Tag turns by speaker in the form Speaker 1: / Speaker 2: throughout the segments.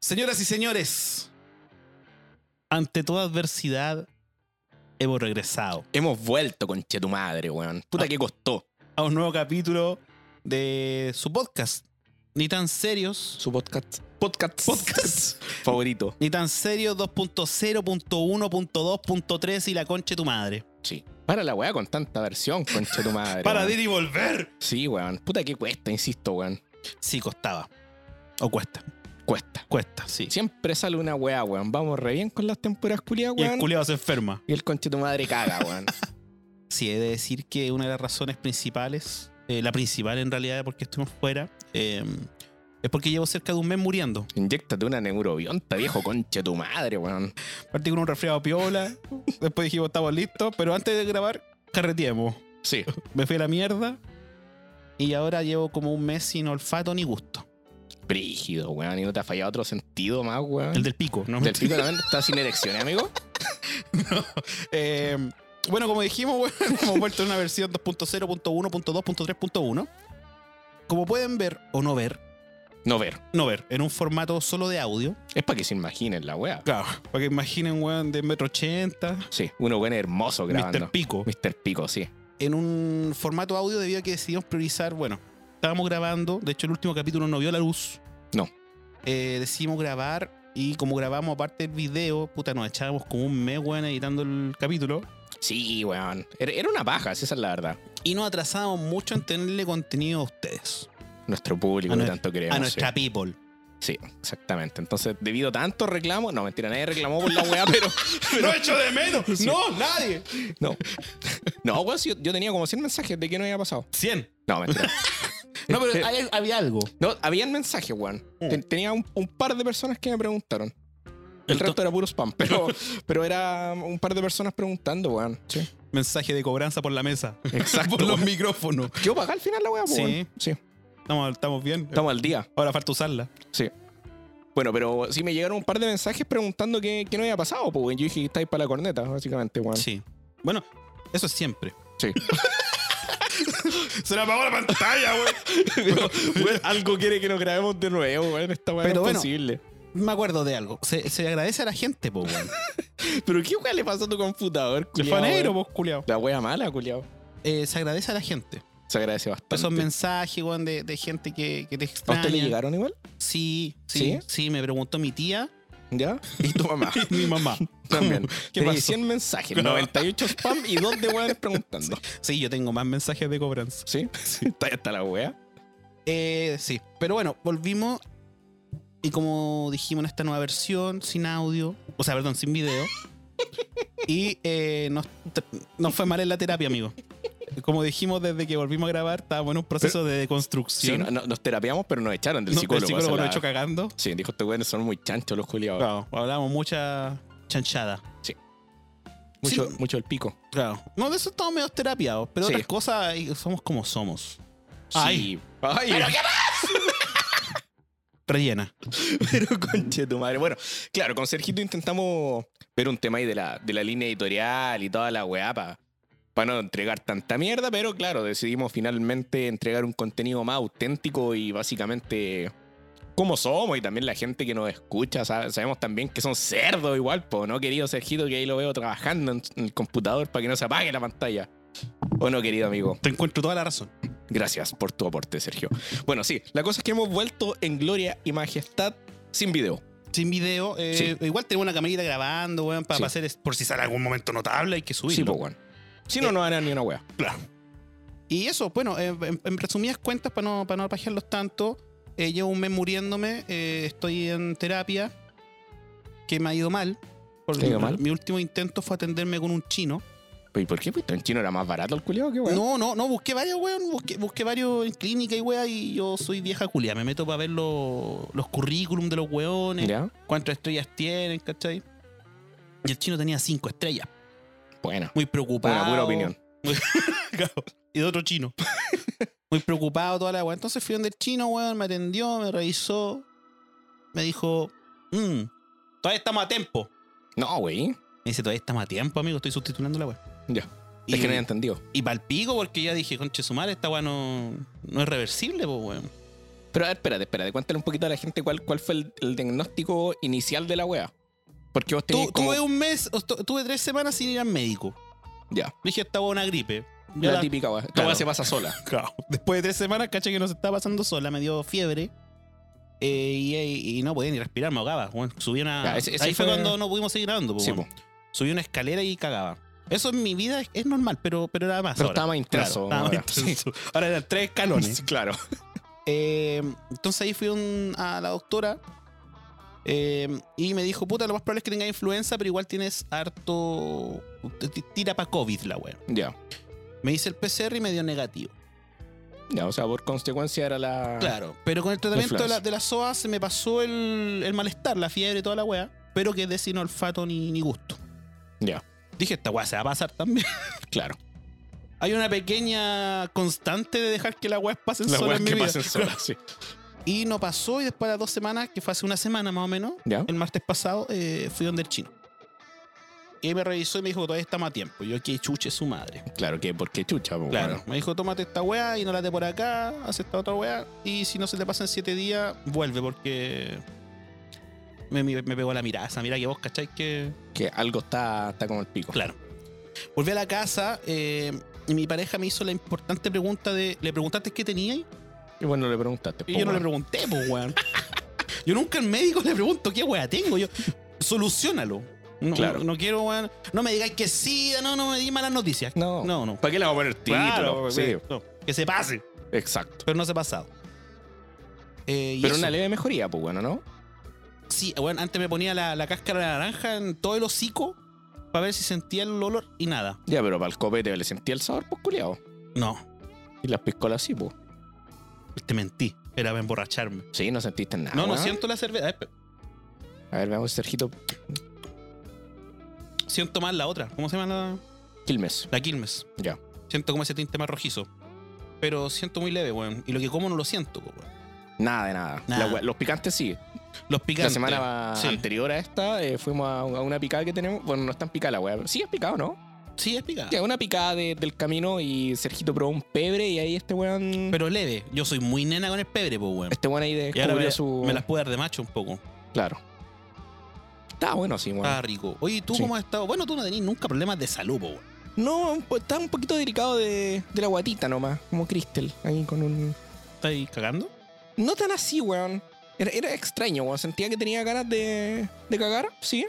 Speaker 1: Señoras y señores, ante toda adversidad, hemos regresado
Speaker 2: Hemos vuelto, conche tu madre, weón. Puta que costó.
Speaker 1: a un nuevo capítulo de su podcast. Ni tan serios.
Speaker 2: Su podcast. Podcast.
Speaker 1: Podcast.
Speaker 2: Favorito.
Speaker 1: Ni tan serios 2.0.1.2.3 y la conche tu madre.
Speaker 2: Sí. Para la weá con tanta versión, conche tu madre. weón.
Speaker 1: y volver.
Speaker 2: Sí, weón. Puta que cuesta, insisto, weón.
Speaker 1: Sí, costaba. O cuesta.
Speaker 2: Cuesta.
Speaker 1: Cuesta, sí.
Speaker 2: Siempre sale una weá, weón. Vamos re bien con las temporadas culiadas,
Speaker 1: Y el
Speaker 2: weón.
Speaker 1: culiado se enferma.
Speaker 2: Y el conche tu madre caga, weón.
Speaker 1: Sí, he de decir que una de las razones principales, eh, la principal en realidad de por qué estuvimos fuera, eh, es porque llevo cerca de un mes muriendo.
Speaker 2: Inyéctate una neurobionta, viejo conche tu madre, weón.
Speaker 1: Partí con un resfriado piola, después dijimos estamos listos, pero antes de grabar, carreteamos.
Speaker 2: Sí.
Speaker 1: Me fui a la mierda y ahora llevo como un mes sin olfato ni gusto.
Speaker 2: Brígido, weón. Y no te ha fallado otro sentido más, weón.
Speaker 1: El del pico, ¿no?
Speaker 2: Del pico también está sin erecciones, amigo.
Speaker 1: Eh, bueno, como dijimos, bueno, hemos vuelto en una versión 2.0.1.2.3.1. Como pueden ver o no ver,
Speaker 2: No ver.
Speaker 1: no ver, en un formato solo de audio.
Speaker 2: Es para que se imaginen la weá.
Speaker 1: Claro, para que imaginen, weón, de metro ochenta,
Speaker 2: Sí, uno bueno hermoso grabando.
Speaker 1: Mr. Pico.
Speaker 2: Mr. Pico, sí.
Speaker 1: En un formato audio debido a que decidimos priorizar, bueno, estábamos grabando, de hecho el último capítulo no vio la luz.
Speaker 2: No.
Speaker 1: Eh, decidimos grabar y como grabamos aparte del video, puta, nos echábamos como un mes, weón, editando el capítulo.
Speaker 2: Sí, weón. Era, era una paja, si esa es la verdad.
Speaker 1: Y nos atrasábamos mucho en tenerle contenido a ustedes,
Speaker 2: Nuestro público
Speaker 1: A
Speaker 2: que
Speaker 1: nue-
Speaker 2: tanto queremos.
Speaker 1: a nuestra people.
Speaker 2: sí. sí, exactamente. Entonces, debido a tantos reclamos, no, mentira, nadie reclamó por la weá, pero.
Speaker 1: ¡No echo de menos! ¡No, nadie!
Speaker 2: No. No, weón, si yo, yo tenía como 100 mensajes de que no había pasado.
Speaker 1: 100.
Speaker 2: No, mentira.
Speaker 1: No, pero hay- había algo.
Speaker 2: No, habían mensajes, weón.
Speaker 1: Mm.
Speaker 2: Ten- Tenía un, un par de personas que me preguntaron. El
Speaker 1: Ento-
Speaker 2: resto era puro spam, pero, pero era un par de personas preguntando, weón. Sí.
Speaker 1: Mensaje de cobranza por la mesa.
Speaker 2: Exacto.
Speaker 1: por los micrófonos.
Speaker 2: Yo pagué al final la weá, po,
Speaker 1: Sí.
Speaker 2: weón. Sí.
Speaker 1: Estamos, estamos bien.
Speaker 2: Estamos al día.
Speaker 1: Ahora falta usarla.
Speaker 2: Sí. Bueno, pero sí me llegaron un par de mensajes preguntando qué, qué no había pasado, pues yo dije que estáis para la corneta, básicamente, weón.
Speaker 1: Sí. Bueno, eso es siempre.
Speaker 2: Sí.
Speaker 1: Se la apagó la pantalla, güey.
Speaker 2: Pero, weón, algo quiere que nos grabemos de nuevo, weón. Esta weá
Speaker 1: Pero
Speaker 2: no es
Speaker 1: bueno.
Speaker 2: posible.
Speaker 1: Me acuerdo de algo. Se, se agradece a la gente, po, weón.
Speaker 2: Pero qué weá le pasó a tu computador,
Speaker 1: Se
Speaker 2: culiao,
Speaker 1: fue negro,
Speaker 2: weón?
Speaker 1: po, culiao.
Speaker 2: La weá mala, culiao.
Speaker 1: Eh, se agradece a la gente.
Speaker 2: Se agradece bastante.
Speaker 1: Esos mensajes, weón, de, de gente que, que te
Speaker 2: ¿A
Speaker 1: extraña.
Speaker 2: usted le llegaron igual?
Speaker 1: Sí, sí,
Speaker 2: ¿Sí?
Speaker 1: sí, me preguntó mi tía.
Speaker 2: ¿Ya? Y tu mamá.
Speaker 1: mi mamá.
Speaker 2: También.
Speaker 1: ¿Qué
Speaker 2: Tenía
Speaker 1: pasó?
Speaker 2: 100 mensajes,
Speaker 1: Claro.
Speaker 2: 98 spam y dos de weones preguntando.
Speaker 1: Sí, yo tengo más mensajes de cobranza.
Speaker 2: ¿Sí? Está, está la weá.
Speaker 1: Eh, sí, pero bueno, volvimos. Y como dijimos en esta nueva versión, sin audio, o sea, perdón, sin video. y eh, nos, nos fue mal en la terapia, amigo. Como dijimos desde que volvimos a grabar, estábamos en un proceso de
Speaker 2: Sí,
Speaker 1: deconstrucción.
Speaker 2: no- no- nos terapiamos, pero nos echaron del
Speaker 1: No,
Speaker 2: psicólogo.
Speaker 1: el psicólogo
Speaker 2: esa
Speaker 1: nos
Speaker 2: la-
Speaker 1: echó cagando.
Speaker 2: Sí, dijo estos weones son muy chanchos los culiados.
Speaker 1: Claro, hablábamos mucha chanchada.
Speaker 2: Mucho,
Speaker 1: Sí.
Speaker 2: mucho el pico.
Speaker 1: Claro. No, de eso estamos medio terapiados, pero
Speaker 2: Sí.
Speaker 1: otras cosas y somos como somos.
Speaker 2: Sí. Ay.
Speaker 1: Rellena.
Speaker 2: Pero conche tu madre. Bueno, claro, con Sergito intentamos ver un tema ahí de la, de la línea editorial y toda la weá para no entregar tanta mierda, pero claro, decidimos finalmente entregar un contenido más auténtico y básicamente cómo somos y también la gente que nos escucha. sa- sabemos también que son cerdos igual, po, ¿no, querido Sergito? Que ahí lo veo trabajando en en el computador para que no se apague la pantalla. ¿O no, querido amigo?
Speaker 1: Te encuentro toda la razón.
Speaker 2: Gracias por tu aporte, Sergio. Bueno, sí, la cosa es que hemos vuelto en gloria y majestad sin video.
Speaker 1: Sin video, eh, igual tenemos una camarita grabando, weón, para
Speaker 2: Sí.
Speaker 1: hacer es- por si sale algún momento notable, hay que subirlo.
Speaker 2: Sí, po, weón. Si no,
Speaker 1: Eh.
Speaker 2: no harán ni una wea.
Speaker 1: Y eso, bueno, eh, en, en resumidas cuentas, para no, para no pajearlos tanto, eh, llevo un mes muriéndome, eh, estoy en terapia, que me ha ido mal. porque
Speaker 2: ¿Te ha ido
Speaker 1: mi-
Speaker 2: mal?
Speaker 1: Mi último intento fue atenderme con un chino.
Speaker 2: ¿Y por qué? Pues en chino era más barato el culiao que weón.
Speaker 1: No, no, no, busqué varios, weón, busqué, busqué varios en clínica y weón, y yo soy vieja culia. Me meto para ver los- los currículum de los weones,
Speaker 2: ¿Ya?
Speaker 1: cuántas estrellas tienen, ¿cachai? Y el chino tenía cinco estrellas,
Speaker 2: Bueno,
Speaker 1: muy
Speaker 2: una
Speaker 1: preocupado.
Speaker 2: pura opinión.
Speaker 1: Claro, y de otro chino. Muy preocupado toda la weá. Entonces fui donde el chino, weón, me atendió, me revisó. Me dijo, "Mm, todavía estamos a tiempo.
Speaker 2: No, wey.
Speaker 1: Me dice, todavía estamos a tiempo, amigo, estoy sustitulando la weá.
Speaker 2: Ya.
Speaker 1: Y,
Speaker 2: Es que no había entendido.
Speaker 1: y palpico porque ya dije, conche su madre, esta weá no, no es reversible, pues weón.
Speaker 2: Pero a ver, espérate, espérate, cuéntale un poquito a la gente cuál, cuál fue el, el diagnóstico inicial de la wea. Porque vos tenías
Speaker 1: Tu-
Speaker 2: como...
Speaker 1: Tuve un mes, o tu- tuve tres semanas sin ir al médico.
Speaker 2: Ya,
Speaker 1: Dije, esta hueá es una gripe. Yo
Speaker 2: la
Speaker 1: la-
Speaker 2: típica wea. Esta
Speaker 1: Claro.
Speaker 2: wea se pasa sola.
Speaker 1: Claro. Después de tres semanas, caché que no se estaba pasando sola, me dio fiebre. eh, y, y- y no podía ni respirar, me ahogaba. weón. subí una.
Speaker 2: Ya, ese- ese
Speaker 1: ahí fue,
Speaker 2: fue-
Speaker 1: cuando no pudimos seguir grabando. pues,
Speaker 2: Sí,
Speaker 1: weón.
Speaker 2: po.
Speaker 1: Subí una escalera y cagaba. Eso en mi vida es, es normal, pero, pero era más.
Speaker 2: Pero
Speaker 1: ahora.
Speaker 2: estaba más
Speaker 1: Claro,
Speaker 2: intenso.
Speaker 1: estaba más
Speaker 2: ahora.
Speaker 1: intenso. Ahora eran tres escalones.
Speaker 2: Sí, Claro.
Speaker 1: Eh, entonces ahí fui un- a la doctora eh, y me dijo, puta, lo más probable es que tenga influenza, pero igual tienes harto... te- te Tira para COVID la wea.
Speaker 2: Ya.
Speaker 1: Me hice el PCR y me dio negativo.
Speaker 2: Ya, o sea, por consecuencia era la.
Speaker 1: Claro, pero con el tratamiento de
Speaker 2: influenza.
Speaker 1: la, de la SOA se me pasó el, el malestar, la fiebre y toda la wea, pero que de sin olfato ni, ni gusto.
Speaker 2: Ya.
Speaker 1: Dije, esta wea se va a pasar también.
Speaker 2: Claro.
Speaker 1: Hay una pequeña constante de dejar que la wea pasen
Speaker 2: Las
Speaker 1: sola
Speaker 2: weas
Speaker 1: en mi
Speaker 2: que
Speaker 1: vida.
Speaker 2: pasan solas, sí.
Speaker 1: Y no pasó, y después de las dos semanas, que fue hace una semana más o menos,
Speaker 2: Ya.
Speaker 1: el martes pasado, eh, fui donde el chino. Y ahí me revisó y me dijo que todavía estamos a tiempo. Yo, que chuche su madre.
Speaker 2: Claro que porque chucha, po,
Speaker 1: Claro.
Speaker 2: Pues bueno.
Speaker 1: Me dijo, tómate esta weá, inhalate por acá, haz esta otra weá. Y si no se te pasa en siete días, vuelve, porque. Me, me, me pegó la mirada, esa mirada que vos cacháis que.
Speaker 2: Que algo está, está como el pico.
Speaker 1: Claro. Volví a la casa eh, y mi pareja me hizo la importante pregunta de. ¿Le preguntaste qué tenía? Y
Speaker 2: Y bueno, le preguntaste. po,
Speaker 1: yo no le
Speaker 2: Oh, bueno.
Speaker 1: pregunté, pues weón. yo nunca al médico le pregunto qué weá tengo. Yo, solucionalo. No,
Speaker 2: Claro.
Speaker 1: no, no quiero, weón. No me digáis que sí, no, no me digas malas noticias.
Speaker 2: No.
Speaker 1: no. no.
Speaker 2: ¿Para qué le vamos a poner título?
Speaker 1: Claro,
Speaker 2: sí,
Speaker 1: no, que se pase.
Speaker 2: exacto.
Speaker 1: pero no se ha pasado. Eh, y
Speaker 2: Pero
Speaker 1: eso.
Speaker 2: una leve mejoría, pues bueno, ¿no?
Speaker 1: Sí, bueno, antes me ponía la, la cáscara de naranja en todo el hocico para ver si sentía el olor y nada.
Speaker 2: Ya, pero para el copete le sentía el sabor, pues culiao.
Speaker 1: No,
Speaker 2: Y las piscolas sí, pues.
Speaker 1: te mentí. Era para emborracharme.
Speaker 2: Sí, no sentiste nada.
Speaker 1: no, no
Speaker 2: Ah, weón.
Speaker 1: siento la cerveza. Eh, pe-
Speaker 2: A ver, veamos, Sergito
Speaker 1: Siento más la otra. ¿Cómo se llama la,
Speaker 2: Quilmes.
Speaker 1: la Quilmes?
Speaker 2: Ya.
Speaker 1: Siento como ese tinte más rojizo. Pero siento muy leve, weón. Y lo que como no lo siento, weón.
Speaker 2: Nada de nada.
Speaker 1: Nada.
Speaker 2: La we- los picantes sí.
Speaker 1: Los picantes.
Speaker 2: La semana
Speaker 1: Sí.
Speaker 2: anterior a esta eh, fuimos a, a una picada que tenemos. Bueno, no es tan picada la weá. pero Sí, es picado, ¿no?
Speaker 1: Sí, es picada.
Speaker 2: Ya, una picada de- del camino y Sergito probó un pebre y ahí este weón.
Speaker 1: Pero leve. Yo soy muy nena con el pebre, pues, weón.
Speaker 2: este weón ahí
Speaker 1: Y ahora
Speaker 2: descubrió
Speaker 1: me,
Speaker 2: su.
Speaker 1: me las puedo dar de macho un poco.
Speaker 2: Claro. Estaba bueno, sí, weón.
Speaker 1: Estaba rico. Oye, ¿y ¿tú
Speaker 2: Sí.
Speaker 1: cómo has estado? Bueno, tú no tenés nunca problemas de salud, po, weón.
Speaker 2: No, un po- estaba un poquito delicado de, de la guatita nomás, como Crystal, ahí con un.
Speaker 1: ¿Estás ahí cagando?
Speaker 2: No tan así, weón. Era, era extraño, weón. Sentía que tenía ganas de, de cagar, sí.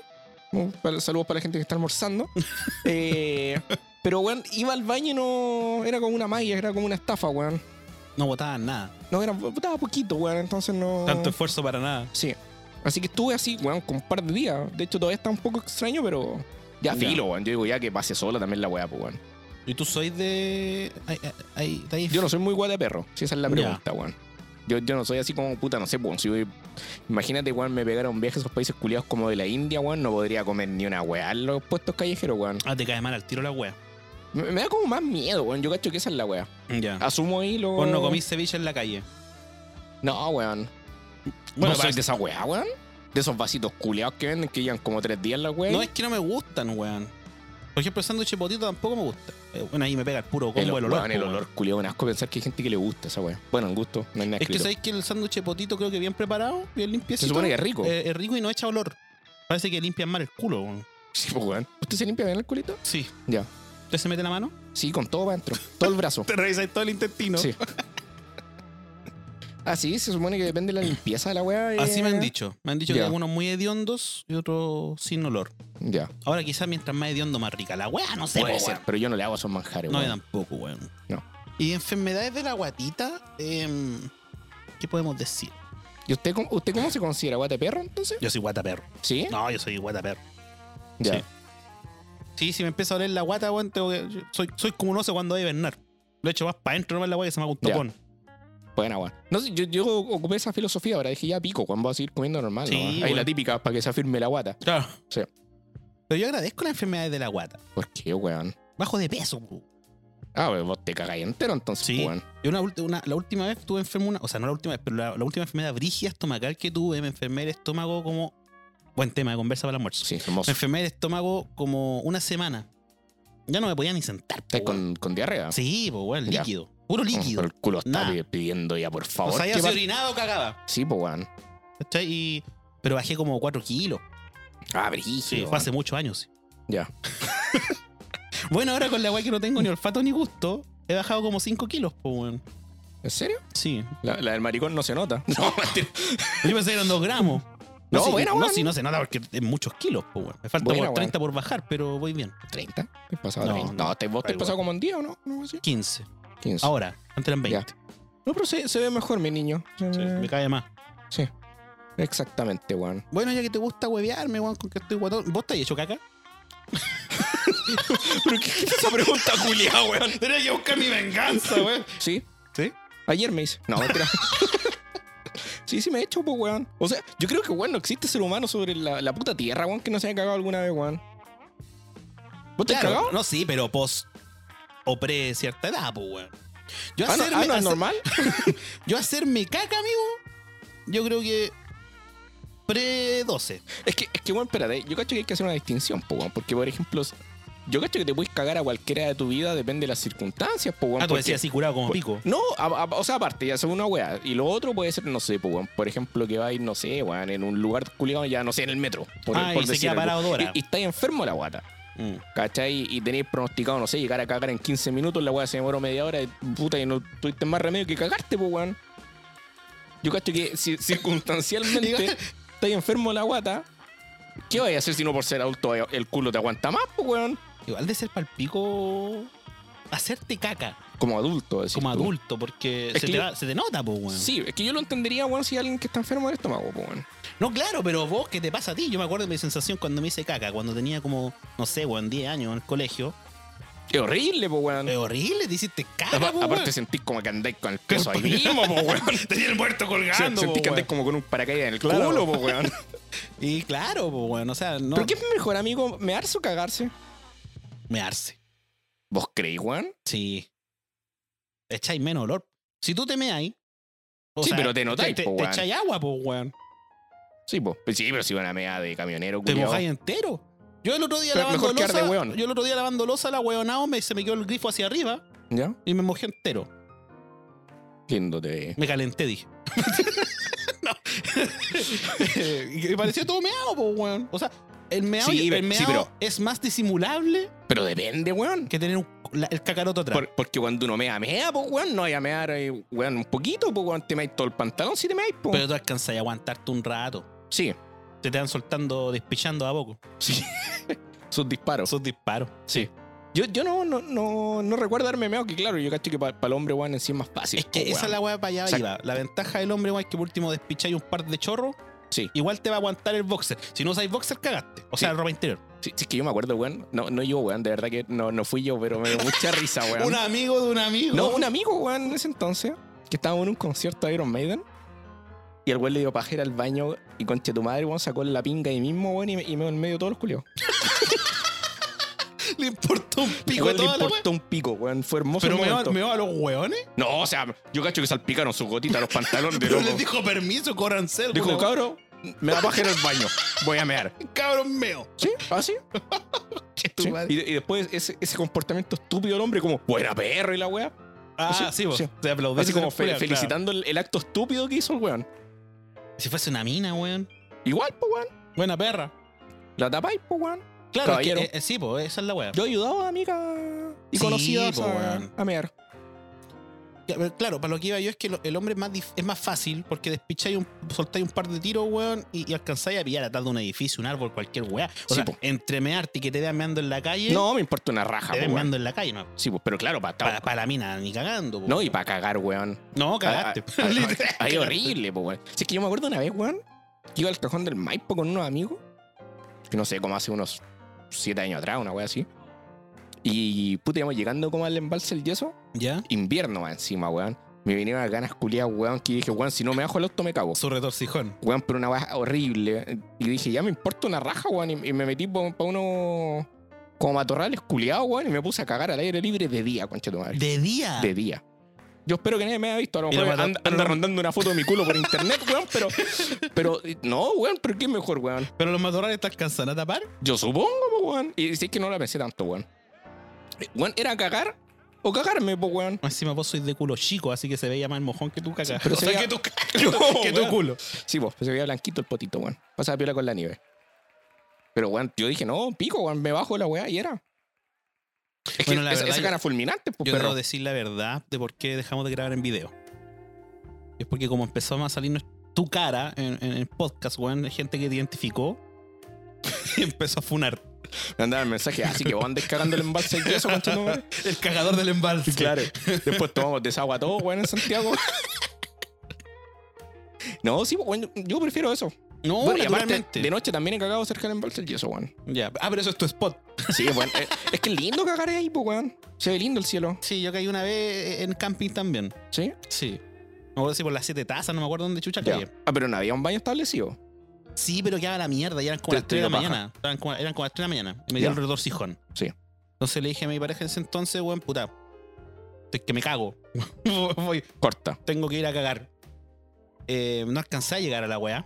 Speaker 2: Bueno, para- saludos para la gente que está almorzando. Eh, pero, weón, iba al baño y no. Era como una magia, era como una estafa, weón.
Speaker 1: No botaban nada.
Speaker 2: No, era, estaba poquito, weón, entonces no.
Speaker 1: Tanto esfuerzo para nada.
Speaker 2: Sí. Así que estuve así, weón, con un par de días. De hecho, todavía está un poco extraño, pero. Ya,
Speaker 1: Ya.
Speaker 2: filo, weón. Yo digo ya que pase sola también la weá, pues, weón.
Speaker 1: ¿Y tú sois de. ay, ay, ay, de ahí-
Speaker 2: Yo no soy muy guay de perro, si esa es la
Speaker 1: Ya.
Speaker 2: pregunta, weón. Yo, yo no soy así como puta, no sé, weón. Si voy- imagínate, weón, me pegara un viaje a esos países culiados como de la India, weón, no podría comer ni una weá en los puestos callejeros, weón.
Speaker 1: Ah, te cae mal al tiro la wea.
Speaker 2: Me, me da como más miedo, weón. Yo cacho que esa es la weá.
Speaker 1: Ya.
Speaker 2: Asumo ahí lo.
Speaker 1: Ah. Vos no comís ceviche en la calle.
Speaker 2: No, weón.
Speaker 1: Bueno,
Speaker 2: no soy
Speaker 1: para-
Speaker 2: de esa weá, weón. De esos vasitos culiados que venden que llevan como tres días la weá.
Speaker 1: No es que no me gustan, weón. Por ejemplo, el sándwich de potito tampoco me gusta. Eh, Bueno, ahí me pega el puro
Speaker 2: el,
Speaker 1: combo el, olor.
Speaker 2: weón, el
Speaker 1: po, weón.
Speaker 2: olor culiado, un asco pensar que hay gente que le gusta esa weá. Bueno, el gusto, no hay nada
Speaker 1: Es que
Speaker 2: escrito.
Speaker 1: sabéis que el sándwich de potito creo que bien preparado, bien limpiecito.
Speaker 2: Se supone que es rico.
Speaker 1: eh, es rico y no echa olor. Parece que limpian mal el culo, weón.
Speaker 2: Sí, pues, weón. ¿Usted se limpia bien el culito?
Speaker 1: Sí.
Speaker 2: Ya.
Speaker 1: ¿Usted se mete la mano?
Speaker 2: Sí, con todo para adentro. Todo el brazo.
Speaker 1: Te revisáis todo el intestino.
Speaker 2: Sí. Ah, sí, se supone que depende de la limpieza de la weá. eh.
Speaker 1: Así me han dicho. Me han dicho que
Speaker 2: Ya.
Speaker 1: algunos muy hediondos y otros sin olor.
Speaker 2: Ya.
Speaker 1: Ahora quizás mientras más hediondo más rica la weá, no sé.
Speaker 2: Puede
Speaker 1: po,
Speaker 2: ser,
Speaker 1: weón.
Speaker 2: pero yo no le hago esos manjares,
Speaker 1: No, yo
Speaker 2: weón.
Speaker 1: tampoco, weón.
Speaker 2: No.
Speaker 1: Y enfermedades de la guatita, em, ¿qué podemos decir?
Speaker 2: ¿Y usted, cómo- usted cómo se considera? ¿Guate perro entonces?
Speaker 1: Yo soy guataperro.
Speaker 2: ¿Sí?
Speaker 1: No, yo soy guataperro.
Speaker 2: ya.
Speaker 1: sí. Sí, si me empieza a oler la guata, weón, tengo que- yo soy, soy como un oso cuando hay hibernar. Lo echo más para adentro, no más la guata que se me haga un
Speaker 2: Ya.
Speaker 1: topón.
Speaker 2: Buena, weón. No sé, yo, yo ocupé esa filosofía ahora. Dije, ya pico, cuando voy a seguir comiendo normal.
Speaker 1: Sí,
Speaker 2: ¿no? Ahí
Speaker 1: weón.
Speaker 2: la típica, para que se afirme la guata.
Speaker 1: Claro.
Speaker 2: Sí.
Speaker 1: Pero yo agradezco las enfermedades de la guata.
Speaker 2: ¿Por qué, weón?
Speaker 1: Bajo de peso, weón.
Speaker 2: Ah, weón, vos te cagáis entero entonces,
Speaker 1: Sí.
Speaker 2: weón.
Speaker 1: Yo una, ulti- una- la última vez tuve enfermo una, o sea, no la última vez, pero la, la última enfermedad brígida estomacal que tuve, me enfermé el estómago como buen tema de conversa para el almuerzo.
Speaker 2: Sí,
Speaker 1: Me
Speaker 2: hermoso.
Speaker 1: enfermé el estómago como una semana. Ya no me podía ni sentar. po,
Speaker 2: ¿Estás
Speaker 1: weón.
Speaker 2: con, con diarrea?
Speaker 1: Sí, pues, weón,
Speaker 2: Ya.
Speaker 1: líquido. Puro líquido.
Speaker 2: El culo está
Speaker 1: Nah.
Speaker 2: pi- pidiendo ya, por
Speaker 1: O
Speaker 2: favor.
Speaker 1: sea, ya
Speaker 2: que
Speaker 1: se
Speaker 2: par-
Speaker 1: orinado o cagaba.
Speaker 2: Sí, pues, weón.
Speaker 1: ¿Cachai? Y- pero bajé como 4 kilos.
Speaker 2: Ah, brígido.
Speaker 1: Sí, fue
Speaker 2: weón.
Speaker 1: hace muchos años.
Speaker 2: Ya.
Speaker 1: Bueno, ahora con la guay que no tengo ni olfato ni gusto, he bajado como 5 kilos, po, weón.
Speaker 2: ¿En serio?
Speaker 1: Sí.
Speaker 2: La, la del maricón no se nota. No, mentira.
Speaker 1: Yo pensé que eran 2 gramos.
Speaker 2: No,
Speaker 1: sí,
Speaker 2: buena,
Speaker 1: No,
Speaker 2: weón.
Speaker 1: sí, no se nota porque es muchos kilos, po, weón. Me falta
Speaker 2: Buena,
Speaker 1: por 30 por bajar, pero voy bien.
Speaker 2: ¿30? ¿Te has pasado
Speaker 1: No,
Speaker 2: no, 30?
Speaker 1: no.
Speaker 2: No, te, vos te
Speaker 1: Da
Speaker 2: has pasado como en 10 o no? no así.
Speaker 1: 15.
Speaker 2: 15.
Speaker 1: Ahora, antes eran 20.
Speaker 2: No, pero se, se ve mejor, mi niño. Se
Speaker 1: Sí,
Speaker 2: ve-
Speaker 1: me cae más.
Speaker 2: sí. Exactamente, weón.
Speaker 1: Bueno, ya que te gusta huevearme, weón, con que estoy guatón. ¿Vos te has hecho caca?
Speaker 2: ¿Pero qué es esa pregunta, Julia, weón?
Speaker 1: Tenés que buscar mi venganza, weón.
Speaker 2: ¿Sí?
Speaker 1: ¿Sí?
Speaker 2: Ayer me hice. No, mentira. sí, sí me he hecho, pues, weón. O sea, yo creo que, weón, no existe ser humano sobre la, la puta tierra, weón, que no se haya cagado alguna vez, weón. ¿Vos te has
Speaker 1: Claro,
Speaker 2: cagado?
Speaker 1: no, sí, pero post o pre cierta edad, pues, weón. Yo
Speaker 2: Ah, no,
Speaker 1: hacerme,
Speaker 2: ah, no, es
Speaker 1: hacer-
Speaker 2: normal.
Speaker 1: yo hacerme caca, amigo, yo creo que pre 12.
Speaker 2: Es que, es que, bueno, espérate, yo cacho que hay que hacer una distinción, po, weón, porque, por ejemplo, yo cacho que te puedes cagar a cualquiera de tu vida, depende de las circunstancias, po, weón,
Speaker 1: Ah, tú
Speaker 2: porque-
Speaker 1: decías así curado como pico.
Speaker 2: No, a- a- o sea, aparte, ya es una weá. Y lo otro puede ser, no sé, po, weón, por ejemplo, que vais, no sé, weón, en un lugar culiado, ya no sé, en el metro. Por,
Speaker 1: Ah,
Speaker 2: por
Speaker 1: y se
Speaker 2: decir
Speaker 1: queda
Speaker 2: algo.
Speaker 1: parado dos horas.
Speaker 2: Y, y estáis enfermo la guata.
Speaker 1: Mm.
Speaker 2: ¿Cachai? Y tenéis pronosticado, no sé, llegar a cagar en 15 minutos, la weá se demoró media hora, y, puta, y no tuviste más remedio que cagarte, pues, weón. Yo cacho que ci- circunstancialmente estáis enfermo de la guata. ¿Qué vais a hacer si no por ser adulto el culo te aguanta más, pues, weón?
Speaker 1: Igual de ser pal pico, hacerte caca
Speaker 2: Como adulto, decís
Speaker 1: como
Speaker 2: tú.
Speaker 1: adulto, porque
Speaker 2: pues. Es
Speaker 1: se
Speaker 2: que
Speaker 1: te,
Speaker 2: yo-
Speaker 1: va- se te nota, pues, weón.
Speaker 2: Sí, es que yo lo entendería, weón, si hay alguien que está enfermo del estómago, pues, weón.
Speaker 1: No, claro, pero vos, ¿qué te pasa a ti? Yo me acuerdo de mi sensación cuando me hice caca, cuando tenía como, no sé, weón, 10 años en el colegio.
Speaker 2: Es horrible, pues, weón.
Speaker 1: Es horrible, te hiciste caca,
Speaker 2: Apa-
Speaker 1: po, weón.
Speaker 2: aparte sentís como que andáis con el peso ahí mismo, pues, weón.
Speaker 1: Tenía el muerto colgando, pues, po,
Speaker 2: Sentís que
Speaker 1: weón.
Speaker 2: andáis como con un paracaídas en el
Speaker 1: Claro.
Speaker 2: culo, pues, weón.
Speaker 1: Y claro, pues bueno, o sea, no
Speaker 2: ¿Pero qué es mejor, amigo? ¿Mearse o cagarse?
Speaker 1: mearse.
Speaker 2: ¿Vos creéis, weón?
Speaker 1: Sí. Echáis menos olor. Si tú te meáis. o
Speaker 2: Sí, pero te notáis,
Speaker 1: Te,
Speaker 2: po,
Speaker 1: te
Speaker 2: weón.
Speaker 1: echáis agua, pues, weón.
Speaker 2: Sí, po. Pues sí, pero si una meada de camionero,
Speaker 1: Te
Speaker 2: culiao.
Speaker 1: mojáis entero. Yo el otro día
Speaker 2: Pero
Speaker 1: lavando
Speaker 2: mejor quedar de
Speaker 1: losa.
Speaker 2: weón.
Speaker 1: Yo el otro día lavando losa, la weonao, me, se me quedó el grifo hacia arriba
Speaker 2: ¿Ya?
Speaker 1: y me mojé entero.
Speaker 2: Lindo te veía.
Speaker 1: Me calenté, dije. No. y me pareció todo meado, pues, weón. O sea, el meado,
Speaker 2: Sí,
Speaker 1: el
Speaker 2: sí,
Speaker 1: meao
Speaker 2: pero-
Speaker 1: es más disimulable
Speaker 2: Pero depende, weón.
Speaker 1: que tener un- la- el cacaroto atrás.
Speaker 2: Por- porque cuando uno mea, mea, pues, weón. No vaya a mear, eh, weón, un poquito, pues, weón. Te meáis todo el pantalón si te meáis, po.
Speaker 1: Pero tú alcanzas a aguantarte un rato.
Speaker 2: Sí,
Speaker 1: te te van soltando, despichando a poco.
Speaker 2: sí. Sus disparos.
Speaker 1: Esos disparos.
Speaker 2: Sí. Yo, yo no, no, no, no recuerdo haberme meado, que claro, yo cacho que para el hombre, weón, en sí es más fácil.
Speaker 1: Es que
Speaker 2: po,
Speaker 1: esa es
Speaker 2: weón.
Speaker 1: la weá para allá
Speaker 2: O sea-
Speaker 1: iba. La ventaja del hombre, weón, es que por último despicháis un par de chorros.
Speaker 2: Sí.
Speaker 1: Igual te va a aguantar el boxer. Si no usáis boxer, cagaste. O sea,
Speaker 2: Sí.
Speaker 1: la ropa interior.
Speaker 2: Sí, sí, es que yo me acuerdo, weón. No, no yo, weón. De verdad que no, no fui yo, pero me dio mucha risa, weón.
Speaker 1: amigo de un amigo.
Speaker 2: No, un amigo, weón, en ese entonces, que estábamos en un concierto de Iron Maiden. Y el weón le dio pajera al baño y conche tu madre, weón, sacó la pinga ahí mismo, weón, y me, y me en medio de todos los culios.
Speaker 1: le importó un pico
Speaker 2: Weón,
Speaker 1: a
Speaker 2: le
Speaker 1: toda la weá.
Speaker 2: importó un pico, weón. Fue hermoso
Speaker 1: Pero
Speaker 2: el
Speaker 1: me va,
Speaker 2: momento.
Speaker 1: me va a los hueones.
Speaker 2: No, o sea, yo cacho que salpicaron su gotita a los pantalones de
Speaker 1: Pero
Speaker 2: loco.
Speaker 1: les dijo permiso, corrancel.
Speaker 2: Dijo,
Speaker 1: weón.
Speaker 2: cabro, me da pajera al baño. Voy a mear.
Speaker 1: cabrón meo.
Speaker 2: ¿Sí? ¿Ah, sí?
Speaker 1: Che, tu
Speaker 2: Sí.
Speaker 1: madre.
Speaker 2: Y, y después ese, ese comportamiento estúpido del hombre, como, buena perro y la weá.
Speaker 1: Ah, sí,
Speaker 2: sí,
Speaker 1: vos.
Speaker 2: sí.
Speaker 1: Te aplaudí.
Speaker 2: Así como fe-
Speaker 1: Claro.
Speaker 2: felicitando el, el acto estúpido que hizo el weón.
Speaker 1: Si fuese una mina, weón.
Speaker 2: Igual, pues, weón.
Speaker 1: Buena perra.
Speaker 2: La tapáis, pues, weón.
Speaker 1: Claro, es que,
Speaker 2: Caballero.
Speaker 1: eh, eh, sí, pues, esa es la weá.
Speaker 2: Yo he ayudado a amiga y
Speaker 1: Sí,
Speaker 2: conocida
Speaker 1: po, weón.
Speaker 2: a, a mear.
Speaker 1: Ya, pero Claro, para lo que iba yo es que lo- el hombre es más, dif- es más fácil porque despicháis un, soltáis un par de tiros, weón, y, y alcanzáis a pillar atrás de un edificio, un árbol, cualquier weá. O
Speaker 2: Sí,
Speaker 1: sea,
Speaker 2: po.
Speaker 1: entre mearte y que te vean meando en la calle,
Speaker 2: No, me importa una raja,
Speaker 1: te
Speaker 2: po,
Speaker 1: vean
Speaker 2: weón.
Speaker 1: meando en la calle, no.
Speaker 2: Sí, pues, pero claro, para
Speaker 1: Para la mina, ni cagando. po.
Speaker 2: No, y para cagar, weón.
Speaker 1: No, cagaste.
Speaker 2: Ah, ah, ah,
Speaker 1: Literal,
Speaker 2: ah, es
Speaker 1: cagaste.
Speaker 2: horrible, pues, weón. Si es que yo me acuerdo una vez, weón, que iba al cajón del Maipo con unos amigos, que no sé, como hace unos siete años atrás, una wea así. Y puta, íbamos llegando como al embalse del yeso,
Speaker 1: ¿Ya?
Speaker 2: invierno más encima, weón. Me vinieron las ganas culiadas, weón, que dije, weón, si no me bajo el auto me cago.
Speaker 1: Su retorcijón.
Speaker 2: Weón, pero una weá horrible. Y dije, ya me importa una raja, weón. Y, y me metí para unos como matorrales culiados, weón. Y me puse a cagar al aire libre de día, concha tu madre.
Speaker 1: De día.
Speaker 2: De día. Yo espero que nadie me haya visto. A lo
Speaker 1: Era
Speaker 2: mejor
Speaker 1: mato-
Speaker 2: anda, anda rondando una foto de mi culo por internet, weón. Pero, pero, no, weón, pero qué mejor, weón.
Speaker 1: Pero los matorrales te alcanzan a tapar.
Speaker 2: Yo supongo, po, weón. Y si es que no la pensé tanto, weón. Eh, Weón, era cagar O cagarme, pues, weón.
Speaker 1: Encima vos sois de culo chico, así que se veía más mojón que tú, caca.
Speaker 2: pero
Speaker 1: o
Speaker 2: se
Speaker 1: sea,
Speaker 2: veía-
Speaker 1: que tu, ca-
Speaker 2: No,
Speaker 1: que tu
Speaker 2: weón.
Speaker 1: culo.
Speaker 2: Sí, pues, se veía blanquito el potito, weón. Pasaba piola con la nieve. Pero, weón, yo dije, no, pico, weón, me bajo de la weá y era. Es que
Speaker 1: Bueno, la
Speaker 2: esa,
Speaker 1: verdad, yo-
Speaker 2: esa cara fulminante, pues,
Speaker 1: Yo
Speaker 2: pero.
Speaker 1: debo decir la verdad de por qué dejamos de grabar en video. Es porque como empezó a salirnos tu cara en, en el podcast, weón, hay gente que te identificó y empezó a funar.
Speaker 2: Me andaba el mensaje, así que vos andes cagando el embalse y eso, conchetumare.
Speaker 1: El cagador del embalse.
Speaker 2: Claro. Después tomamos desagua todo, weón, en Santiago. No, sí, weón, yo prefiero eso.
Speaker 1: No,
Speaker 2: Bueno, y aparte,
Speaker 1: naturalmente.
Speaker 2: de noche también he cagado cerca del embalse del yeso, weón.
Speaker 1: Ya. Ah, pero eso es tu spot.
Speaker 2: Sí, weón. eh, es que es lindo cagar ahí, pues, weón. Se ve lindo el cielo.
Speaker 1: Sí, yo caí una vez en camping también.
Speaker 2: Sí.
Speaker 1: Sí. Me acuerdo si por las siete tazas, no me acuerdo dónde chucha
Speaker 2: Ya.
Speaker 1: caí.
Speaker 2: Ah, pero no había un baño establecido.
Speaker 1: Sí, pero quedaba la mierda y eran como
Speaker 2: Te-
Speaker 1: las
Speaker 2: te
Speaker 1: 3 de la
Speaker 2: dio paja.
Speaker 1: mañana. Eran como, eran como las 3 de la mañana. Y me
Speaker 2: Ya.
Speaker 1: dio el retorcijón.
Speaker 2: Sí.
Speaker 1: Entonces le dije a mi pareja en ese entonces, weón, puta, es que me cago. Voy,
Speaker 2: Corta.
Speaker 1: tengo que ir a cagar. Eh, no alcancé a llegar a la weá.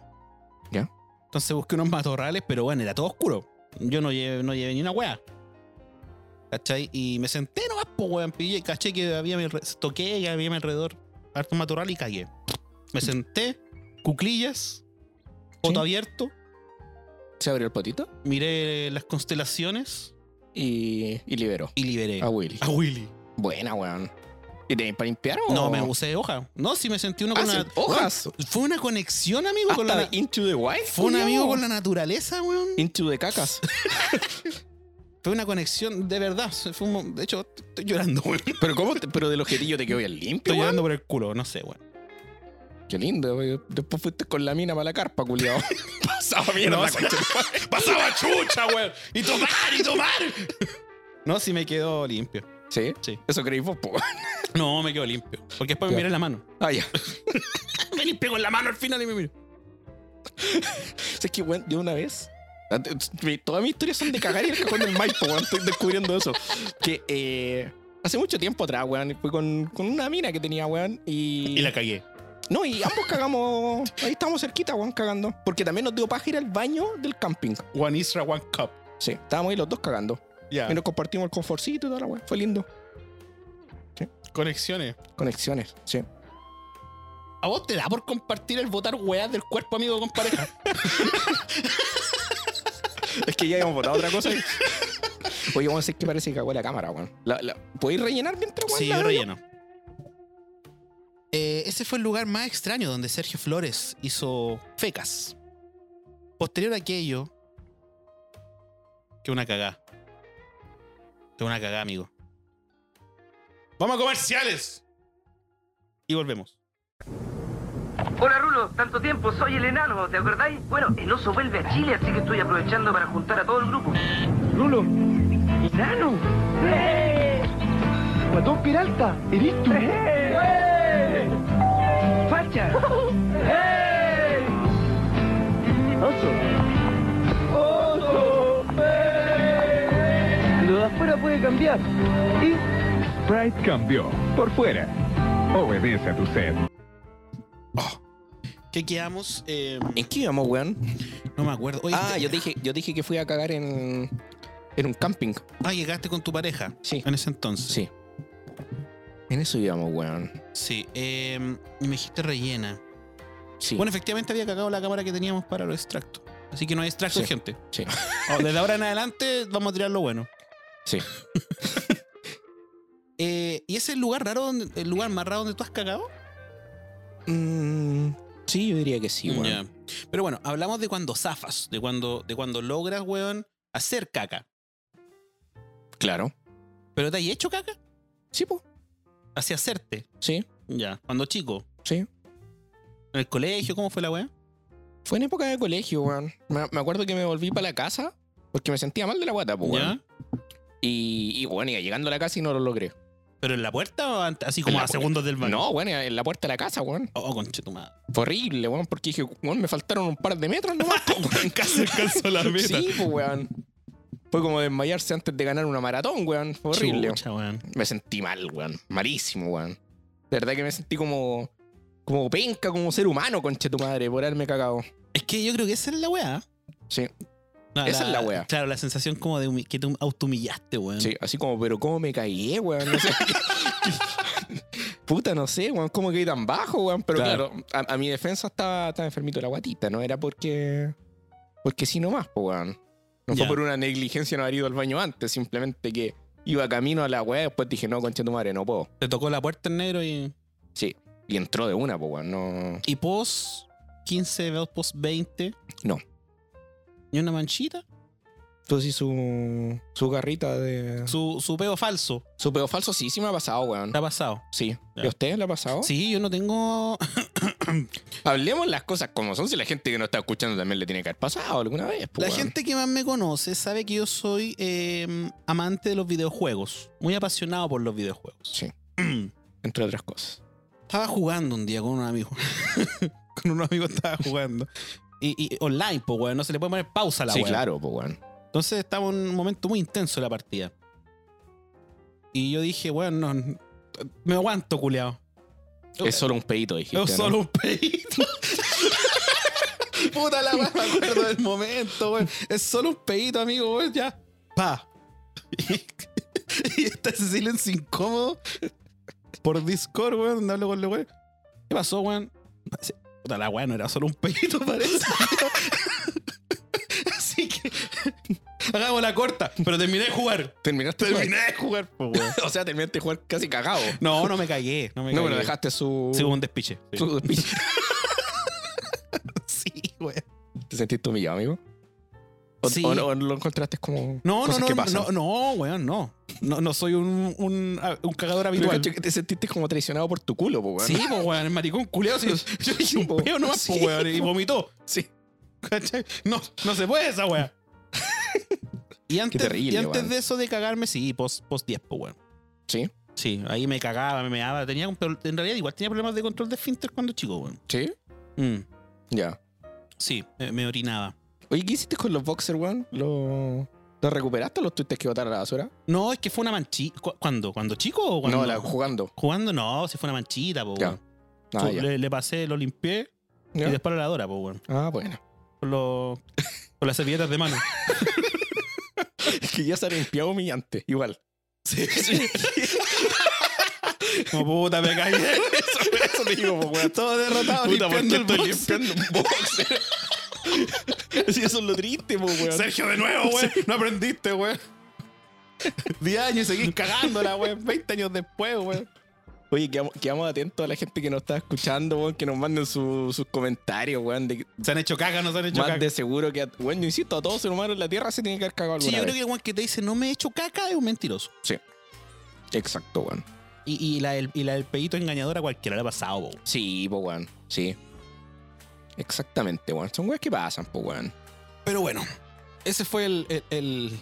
Speaker 2: Ya.
Speaker 1: Entonces busqué unos matorrales, pero bueno, era todo oscuro. Yo no llevé, no llevé ni una weá. ¿Cachai? Y me senté nomás, pues, weón. Pillé, caché que había mi alre- toqué, que había a mi alrededor harto matorral y cagué. Me senté, cuclillas, poto
Speaker 2: Sí.
Speaker 1: abierto,
Speaker 2: Se abrió el potito
Speaker 1: miré las constelaciones
Speaker 2: y, y liberó
Speaker 1: y liberé.
Speaker 2: a Willy.
Speaker 1: A Willy.
Speaker 2: Buena, weón. ¿Y tenéis para limpiar o
Speaker 1: No, me usé hoja. No, Oh. sí me sentí uno
Speaker 2: Ah,
Speaker 1: con una.
Speaker 2: sí, hojas.
Speaker 1: Fue una conexión, amigo, con
Speaker 2: Hasta
Speaker 1: la.
Speaker 2: de Into the Wild.
Speaker 1: Fue un
Speaker 2: culiao.
Speaker 1: amigo con la naturaleza, weón.
Speaker 2: Into the cacas.
Speaker 1: Fue una conexión de verdad. se- fue un mo- de hecho, t- estoy llorando, weón. Estoy
Speaker 2: pero cómo te- pero del objetillo te quedó bien limpio. weón.
Speaker 1: por el culo, no sé, weón.
Speaker 2: Qué lindo. weón. Después fuiste con la mina para la carpa, culiado. Pasaba mierda,
Speaker 1: No,
Speaker 2: concha.
Speaker 1: Pasaba chucha, weón. Y tomar, y tomar. No, sí me quedó limpio.
Speaker 2: ¿Sí?
Speaker 1: Sí.
Speaker 2: Eso creí vos, po.
Speaker 1: No, me quedó limpio. Porque después
Speaker 2: Ya.
Speaker 1: me miré la mano.
Speaker 2: Ah, ya.
Speaker 1: Me limpié con la mano al final y me miré.
Speaker 2: Es que, weón, yo una vez. mi- Todas mis historias son de cagar y el cajón del Maipo, weón. Estoy descubriendo eso. Que eh, hace mucho tiempo atrás, weón, fui con, con una mina que tenía, weón. Y.
Speaker 1: Y la cagué.
Speaker 2: No, y ambos cagamos. Ahí estábamos cerquita, weón, cagando. Porque también nos dio paja ir al baño del camping.
Speaker 1: One Isra, one cup.
Speaker 2: Sí, estábamos ahí los dos cagando.
Speaker 1: Ya.
Speaker 2: Y nos compartimos el confortcito y toda la weón. Fue lindo.
Speaker 1: Conexiones.
Speaker 2: Conexiones, sí.
Speaker 1: ¿A vos te da por compartir el botar weas del cuerpo, amigo, con pareja?
Speaker 2: Es que ya habíamos votado otra cosa. y- Oye, vamos a hacer que parece que cagó la cámara, weón. La- la- ¿Podéis rellenar mientras, weón?
Speaker 1: Sí,
Speaker 2: la
Speaker 1: yo
Speaker 2: veo?
Speaker 1: relleno. Eh, ese fue el lugar más extraño donde Sergio Flores hizo fecas. Posterior a aquello. Que una cagá. Que una cagá, amigo. ¡Vamos a comerciales! Y volvemos.
Speaker 3: Hola Rulo, tanto tiempo, soy el enano, ¿te acordáis? Bueno, el oso vuelve a Chile, así que estoy aprovechando para juntar a todo el grupo. Rulo, enano. Guatón Piralta, ¿eres tú? Facha. Oso. Oso. Lo de afuera puede cambiar. Y
Speaker 4: Pride cambió. Por fuera. Obedece a tu sed.
Speaker 1: ¿Qué quedamos? Eh,
Speaker 2: ¿En qué íbamos, weón?
Speaker 1: no me acuerdo. Oye,
Speaker 2: Ah,
Speaker 1: te-
Speaker 2: yo te dije, yo te dije que fui a cagar en, en un camping.
Speaker 1: Ah, llegaste con tu pareja.
Speaker 2: Sí.
Speaker 1: En ese entonces.
Speaker 2: Sí. En eso íbamos, weón.
Speaker 1: Sí. eh, y me dijiste rellena.
Speaker 2: Sí.
Speaker 1: Bueno, efectivamente había cagado la cámara que teníamos para los extractos. Así que no hay extractos,
Speaker 2: Sí.
Speaker 1: gente.
Speaker 2: Sí.
Speaker 1: Oh, desde ahora en adelante vamos a tirar lo bueno.
Speaker 2: Sí.
Speaker 1: Eh, ¿Y ese es el lugar raro, donde, el lugar más raro donde tú has cagado?
Speaker 2: Mm, sí, yo diría que sí, weón.
Speaker 1: Ya. Pero bueno, hablamos de cuando zafas, de cuando, de cuando logras, weón, hacer caca.
Speaker 2: Claro.
Speaker 1: ¿Pero te has hecho caca?
Speaker 2: Sí, po.
Speaker 1: Así hacerte.
Speaker 2: Sí,
Speaker 1: Ya. Cuando chico.
Speaker 2: sí.
Speaker 1: ¿En el colegio? ¿Cómo fue la weá?
Speaker 2: Fue en época de colegio, weón. Me, me acuerdo que me volví para la casa porque me sentía mal de la guata, po, weón.
Speaker 1: ¿Ya?
Speaker 2: Y, y, weón, iba llegando a la casa y no lo logré.
Speaker 1: ¿Pero en la puerta o ante- así como
Speaker 2: En la
Speaker 1: a
Speaker 2: puerta.
Speaker 1: segundos del baño?
Speaker 2: No, weón, en la puerta de la casa, weón.
Speaker 1: Oh, conche tu madre.
Speaker 2: Fue horrible, weón, porque dije, weón, me faltaron un par de metros nomás, po, weón.
Speaker 1: Casi alcanzó la meta.
Speaker 2: Sí, po, weón. Fue como desmayarse antes de ganar una maratón, weón. Fue horrible.
Speaker 1: Chucha, weón.
Speaker 2: Me sentí mal, weón. Malísimo, weón. De verdad que me sentí como. Como penca, como ser humano, conche tu madre, por haberme cagado.
Speaker 1: Es que yo creo que esa es la weá.
Speaker 2: Sí,
Speaker 1: No,
Speaker 2: Esa es la weá.
Speaker 1: Claro, la sensación como de humi- que te auto humillaste, weón.
Speaker 2: sí, así como, pero ¿cómo me caí, eh, weón? No sé. Puta, no sé, weón, cómo quedé tan bajo, weón. Pero claro, a, a mi defensa estaba, estaba enfermito de la guatita, ¿no? Era porque. Porque sí nomás, po, weón. No
Speaker 5: Ya.
Speaker 2: fue por una negligencia no haber ido al baño antes, simplemente que iba camino a la weá y después dije, no, concha tu madre, no puedo.
Speaker 5: Te tocó la puerta en negro y.
Speaker 2: Sí. Y entró de una, po, weón. No.
Speaker 5: Y post 15, ve- post 20.
Speaker 2: No.
Speaker 5: ¿Y una manchita?
Speaker 2: Entonces su. su garrita de. Su,
Speaker 5: Su, su peo falso.
Speaker 2: pedo falso sí, sí me ha pasado, weón.
Speaker 5: ¿Te ha pasado?
Speaker 2: Sí.
Speaker 5: Ya.
Speaker 2: ¿Y a usted le ha pasado?
Speaker 5: Sí, yo no tengo.
Speaker 2: Hablemos las cosas como son. Si la gente que nos está escuchando también le tiene que haber pasado alguna vez. po,
Speaker 5: La
Speaker 2: weón.
Speaker 5: gente que más me conoce sabe que yo soy eh, amante de los videojuegos. Muy apasionado por los videojuegos.
Speaker 2: Sí. Entre otras cosas.
Speaker 5: Estaba jugando un día con un amigo. con un amigo estaba jugando. Y, y online, pues, weón. No se le puede poner pausa a la
Speaker 2: sí,
Speaker 5: weá.
Speaker 2: claro, pues, weón.
Speaker 5: Entonces estaba en un momento muy intenso de la partida. Y yo dije, weón, no, n- me aguanto, culeado.
Speaker 2: Es solo un pedito, dijiste.
Speaker 5: Es
Speaker 2: ¿no?
Speaker 5: solo un pedito. Puta la weá, me acuerdo del momento, weón. Es solo un pedito, amigo, weón, ya. Pa. y está ese silencio incómodo por Discord, weón, donde hablo con la weón. ¿Qué pasó, weón? Parece- Puta la weá, no era solo un pedito, parece. Así que. Hagamos la corta, pero terminé de jugar.
Speaker 2: Terminaste de
Speaker 5: Terminé de jugar, pues, weón.
Speaker 2: jugar. o sea, terminaste de jugar casi cagado.
Speaker 5: No, no me cagué. No, me
Speaker 2: No,
Speaker 5: cagué.
Speaker 2: pero dejaste su.
Speaker 5: Sí, hubo un despiche.
Speaker 2: su despiche.
Speaker 5: Sí, weón.
Speaker 2: ¿Te sentiste humillado, amigo? ¿O,
Speaker 5: Sí.
Speaker 2: o no- o lo encontraste como.
Speaker 5: No, no,
Speaker 2: cosas
Speaker 5: no,
Speaker 2: que
Speaker 5: no,
Speaker 2: pasan?
Speaker 5: no, no, weón, no. No, no soy un, un, ah, un cagador
Speaker 2: Pero
Speaker 5: habitual.
Speaker 2: cacho que te sentiste como traicionado por tu culo, po, weón.
Speaker 5: Sí, pues, weón, el maricón culeado. sí, yo dije un
Speaker 2: po.
Speaker 5: peo nomás, po,
Speaker 2: Sí,
Speaker 5: weón, y
Speaker 2: po.
Speaker 5: vomitó.
Speaker 2: Sí.
Speaker 5: ¿Cachai? No, no se puede esa weá. Y antes,
Speaker 2: terrible,
Speaker 5: y antes
Speaker 2: weón.
Speaker 5: de eso de cagarme, sí, post, post 10, pues, weón.
Speaker 2: Sí.
Speaker 5: Sí, ahí me cagaba, me meaba. Tenía un, pero en realidad igual tenía problemas de control de esfínter cuando chico, weón.
Speaker 2: Sí.
Speaker 5: Mm,
Speaker 2: Ya.
Speaker 5: sí, me, me orinaba.
Speaker 2: Oye, ¿qué hiciste con los boxer, weón? ¿Lo... ¿Los recuperaste o los tuviste que botar a la basura?
Speaker 5: No, es que fue una manchita. ¿Cuándo? ¿Cuando chico o cuando?
Speaker 2: No, la, jugando.
Speaker 5: Jugando no, si fue una manchita, po,
Speaker 2: Ya.
Speaker 5: weón.
Speaker 2: Ah,
Speaker 5: Fu-
Speaker 2: ya.
Speaker 5: le, le pasé, lo limpié
Speaker 2: Ya.
Speaker 5: y después a la lavadora, po, weón.
Speaker 2: Ah, bueno.
Speaker 5: Con, los- con las servilletas de mano.
Speaker 2: Es que ya se ha limpiado humillante. Igual.
Speaker 5: Sí, Como puta, me caí.
Speaker 2: Eso, eso te digo, po, weón.
Speaker 5: Todo derrotado,
Speaker 2: Puta, ¿por qué
Speaker 5: limpiando
Speaker 2: estoy
Speaker 5: el box.
Speaker 2: limpiando un boxer? Sí, eso es lo triste, po, weón.
Speaker 5: Sergio, de nuevo, weón. No aprendiste, weón. 10 años y seguís cagándola, weón. 20 años después, weón.
Speaker 2: Oye, quedamos, quedamos atentos a la gente que nos está escuchando, weón, que nos manden su- sus comentarios, weón. De,
Speaker 5: Se han hecho caca, no se han hecho
Speaker 2: más
Speaker 5: caca.
Speaker 2: de seguro que, a- weón, yo insisto, a todo ser humano en la Tierra se tiene que haber cagado alguna
Speaker 5: Sí, yo
Speaker 2: vez.
Speaker 5: creo que el weón que te dice no me he hecho caca es un mentiroso.
Speaker 2: Exacto, weón.
Speaker 5: Y, y la, del- y la del pedito engañadora a cualquiera le ha pasado, po, weón.
Speaker 2: Sí, po, weón. Sí. Exactamente, weón. Son weas que pasan, po, weón.
Speaker 5: Pero bueno, ese fue el. el, el-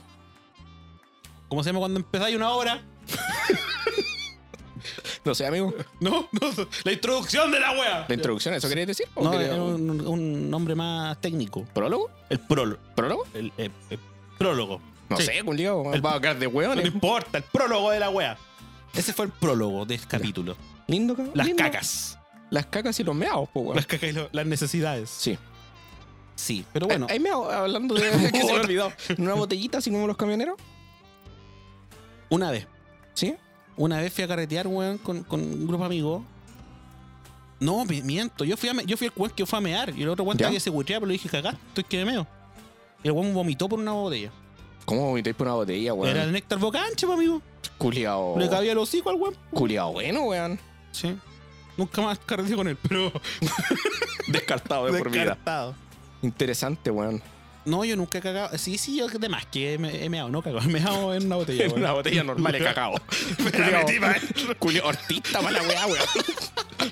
Speaker 5: ¿Cómo se llama cuando empezáis una obra?
Speaker 2: No sé, amigo.
Speaker 5: No, no, la introducción de la wea.
Speaker 2: ¿La introducción eso querías decir? ¿O
Speaker 5: No,
Speaker 2: querías-
Speaker 5: era un, un nombre más técnico.
Speaker 2: ¿Prólogo?
Speaker 5: El prólogo.
Speaker 2: ¿Prólogo?
Speaker 5: El, el- el prólogo.
Speaker 2: No
Speaker 5: Sí.
Speaker 2: sé, culiao.
Speaker 5: El-
Speaker 2: Va a quedar de
Speaker 5: No
Speaker 2: weones.
Speaker 5: importa, el prólogo de la wea. Ese fue el prólogo del capítulo.
Speaker 2: Lindo, cabrón.
Speaker 5: Las
Speaker 2: lindo.
Speaker 5: cacas.
Speaker 2: Las cacas y los meados, po, weón.
Speaker 5: Las cacas y lo- las necesidades.
Speaker 2: Sí.
Speaker 5: Sí, pero bueno.
Speaker 2: Ahí me hablando de que se me olvidó. En una botellita así como los camioneros.
Speaker 5: Una vez.
Speaker 2: ¿Sí?
Speaker 5: Una vez fui a carretear, weón, con, con un grupo de amigos. No, mi- miento. Yo fui, a me- yo fui el weón que fue a mear. Y el otro weón
Speaker 2: ¿Ya?
Speaker 5: estaba que se huitreaba, pero le dije, cagá, estoy que me meo. Y el weón vomitó por una botella.
Speaker 2: ¿Cómo vomitáis por una botella,
Speaker 5: Era
Speaker 2: weón?
Speaker 5: el néctar bocanche, pues, amigo.
Speaker 2: Culiao.
Speaker 5: Le cabía el hocico al weón.
Speaker 2: Culiao bueno, weón.
Speaker 5: Sí. Nunca más carreteé con él, pero.
Speaker 2: Descartado de por vida.
Speaker 5: descartado.
Speaker 2: Interesante, weón.
Speaker 5: No, yo nunca he cagado. Sí, sí, yo de más que me- he meado, no cagado. He meado en una botella.
Speaker 2: En
Speaker 5: weón.
Speaker 2: una botella normal de cacao. Culiao.
Speaker 5: metí
Speaker 2: Culiao hortista para la weá, weón.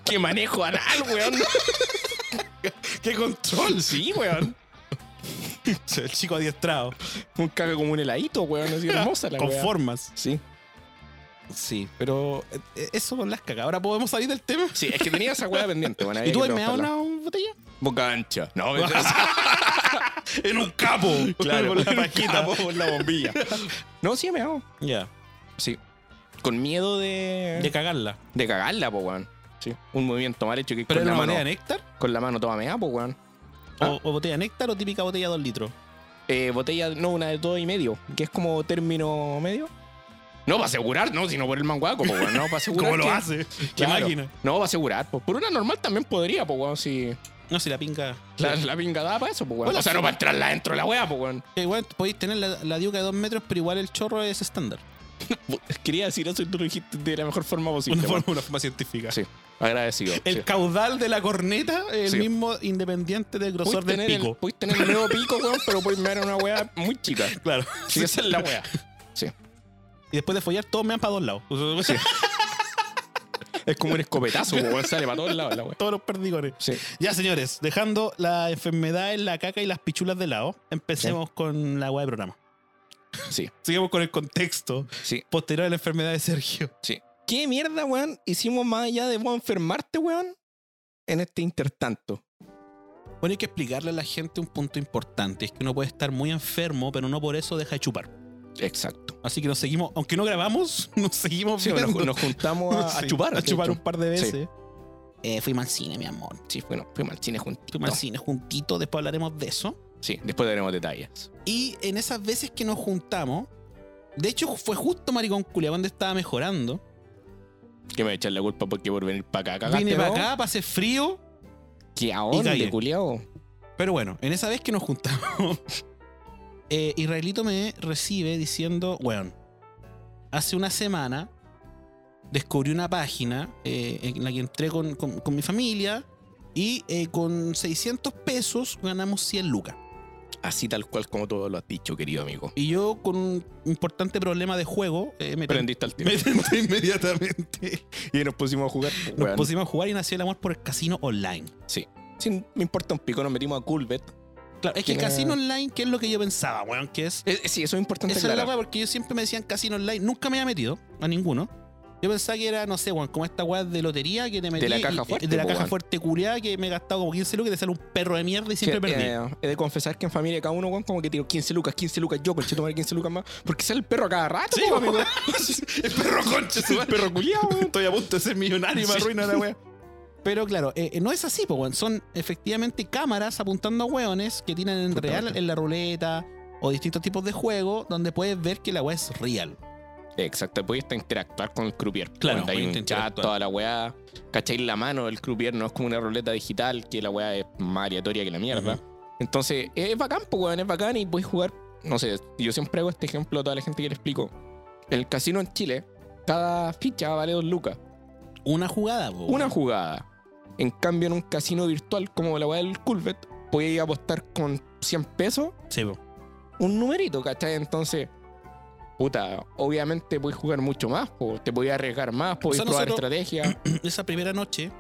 Speaker 2: Qué manejo anal, weón.
Speaker 5: ¡Qué control!
Speaker 2: Sí, weón.
Speaker 5: El chico adiestrado.
Speaker 2: Un caga como un heladito, weón. Así hermosa la
Speaker 5: Con
Speaker 2: weá.
Speaker 5: formas.
Speaker 2: Sí.
Speaker 5: Sí, pero eh, eso con las cacas. Ahora podemos salir del tema.
Speaker 2: Sí, es que tenía esa weá pendiente, weón.
Speaker 5: ¿Y
Speaker 2: había
Speaker 5: tú
Speaker 2: que
Speaker 5: has meado
Speaker 2: preguntarla.
Speaker 5: una botella?
Speaker 2: Boca ancha. No, me
Speaker 5: En un capo.
Speaker 2: Claro,
Speaker 5: Por la pajita.
Speaker 2: por la bombilla. No, sí, me hago.
Speaker 5: Ya.
Speaker 2: Sí. Con miedo de.
Speaker 5: De cagarla.
Speaker 2: de cagarla, po, weón. Sí. Un movimiento mal hecho que
Speaker 5: ¿Pero ¿eh?
Speaker 2: con la,
Speaker 5: era una
Speaker 2: mano,
Speaker 5: botella de néctar?
Speaker 2: con la mano toda mea, po, weón.
Speaker 5: ¿O, o botella de néctar o típica botella de dos litros?
Speaker 2: Eh, botella, no, una de todo y medio, que es como término medio. No, para asegurar, no, sino por el manguaco, po, weón. No, para asegurar.
Speaker 5: ¿Cómo lo
Speaker 2: que-
Speaker 5: hace? Qué
Speaker 2: Claro.
Speaker 5: máquina.
Speaker 2: No, para asegurar. po. Por una normal también podría, pues, weón, si
Speaker 5: No, si la pinca.
Speaker 2: la, la pinga daba para eso, pues, weón.
Speaker 5: Bueno,
Speaker 2: o sea,
Speaker 5: sí.
Speaker 2: no para entrarla dentro de la weá, pues, weón.
Speaker 5: Que Igual Eh, podéis tener la, la diuca de dos metros, pero igual el chorro es estándar.
Speaker 2: Quería decir eso y tú lo dijiste de la mejor forma posible.
Speaker 5: una,
Speaker 2: weón.
Speaker 5: forma, una forma científica.
Speaker 2: Sí, agradecido.
Speaker 5: El
Speaker 2: sí.
Speaker 5: caudal de la corneta es el
Speaker 2: Sí.
Speaker 5: mismo independiente del grosor
Speaker 2: Puedes
Speaker 5: del
Speaker 2: tener, el,
Speaker 5: pico.
Speaker 2: puedes tener el nuevo pico, weón, pero puedes mirar una weá muy chica.
Speaker 5: Claro.
Speaker 2: Sí, esa es la weá. Sí.
Speaker 5: Y después de follar, todos me dan para dos lados.
Speaker 2: Es como un escopetazo, po, weón. Sale para todos lados la weá.
Speaker 5: Todos los perdigones.
Speaker 2: Sí.
Speaker 5: Ya, señores, dejando la enfermedad en la caca y las pichulas de lado, empecemos con la agua de programa.
Speaker 2: Sí,
Speaker 5: Sigamos con el contexto
Speaker 2: sí,
Speaker 5: posterior a la enfermedad de Sergio.
Speaker 2: sí. ¿Qué mierda, weón? Hicimos más allá de vos enfermarte, weón, en este intertanto.
Speaker 5: Bueno, hay que explicarle a la gente un punto importante. Es que uno puede estar muy enfermo, pero no por eso deja de chupar.
Speaker 2: Exacto.
Speaker 5: Así que nos seguimos, aunque no grabamos, nos seguimos
Speaker 2: Sí,
Speaker 5: viendo.
Speaker 2: nos, nos juntamos a, a
Speaker 5: Sí,
Speaker 2: chupar.
Speaker 5: A
Speaker 2: de
Speaker 5: chupar
Speaker 2: hecho.
Speaker 5: un par de veces.
Speaker 2: Sí.
Speaker 5: Eh, fuimos al cine, mi amor.
Speaker 2: Sí, bueno, fuimos al cine juntitos.
Speaker 5: Fuimos al cine juntito, después hablaremos de eso.
Speaker 2: Sí, después daremos detalles.
Speaker 5: Y en esas veces que nos juntamos, de hecho fue justo Maricón Culia cuando estaba mejorando.
Speaker 2: Que me echan la culpa porque por venir para acá cagaste.
Speaker 5: Vine para
Speaker 2: ¿no?
Speaker 5: acá, pasé frío.
Speaker 2: ¿Qué a
Speaker 5: Y cagué.
Speaker 2: dónde, culiao?
Speaker 5: Pero bueno, en esa vez que nos juntamos, eh, Israelito me recibe diciendo, weón, hace una semana descubrí una página eh, en la que entré con, con- con mi familia y eh, con 600 pesos ganamos 100 lucas.
Speaker 2: Así tal cual como tú lo has dicho, querido amigo.
Speaker 5: Y yo con un importante problema de juego eh, me, tenté,
Speaker 2: Prendiste al tiro.
Speaker 5: me tenté inmediatamente.
Speaker 2: Y nos pusimos a jugar.
Speaker 5: Nos pusimos a jugar y nació el amor por el casino online.
Speaker 2: Sin, me importa un pico, nos metimos a Culbet.
Speaker 5: Claro, es que el
Speaker 2: Tiene-
Speaker 5: casino online, que es lo que yo pensaba, weón, que es
Speaker 2: Eh, eh, sí, eso es importante.
Speaker 5: Esa es la
Speaker 2: aclarar.
Speaker 5: weá, porque yo siempre me decían casino online. Nunca me había metido a ninguno. Yo pensaba que era, no sé, weón, como esta weá de lotería que te metí.
Speaker 2: la caja
Speaker 5: y- eh,
Speaker 2: fuerte,
Speaker 5: De la
Speaker 2: po,
Speaker 5: caja
Speaker 2: weón.
Speaker 5: fuerte culiada que me he gastado como 15 lucas y te sale un perro de mierda y siempre
Speaker 2: Que,
Speaker 5: perdí.
Speaker 2: eh, he de confesar que en familia cada uno, weón, como que tiro 15 lucas, 15 lucas yo, conchito madre, 15 lucas más. Porque sale el perro a cada rato,
Speaker 5: Sí,
Speaker 2: po,
Speaker 5: amigo.
Speaker 2: weón.
Speaker 5: el perro concha, su madre.
Speaker 2: perro culiao, weón.
Speaker 5: Estoy a punto de ser millonario y me
Speaker 2: Sí.
Speaker 5: arruina la weá. Pero claro, eh, eh, no es así, po, weón. Son efectivamente cámaras apuntando a weones que tienen en
Speaker 2: Justamente.
Speaker 5: real en la ruleta o distintos tipos de juego donde puedes ver que la weá es real.
Speaker 2: Exacto, podías hasta interactuar con el croupier.
Speaker 5: Claro,
Speaker 2: Cuando hay
Speaker 5: podías
Speaker 2: un chat,
Speaker 5: interactuar.
Speaker 2: toda la weá. ¿Cachai? La mano del croupier no es como una ruleta digital, que la weá es más aleatoria que la mierda. Entonces, es bacán, pues, weón, es bacán y puedes jugar. No sé, yo siempre hago este ejemplo a toda la gente que le explico. El casino en Chile, cada ficha vale dos lucas.
Speaker 5: Una jugada, po,
Speaker 2: Una
Speaker 5: weón.
Speaker 2: jugada. En cambio, en un casino virtual como la weá del Culvet, podías apostar con 100 pesos
Speaker 5: Sí, po.
Speaker 2: un numerito, ¿cachai? Entonces, puta, obviamente puedes jugar mucho más, po, te podías arriesgar más, podías
Speaker 5: sea,
Speaker 2: probar
Speaker 5: nosotros-
Speaker 2: estrategia.
Speaker 5: esa primera noche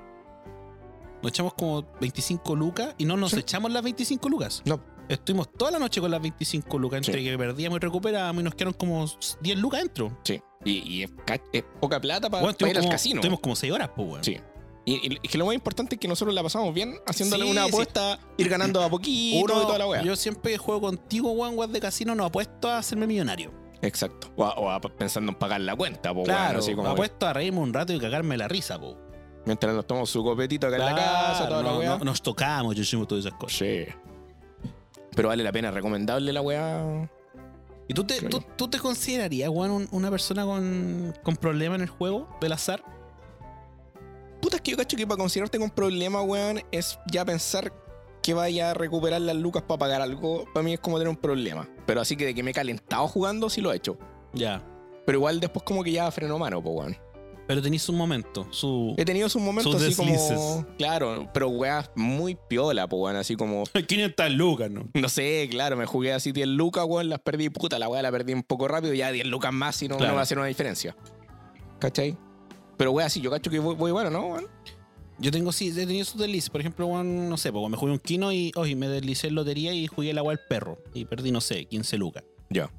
Speaker 5: nos echamos como 25 lucas y no nos
Speaker 2: Sí.
Speaker 5: echamos las 25 lucas.
Speaker 2: No,
Speaker 5: Estuvimos toda la noche con las 25 lucas entre
Speaker 2: Sí.
Speaker 5: que perdíamos y recuperábamos y nos quedaron como 10 lucas dentro.
Speaker 2: sí. Y, y es, ca- es poca plata para
Speaker 5: Bueno, estuvimos
Speaker 2: ir al
Speaker 5: como-
Speaker 2: casino.
Speaker 5: Estuvimos como 6 horas, pues, weón.
Speaker 2: Sí. Y, y es que lo más importante es que nosotros la pasamos bien haciéndole
Speaker 5: Sí,
Speaker 2: una
Speaker 5: sí.
Speaker 2: apuesta, ir ganando a poquito
Speaker 5: Uno,
Speaker 2: y toda la wea.
Speaker 5: Yo siempre que juego contigo, weón, weón de casino, no apuesto a hacerme millonario.
Speaker 2: Exacto. O, a- o a- pensando en pagar la cuenta, po, weón,
Speaker 5: claro,
Speaker 2: así como
Speaker 5: apuesto a reírme un rato y cagarme la risa, po.
Speaker 2: mientras nos tomamos su copetito acá en la
Speaker 5: Claro,
Speaker 2: casa, toda la
Speaker 5: no,
Speaker 2: wea.
Speaker 5: no, nos tocamos, yo hicimos todas esas cosas.
Speaker 2: Sí. Pero vale la pena, recomendable la wea.
Speaker 5: ¿Y tú te,
Speaker 2: Creo
Speaker 5: tú, tú te considerarías, weón, un- una persona con, con problema en el juego del azar?
Speaker 2: Puta, es que yo cacho que para considerarte con problema, weón, es ya pensar que vaya a recuperar las lucas para pagar algo. Para mí es como tener un problema. Pero así que de que me he calentado jugando, sí lo he hecho.
Speaker 5: Ya.
Speaker 2: Pero igual después como que ya frenó mano, pues, weón.
Speaker 5: Pero tenéis un momento, su...
Speaker 2: He tenido sus momentos
Speaker 5: Sus
Speaker 2: así
Speaker 5: deslices.
Speaker 2: como... Claro, pero weas muy piola, pues, weón. Así como,
Speaker 5: 500 lucas, ¿no?
Speaker 2: no sé, claro, me jugué así 10 lucas, weón, las perdí. Puta, la wea la perdí un poco rápido. Ya 10 lucas más y no,
Speaker 5: Claro.
Speaker 2: no va a hacer una diferencia. ¿Cachai? Pero weón, así yo cacho que voy, voy bueno, ¿no, weón?
Speaker 5: Yo tengo, sí, he tenido sus deslices. Por ejemplo, weón, no sé, pues, me jugué un kino y hoy me deslicé en lotería y jugué el agua al perro. Y perdí, no sé, 15 lucas.
Speaker 2: Ya.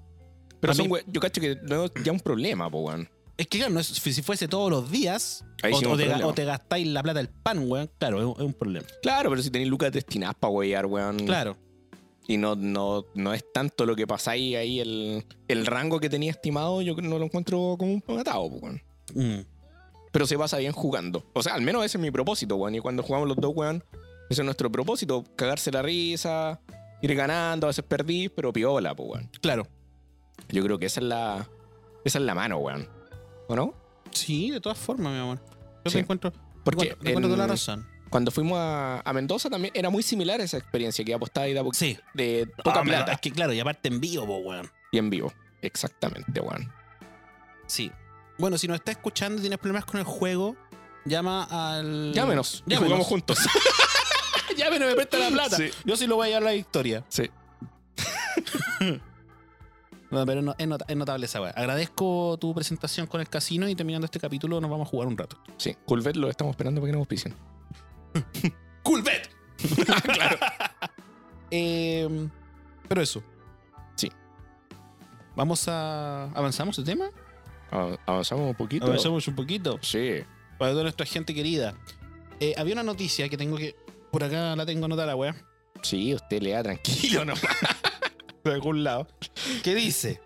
Speaker 2: Pero
Speaker 5: A
Speaker 2: son
Speaker 5: mí-
Speaker 2: we- yo cacho que no, ya un problema, po, weón.
Speaker 5: Es que, claro, no es- si fuese todos los días,
Speaker 2: Ahí
Speaker 5: o,
Speaker 2: sí es un
Speaker 5: o te, ga-
Speaker 2: problema.
Speaker 5: o te gastáis la plata del pan, weón, claro, es, un- es un problema.
Speaker 2: Claro, pero si tenéis lucas destinadas para huevear, weón.
Speaker 5: Claro.
Speaker 2: Y no, no, no es tanto lo que pasáis ahí, el, el rango que tenía estimado, yo no lo encuentro como un atado, po, weón.
Speaker 5: Mm.
Speaker 2: Pero se pasa bien jugando. O sea, al menos ese es mi propósito, weón. Y cuando jugamos los dos, weón, ese es nuestro propósito. Cagarse la risa, ir ganando, a veces perdís, pero piola, po, weón.
Speaker 5: Claro.
Speaker 2: Yo creo que esa es la, Esa es la mano, weón. ¿O no?
Speaker 5: Sí, de todas formas, mi amor. Yo
Speaker 2: Sí.
Speaker 5: te encuentro.
Speaker 2: Porque
Speaker 5: te encuentro, te encuentro
Speaker 2: en-
Speaker 5: toda la razón.
Speaker 2: Cuando fuimos a, a Mendoza también era muy similar esa experiencia que apostaba y da po-
Speaker 5: Sí.
Speaker 2: de poca
Speaker 5: Ah, me-
Speaker 2: plata
Speaker 5: Es que claro, y aparte en vivo, po, weón.
Speaker 2: y en vivo. Exactamente, weón.
Speaker 5: Mm. Sí. Bueno, si nos está escuchando y tienes problemas con el juego, llama al.
Speaker 2: Llámenos. y
Speaker 5: Llámenos.
Speaker 2: jugamos juntos.
Speaker 5: Llámenos, me presta la plata.
Speaker 2: Sí.
Speaker 5: Yo sí lo voy a llevar a la victoria.
Speaker 2: Sí.
Speaker 5: No, pero no- es, nota- es notable esa weá. Agradezco tu presentación con el casino y terminando este capítulo nos vamos a jugar un rato.
Speaker 2: Sí. Culvet lo estamos esperando para que nos auspicien.
Speaker 5: ¡Culvet!
Speaker 2: claro.
Speaker 5: Eh, pero eso.
Speaker 2: Sí.
Speaker 5: Vamos a. ¿Avanzamos el tema?
Speaker 2: Av- Avanzamos un poquito.
Speaker 5: Avanzamos un poquito.
Speaker 2: Sí.
Speaker 5: Para toda nuestra gente querida. Eh, había una noticia que tengo que. Por acá la tengo anotada, la weá.
Speaker 2: Sí, usted le da tranquilo nomás.
Speaker 5: de algún lado. Que dice: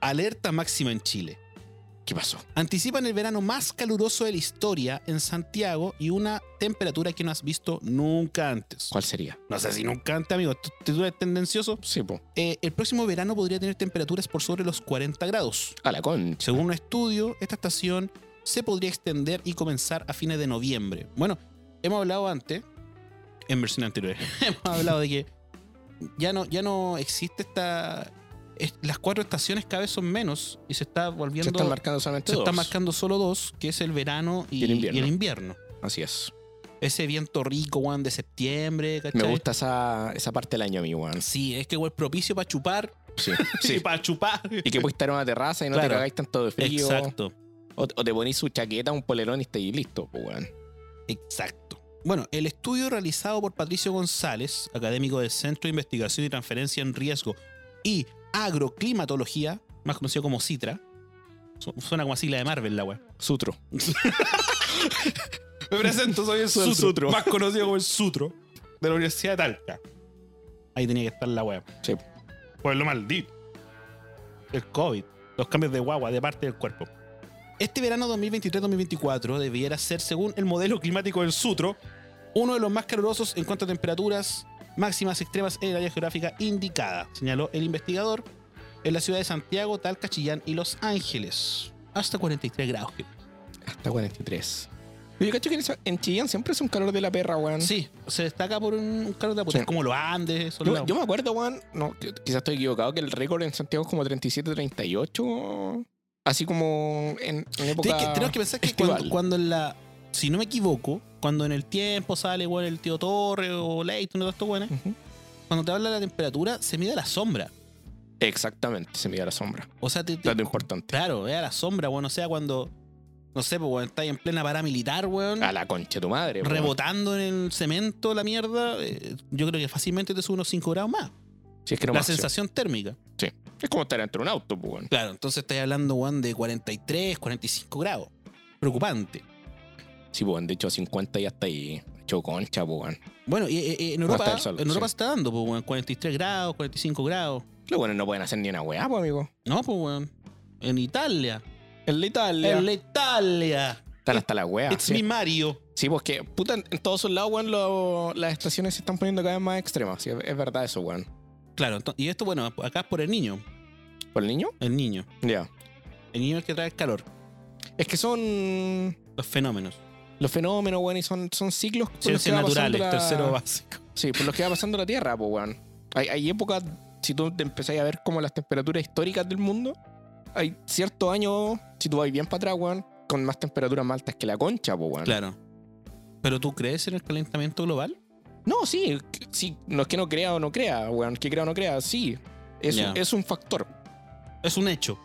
Speaker 5: Alerta máxima en Chile.
Speaker 2: ¿Qué pasó?
Speaker 5: Anticipan el verano más caluroso de la historia en Santiago y una temperatura que no has visto nunca antes.
Speaker 2: ¿Cuál sería?
Speaker 5: No sé si nunca antes, amigo. ¿Tú, tú eres tendencioso?
Speaker 2: Sí, po.
Speaker 5: Eh, el próximo verano podría tener temperaturas por sobre los 40 grados.
Speaker 2: A la concha.
Speaker 5: Según un estudio, esta estación se podría extender y comenzar a fines de noviembre. Bueno, hemos hablado antes, en versión anterior, hemos hablado de que ya no, ya no existe esta... es- las cuatro estaciones cada vez son menos y se está
Speaker 2: Se
Speaker 5: volviendo...
Speaker 2: están marcando solamente
Speaker 5: se están
Speaker 2: dos.
Speaker 5: marcando solo dos, que es el verano y,
Speaker 2: Y el invierno.
Speaker 5: y el invierno.
Speaker 2: Así es.
Speaker 5: Ese viento rico, weón, de septiembre, ¿cachai?
Speaker 2: Me gusta esa, esa parte del año a mí, weón.
Speaker 5: Sí, es que, weón, propicio para chupar.
Speaker 2: Sí, sí.
Speaker 5: para chupar.
Speaker 2: Y que puedes estar en una terraza y no te
Speaker 5: Claro.
Speaker 2: cagáis tanto de frío.
Speaker 5: Exacto.
Speaker 2: O, o te ponéis su chaqueta, un polerón y estáis listo, po, weón.
Speaker 5: Exacto. Bueno, eh, el estudio realizado por Patricio González, académico del Centro de Investigación y Transferencia en Riesgo y Agroclimatología, más conocido como CITRA, Su- suena como sigla de Marvel la weá.
Speaker 2: Sutro.
Speaker 5: Me presento, soy el
Speaker 2: Sutro,
Speaker 5: más conocido como el Sutro, de la Universidad de Talca. Ahí tenía que estar la weá.
Speaker 2: Sí.
Speaker 5: Por lo maldito. El COVID, los cambios de guagua de parte del cuerpo. Este verano 2023-2024 debiera ser, según el modelo climático del Sutro, uno de los más calurosos en cuanto a temperaturas máximas extremas en el área geográfica indicada, señaló el investigador en la ciudad de Santiago, Talca, Chillán y Los Ángeles. Hasta 43 grados. creo.
Speaker 2: Hasta 43. Yo cacho que en, esa- en Chillán siempre es un calor de la perra, weón.
Speaker 5: Sí, se destaca por un, un calor de la puta.
Speaker 2: Mm. Sí.
Speaker 5: Es como los Andes. son
Speaker 2: Yo,
Speaker 5: lados.
Speaker 2: yo me acuerdo, weón, no, que- quizás estoy equivocado, que el récord en Santiago es como 37, 38. Así como en, en época.
Speaker 5: Tienes que- tenemos que pensar que
Speaker 2: estival.
Speaker 5: cuando, cuando en la. Si no me equivoco, cuando en el tiempo sale bueno, el tío Torre o Leighton o todos estos buenos,
Speaker 2: Ujú.
Speaker 5: cuando te habla de la temperatura, se mide a la sombra.
Speaker 2: Exactamente, se mide a la sombra.
Speaker 5: O sea, te, te-
Speaker 2: Dato importante.
Speaker 5: claro, es a la sombra, bueno, o sea, cuando. No sé, pues, bueno, estáis en plena paramilitar, weón.
Speaker 2: A la concha de tu madre. weón.
Speaker 5: Rebotando en el cemento la mierda, eh, yo creo que fácilmente te sube unos 5 grados más.
Speaker 2: Si es que no
Speaker 5: la
Speaker 2: más, sí.
Speaker 5: sensación térmica.
Speaker 2: Sí. Es como estar dentro de un auto, pues, weón.
Speaker 5: Claro, entonces estáis hablando, weón, de 43, 45 grados. Preocupante.
Speaker 2: Sí, pues, weón, de hecho, 50 ya está ahí. Hecho concha, pues, weón.
Speaker 5: Bueno, y, eh, eh, en
Speaker 2: Va a
Speaker 5: Europa,
Speaker 2: estar el sol,
Speaker 5: en Europa
Speaker 2: sí.
Speaker 5: se está dando, pues, weón, 43 grados, 45 grados.
Speaker 2: Los weones no pueden hacer ni una weá, pues, amigo.
Speaker 5: No, pues, weón. En Italia.
Speaker 2: En la Italia. Ah,
Speaker 5: En la Italia.
Speaker 2: Están hasta la weá.
Speaker 5: It's me Mario.
Speaker 2: Sí, pues que, puta, en en todos lados, weón, lo- las estaciones se están poniendo cada vez más extremas. Sí, es, es verdad eso, weón.
Speaker 5: Claro, ento- y esto, bueno, acá es por el niño.
Speaker 2: ¿Por el niño?
Speaker 5: El niño.
Speaker 2: Ya.
Speaker 5: El niño es el que trae el calor.
Speaker 2: Es que son
Speaker 5: Los fenómenos.
Speaker 2: los fenómenos, weón, y son, son ciclos por los que
Speaker 5: Ciencias
Speaker 2: va
Speaker 5: naturales,
Speaker 2: pasando la-
Speaker 5: tercero básico.
Speaker 2: Sí, por los que va pasando la Tierra, pues, weón. Hay, hay épocas, si tú te empezás a ver como las temperaturas históricas del mundo, hay ciertos años, si tú vas bien para atrás, weón, con más temperaturas más altas que la concha, pues, weón.
Speaker 5: Claro. ¿Pero tú crees en el calentamiento global?
Speaker 2: No, sí, sí, no es que no crea o no crea, weón, que crea o no crea, sí. Es,
Speaker 5: Ya.
Speaker 2: un, es un factor.
Speaker 5: Es un hecho.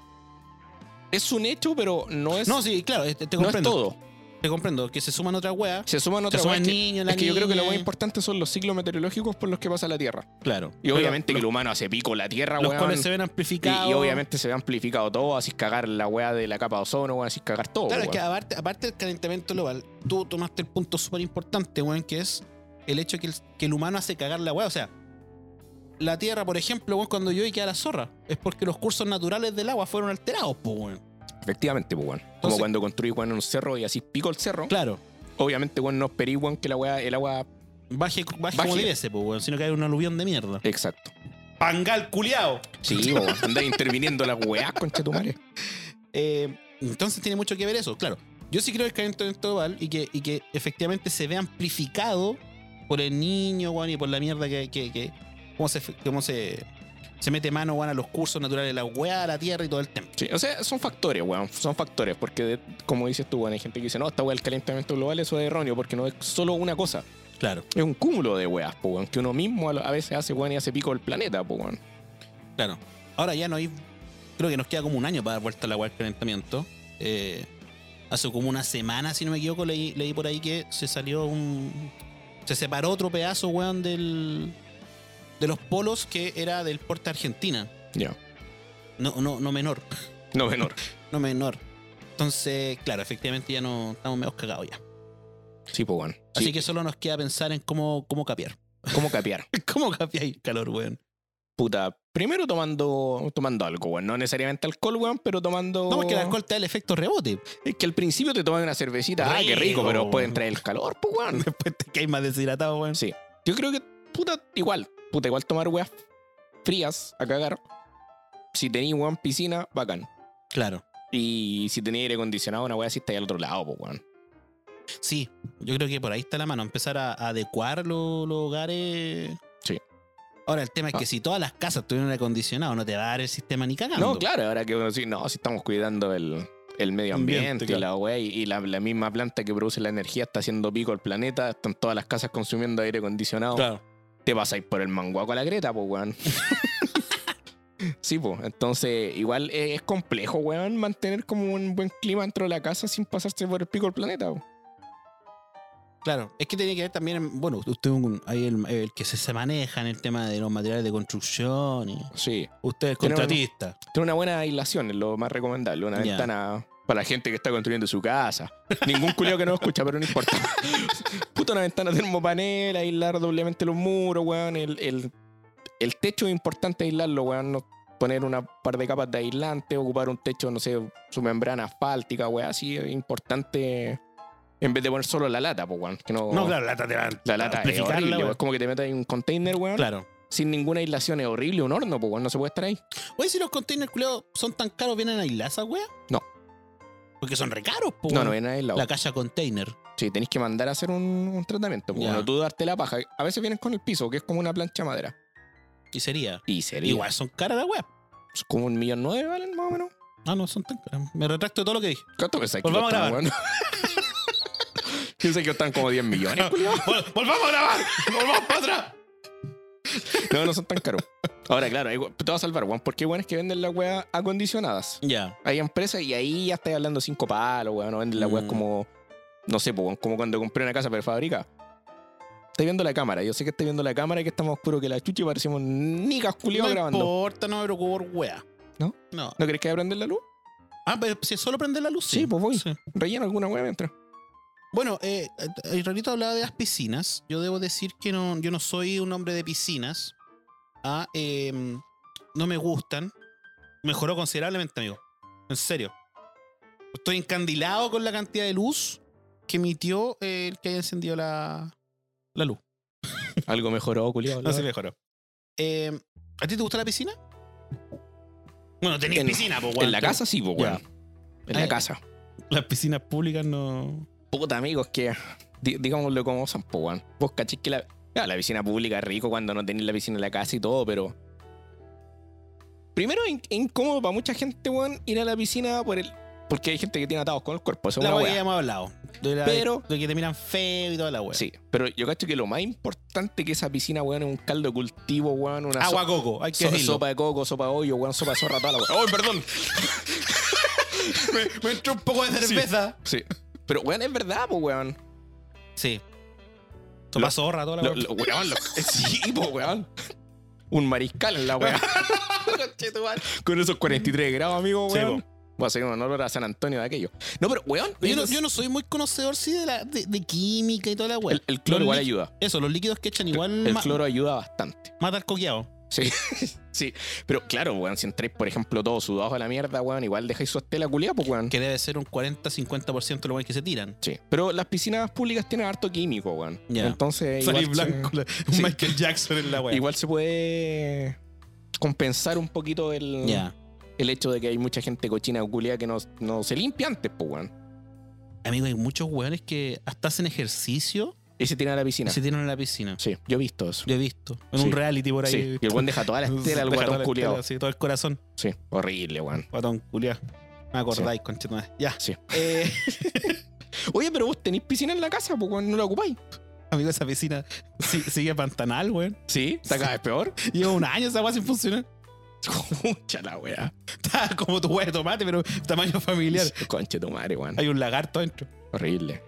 Speaker 2: Es un hecho, pero no es,
Speaker 5: No, sí, claro, eh, te, te
Speaker 2: no es
Speaker 5: comprendo.
Speaker 2: todo.
Speaker 5: Te comprendo. Que se suman otras weas.
Speaker 2: Se suman
Speaker 5: Se
Speaker 2: otras
Speaker 5: suman
Speaker 2: weas que-
Speaker 5: niños, la
Speaker 2: Es que yo creo que lo
Speaker 5: niña.
Speaker 2: más importante son los ciclos meteorológicos por los que pasa la Tierra.
Speaker 5: Claro.
Speaker 2: Y obviamente que el humano hace pico la Tierra,
Speaker 5: Los
Speaker 2: weón.
Speaker 5: cuales se ven
Speaker 2: y,
Speaker 5: amplificados.
Speaker 2: y obviamente se ve amplificado todo, así es cagar la weá de la capa de ozono, weón, así es cagar todo.
Speaker 5: Claro, es
Speaker 2: weón.
Speaker 5: que aparte, aparte del calentamiento global, tú tomaste el punto súper importante, weón, que es el hecho que el, que el humano hace cagar la weá. O sea, la Tierra, por ejemplo, weón, cuando llueve queda la zorra, es porque los cursos naturales del agua fueron alterados, pues, weón.
Speaker 2: Efectivamente, pues, weón. Como
Speaker 5: Entonces-
Speaker 2: cuando construís, weón, un cerro y así pico el cerro.
Speaker 5: Claro,
Speaker 2: Obviamente, weón, no esperís, weón, que la weá, el agua.
Speaker 5: baje, baje, como
Speaker 2: Baje.
Speaker 5: debe ser, pues, weón, sino que hay un aluvión de mierda.
Speaker 2: Exacto.
Speaker 5: pangal culiao.
Speaker 2: Sí, bo, andar interviniendo la weá, concha tu madre.
Speaker 5: Eh, entonces tiene mucho que ver eso, claro. Yo sí creo que es calentamiento global y que, y que efectivamente se ve amplificado por el niño, weón, y por la mierda que, que, que cómo se, cómo se, se mete mano, weón, a los cursos naturales, la weá, a la tierra y todo el tema.
Speaker 2: Sí, o sea, son factores, weón. Son factores. Porque, de- como dices tú, weón, hay gente que dice, no, esta weá del calentamiento global, eso es erróneo, porque no es solo una cosa.
Speaker 5: Claro.
Speaker 2: Es un cúmulo de weas, po, weón, que uno mismo a lo- a veces hace, weón, y hace pico el planeta, po, weón.
Speaker 5: Claro. Ahora ya no hay. Creo que nos queda como un año para dar vuelta a la weá del calentamiento. Eh, hace como una semana, si no me equivoco, leí, leí por ahí que se salió un. Se separó otro pedazo, weón, del. De los polos que era del puerto de Argentina.
Speaker 2: Ya.
Speaker 5: No, no, no menor.
Speaker 2: No menor.
Speaker 5: No menor. Entonces, claro, efectivamente ya no estamos medio cagados ya.
Speaker 2: Sí, po, weón. Sí.
Speaker 5: Así que solo nos queda pensar en cómo, cómo capear.
Speaker 2: ¿Cómo capear?
Speaker 5: ¿Cómo capear el calor, weón?
Speaker 2: Puta, primero tomando, tomando algo, weón. No necesariamente alcohol, weón, pero tomando.
Speaker 5: No, porque el alcohol te da el efecto rebote.
Speaker 2: Es que al principio te toman una cervecita, ah, qué rico,
Speaker 5: Rico.
Speaker 2: pero después entra el calor, pues, weón.
Speaker 5: Después te caes más deshidratado, weón.
Speaker 2: Sí. Yo creo que, puta, igual, puta, igual tomar weas frías a cagar. Si tenéis, weón, piscina, bacán.
Speaker 5: Claro.
Speaker 2: Y si tenéis aire acondicionado, una wea así está ahí al otro lado, pues, weón.
Speaker 5: Sí, yo creo que por ahí está la mano, empezar a, a adecuar lo- los hogares.
Speaker 2: Sí.
Speaker 5: Ahora, el tema es que
Speaker 2: Ah.
Speaker 5: si todas las casas tuvieran aire acondicionado, no te va a dar el sistema ni cagando.
Speaker 2: No, claro, ahora que uno sí, no, si estamos cuidando el, el medio ambiente,
Speaker 5: Ambiente,
Speaker 2: y la wea, y, y la, la misma planta que produce la energía está haciendo pico el planeta, están todas las casas consumiendo aire acondicionado.
Speaker 5: Claro.
Speaker 2: te pasáis por el manguaco a la creta, pues, weón. sí, pues. Entonces, igual eh, es complejo, weón, mantener como un buen clima dentro de la casa sin pasarse por el pico del planeta, po.
Speaker 5: Claro. Es que tiene que ver también, bueno, usted es un- ahí el, el que se, se maneja en el tema de los materiales de construcción y
Speaker 2: Sí.
Speaker 5: usted es
Speaker 2: Tenemos-
Speaker 5: contratista.
Speaker 2: Tener una buena aislación es lo más recomendable. Una
Speaker 5: Ya.
Speaker 2: ventana para la gente que está construyendo su casa. Ningún culio que no lo escucha, pero no importa. Puta, una ventana termopanel, aislar doblemente los muros, weón. El, el, el techo es importante aislarlo, weón. No poner una par de capas de aislante, ocupar un techo, no sé, su membrana asfáltica, weón. Así es importante. En vez de poner solo la lata, pues, weón. que no,
Speaker 5: No, claro, la lata te va a
Speaker 2: La lata es
Speaker 5: amplificarla,
Speaker 2: horrible,
Speaker 5: weón.
Speaker 2: weón. Es como que te metas en un container, weón.
Speaker 5: Claro.
Speaker 2: Sin ninguna aislación, es horrible. Un horno, pues, weón. No se puede estar ahí.
Speaker 5: Oye, si los containers culiados son tan caros, ¿vienen aisladas esas weas?
Speaker 2: No.
Speaker 5: Porque son re caros, po,
Speaker 2: No,
Speaker 5: weón.
Speaker 2: no viene aislado.
Speaker 5: La casa container.
Speaker 2: Sí, tenéis que mandar a hacer un, un tratamiento.
Speaker 5: Ya.
Speaker 2: Bueno, tú darte la paja. A veces vienen con el piso, que es como una plancha de madera.
Speaker 5: Y sería.
Speaker 2: Y sería
Speaker 5: Igual son caras las weas.
Speaker 2: Es pues, como un millón nueve, ¿valen? Más o menos.
Speaker 5: Ah, no, son tan caras. Me retracto de todo lo que dije.
Speaker 2: ¿Cuánto pensáis
Speaker 5: Volvamos
Speaker 2: que
Speaker 5: a
Speaker 2: costan, weón? Yo sé que están como 10 millones. culiao.
Speaker 5: ¡Volvamos a grabar! ¡Volvamos para atrás!
Speaker 2: No, no son tan caros. Ahora, claro, ahí, weón, te vas a salvar, weón. Porque hay weones que venden las weas acondicionadas.
Speaker 5: Ya.
Speaker 2: Hay empresas y ahí ya estáis hablando cinco palos, weón. No venden las weas
Speaker 5: Mm.
Speaker 2: como. No sé, po, weón, como cuando compré una casa prefabricada. Estoy viendo la cámara. Yo sé que estoy viendo la cámara y que estamos oscuros que la chucha y parecemos nicas culiados
Speaker 5: no
Speaker 2: grabando.
Speaker 5: importa, no me preocupo por wea.
Speaker 2: ¿No?
Speaker 5: No.
Speaker 2: ¿No querés que prender la luz?
Speaker 5: Ah, pero si solo prende la luz.
Speaker 2: Sí, pues voy. Rellena alguna hueá mientras.
Speaker 5: Bueno, eh, el Rorito hablaba de las piscinas. Yo debo decir que no, yo no soy un hombre de piscinas. Ah, eh, no me gustan. Mejoró considerablemente, amigo. En serio. Estoy encandilado con la cantidad de luz que emitió eh, el que haya encendido la, la luz.
Speaker 2: Algo mejoró, culiado.
Speaker 5: Así mejoró. Eh, ¿A ti te gusta la piscina? Bueno, tenías
Speaker 2: En-
Speaker 5: piscina, pues,
Speaker 2: En la casa sí, pues,
Speaker 5: Ya.
Speaker 2: weón. En la
Speaker 5: Ay.
Speaker 2: casa.
Speaker 5: Las piscinas públicas no.
Speaker 2: Puta, amigos, que. di- digámoslo como son, pues, weón. Vos cachis que la. ya, la piscina pública es rico cuando no tenés la piscina en la casa y todo, pero. Primero, in- es incómodo para mucha gente, weón, ir a la piscina por el. Porque hay gente que tiene atados con el cuerpo. Eso es
Speaker 5: La
Speaker 2: una
Speaker 5: wea que
Speaker 2: weá.
Speaker 5: ya hemos hablado. De la-
Speaker 2: Pero-
Speaker 5: De que te miran feo y toda la wea.
Speaker 2: Sí, pero yo cacho que lo más importante que esa piscina, weón, es un caldo de cultivo, weón, una
Speaker 5: Agua coco, hay que
Speaker 2: So-
Speaker 5: decirlo.
Speaker 2: sopa de coco, sopa de hoyo, weón, sopa de zorra, toda la weón. ¡Oh, perdón! me, me entró un poco de
Speaker 5: cerveza.
Speaker 2: Sí. Pero, weón, es verdad, pues, weón.
Speaker 5: Sí. Sopa zorra, toda la
Speaker 2: Lo-
Speaker 5: wea.
Speaker 2: lo- weón, lo- sí, pues, weón. Un mariscal en la weón. Con esos 43 grados, amigo,
Speaker 5: Sí,
Speaker 2: weón. Va a ser un honor a San Antonio de aquello. No, pero, weón,
Speaker 5: Yo no,
Speaker 2: esos-
Speaker 5: yo no soy muy conocedor, sí, de, la, de, de química y toda la wea.
Speaker 2: el, el cloro
Speaker 5: Los
Speaker 2: igual
Speaker 5: lí-
Speaker 2: ayuda.
Speaker 5: Eso, los líquidos que echan igual
Speaker 2: El
Speaker 5: ma-
Speaker 2: cloro ayuda bastante.
Speaker 5: mata al coqueado.
Speaker 2: Sí, sí. Pero claro, weón, si entráis, por ejemplo, todos sudados a la mierda, weón, igual dejáis su estela culiada, pues, weón.
Speaker 5: Que debe ser un 40-50% de los weones que se tiran.
Speaker 2: Sí. Pero las piscinas públicas tienen harto químico, weón.
Speaker 5: Ya.
Speaker 2: Entonces,
Speaker 5: Salí
Speaker 2: igual,
Speaker 5: blanco, la- un
Speaker 2: Sí.
Speaker 5: Michael Jackson en la
Speaker 2: Se,
Speaker 5: wea.
Speaker 2: igual se puede compensar un poquito el,
Speaker 5: Ya.
Speaker 2: el hecho de que hay mucha gente cochina o culia que no, no se limpia antes, pues, weón.
Speaker 5: Amigo, hay muchos weones que hasta hacen ejercicio
Speaker 2: Y se tiran a la
Speaker 5: y
Speaker 2: piscina.
Speaker 5: se tiran a la piscina.
Speaker 2: Sí, yo he visto eso.
Speaker 5: Lo he visto. En
Speaker 2: Sí.
Speaker 5: un reality por ahí.
Speaker 2: Sí, y el weón deja toda la estela al
Speaker 5: Deja toda
Speaker 2: guatón
Speaker 5: la
Speaker 2: culiado.
Speaker 5: estela, Sí, todo el corazón.
Speaker 2: Sí, horrible, weón.
Speaker 5: Guatón culiado. Me acordáis, conchetumare. Ya.
Speaker 2: Sí.
Speaker 5: Eh,
Speaker 2: Oye, pero vos tenéis piscina en la casa, pues, weón, no la ocupáis.
Speaker 5: amigo, esa piscina sí- sigue pantanal, weón.
Speaker 2: Sí, está cada vez peor.
Speaker 5: Lleva un año esa agua sin funcionar.
Speaker 2: Mucha la weá.
Speaker 5: Está Ah, como tu hueá de tomate, pero tamaño familiar.
Speaker 2: Conche tu madre, weón.
Speaker 5: Hay un lagarto dentro.
Speaker 2: Horrible.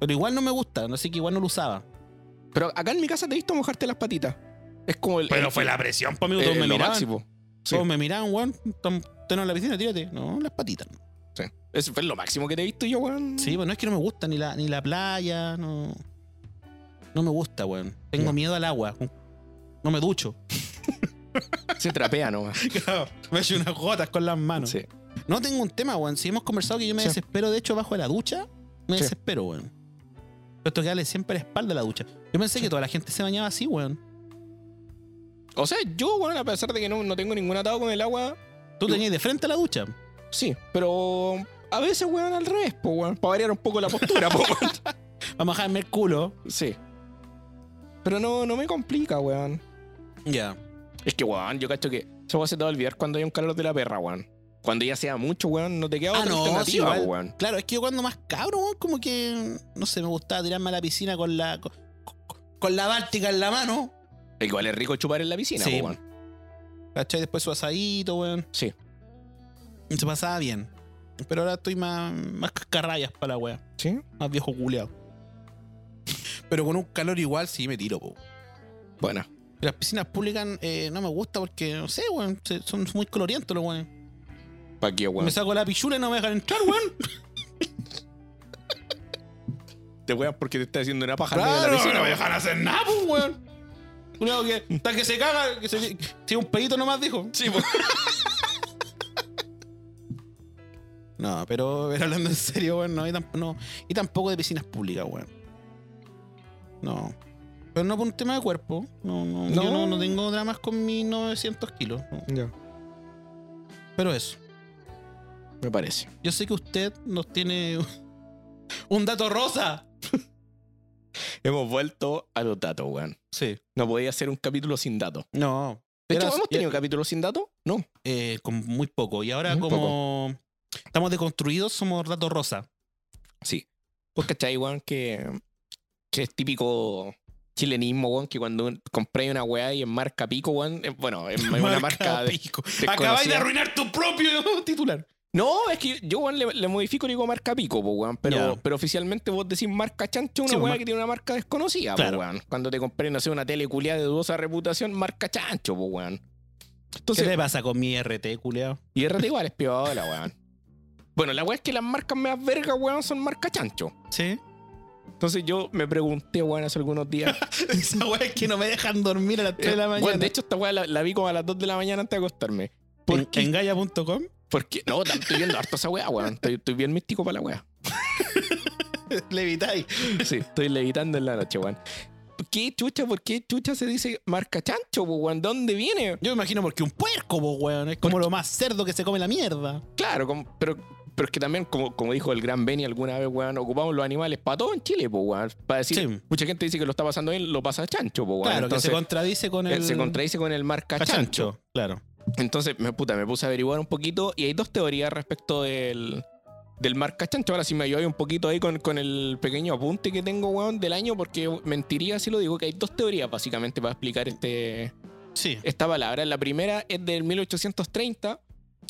Speaker 5: Pero igual no me gusta, no sé que igual no lo usaba.
Speaker 2: Pero acá en mi casa te he visto mojarte las patitas. Es como el. el-
Speaker 5: presión, pa' mí.
Speaker 2: el-
Speaker 5: Todos me
Speaker 2: lo
Speaker 5: miraban.
Speaker 2: máximo. sí.
Speaker 5: Todos me miraban, weón. Tom- Tenés la piscina, tírate. Eh, No, las patitas.
Speaker 2: Sí. Eso fue lo máximo que te he visto yo, weón.
Speaker 5: Sí, pues no es que no me gusta ni la, ni la playa, no. No me gusta, weón. Tengo
Speaker 2: Ya.
Speaker 5: miedo al agua. No me ducho.
Speaker 2: Se trapea nomás.
Speaker 5: me echo unas gotas con las manos.
Speaker 2: Sí.
Speaker 5: No tengo un tema, weón. Si hemos conversado que yo me
Speaker 2: Sí.
Speaker 5: desespero, de hecho, bajo de la ducha, me
Speaker 2: Sí.
Speaker 5: desespero, weón. Pero esto que darle siempre la espalda a la ducha. Yo pensé que toda la gente se bañaba así, weón.
Speaker 2: O sea, yo, weón, a pesar de que no, no tengo ningún atado con el agua,
Speaker 5: Tú
Speaker 2: Yo-
Speaker 5: tenías de frente a la ducha.
Speaker 2: sí. Pero a veces, weón, al revés, po, weón. Para variar un poco la postura, po, weón.
Speaker 5: Vamos a dejarme el culo.
Speaker 2: Sí. Pero no, no me complica, weón.
Speaker 5: Ya.
Speaker 2: Es que, weón, yo cacho que se va a te va a olvidar cuando hay un calor de la perra, weón. Cuando ya sea mucho, weón, no te queda
Speaker 5: Ah,
Speaker 2: otra
Speaker 5: no, sí,
Speaker 2: alternativa,
Speaker 5: igual.
Speaker 2: po, weón.
Speaker 5: Claro, es que yo cuando más cabro, weón, como que. No sé, me gustaba tirarme a la piscina con la. con, con la báltica en la mano.
Speaker 2: Igual es rico chupar en la piscina,
Speaker 5: Sí.
Speaker 2: po, weón.
Speaker 5: ¿Cachai? Después su asadito, weón.
Speaker 2: Sí.
Speaker 5: Y se pasaba bien. Pero ahora estoy más, más cascarrayas para la wea.
Speaker 2: Sí.
Speaker 5: Más viejo culeado. Pero con un calor igual sí me tiro, po.
Speaker 2: Bueno,
Speaker 5: Las piscinas públicas eh, no me gusta porque, no sé, weón. se- Son muy colorientos los weones.
Speaker 2: pa' qué, weón.
Speaker 5: Me saco la pichula y no me dejan entrar, weón.
Speaker 2: Te weón porque te está haciendo una paja en medio de
Speaker 5: Claro,
Speaker 2: la piscina,
Speaker 5: no me
Speaker 2: weón.
Speaker 5: dejan hacer nada, pues, weón. Culeado que está que se caga, que se tiene un pedito nomás, dijo.
Speaker 2: Sí, pues. po.
Speaker 5: No, pero, pero hablando en serio, weón, no, y, tam- no, y tampoco de piscinas públicas, weón. No. Pero no por un tema de cuerpo. No, no,
Speaker 2: No.
Speaker 5: Yo no, no tengo dramas con mis 900 kilos. no. Pero eso.
Speaker 2: Me parece.
Speaker 5: Yo sé que usted nos tiene un dato rosa.
Speaker 2: Hemos vuelto a los datos, weón.
Speaker 5: Sí.
Speaker 2: No podía hacer un capítulo sin datos.
Speaker 5: No.
Speaker 2: De hecho,
Speaker 5: Era-
Speaker 2: ¿hemos tenido capítulos sin datos? No.
Speaker 5: eh, con muy poco. Y ahora,
Speaker 2: Muy
Speaker 5: como estamos deconstruidos, somos dato rosa.
Speaker 2: Sí. Pues cachai, weón, que, que es típico chilenismo, weón, que cuando un- compráis una weá y en marca pico, weón, es- bueno, es una marca de...
Speaker 5: pico.
Speaker 2: desconocida.
Speaker 5: Acabáis de arruinar tu propio titular.
Speaker 2: No, es que yo, weón, le, le modifico y digo marca pico, po, weón, pero,
Speaker 5: Ya.
Speaker 2: pero oficialmente vos decís marca chancho, una
Speaker 5: Sí,
Speaker 2: weá
Speaker 5: mar-
Speaker 2: que tiene una marca desconocida, po,
Speaker 5: Claro.
Speaker 2: weón. Cuando te compré, no sé, una tele culiá de dudosa reputación, marca chancho, po, weón.
Speaker 5: ¿Qué
Speaker 2: Entonces,
Speaker 5: te pasa con mi RT, culeado?
Speaker 2: Y RT igual es piola, weón. Bueno, la weá es que las marcas más verga, weón, son marca chancho.
Speaker 5: Sí.
Speaker 2: Entonces yo me pregunté, weón, hace algunos días.
Speaker 5: Esa weá es que no me dejan dormir a las 3 de la mañana.
Speaker 2: Weón, de hecho, esta weá la, la vi como a las 2 de la mañana antes de acostarme. ¿Por
Speaker 5: En-
Speaker 2: qué?
Speaker 5: en Gaia.com
Speaker 2: ¿Por qué? No, tam- estoy viendo harto esa weá, weón. Estoy, estoy bien místico para la weá.
Speaker 5: levitáis.
Speaker 2: Sí, estoy levitando en la noche, weón. ¿Por ¿Qué chucha? ¿Por qué chucha se dice marca chancho, po, weón? ¿Dónde viene?
Speaker 5: Yo me imagino porque un puerco, po, weón. Es como lo más cerdo que se come la mierda.
Speaker 2: Claro, como- pero, pero es que también, como, como dijo el gran Benny alguna vez, weón, ocupamos los animales para todo en Chile, pues, weón. Para decir,
Speaker 5: Sí.
Speaker 2: mucha gente dice que lo está pasando bien, lo pasa chancho, pues, weón.
Speaker 5: claro,
Speaker 2: Entonces,
Speaker 5: que se contradice con
Speaker 2: eh,
Speaker 5: el.
Speaker 2: se contradice con el marca chancho.
Speaker 5: cachancho. Claro.
Speaker 2: Entonces, me, puta, me puse a averiguar un poquito y hay dos teorías respecto del, del marca chancho. Ahora, si me ayudáis un poquito ahí con, con el pequeño apunte que tengo, weón, del año, porque mentiría si lo digo, que hay dos teorías básicamente para explicar este,
Speaker 5: Sí.
Speaker 2: esta palabra. La primera es del 1830,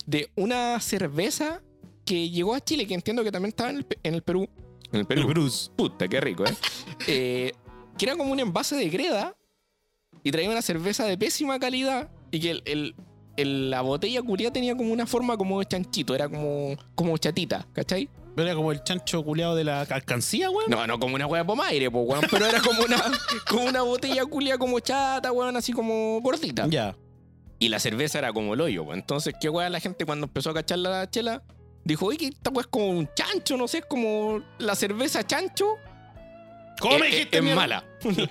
Speaker 2: de una cerveza que llegó a Chile, que entiendo que también estaba en el, Pe- en el Perú. En el Perú.
Speaker 5: Bruce.
Speaker 2: Puta, qué rico, ¿eh? Eh, Que era como un envase de greda y traía una cerveza de pésima calidad y que el- el- el- la botella curia tenía como una forma como de chanchito, era como, como chatita, ¿cachai?
Speaker 5: Era como el chancho culeado de la alcancía, weón.
Speaker 2: No, no como una hueá pomaire, po, weón, pero era como una, como una botella culia como chata, weón, así como gordita.
Speaker 5: Ya.
Speaker 2: Y la cerveza era como el hoyo, po. Entonces, qué weá, la gente cuando empezó a cachar la chela, dijo, oye, que esta weá es como un chancho, no sé, es como la cerveza chancho.
Speaker 5: ¿Cómo
Speaker 2: Eh, eh,
Speaker 5: dijiste
Speaker 2: es
Speaker 5: mierda?
Speaker 2: mala.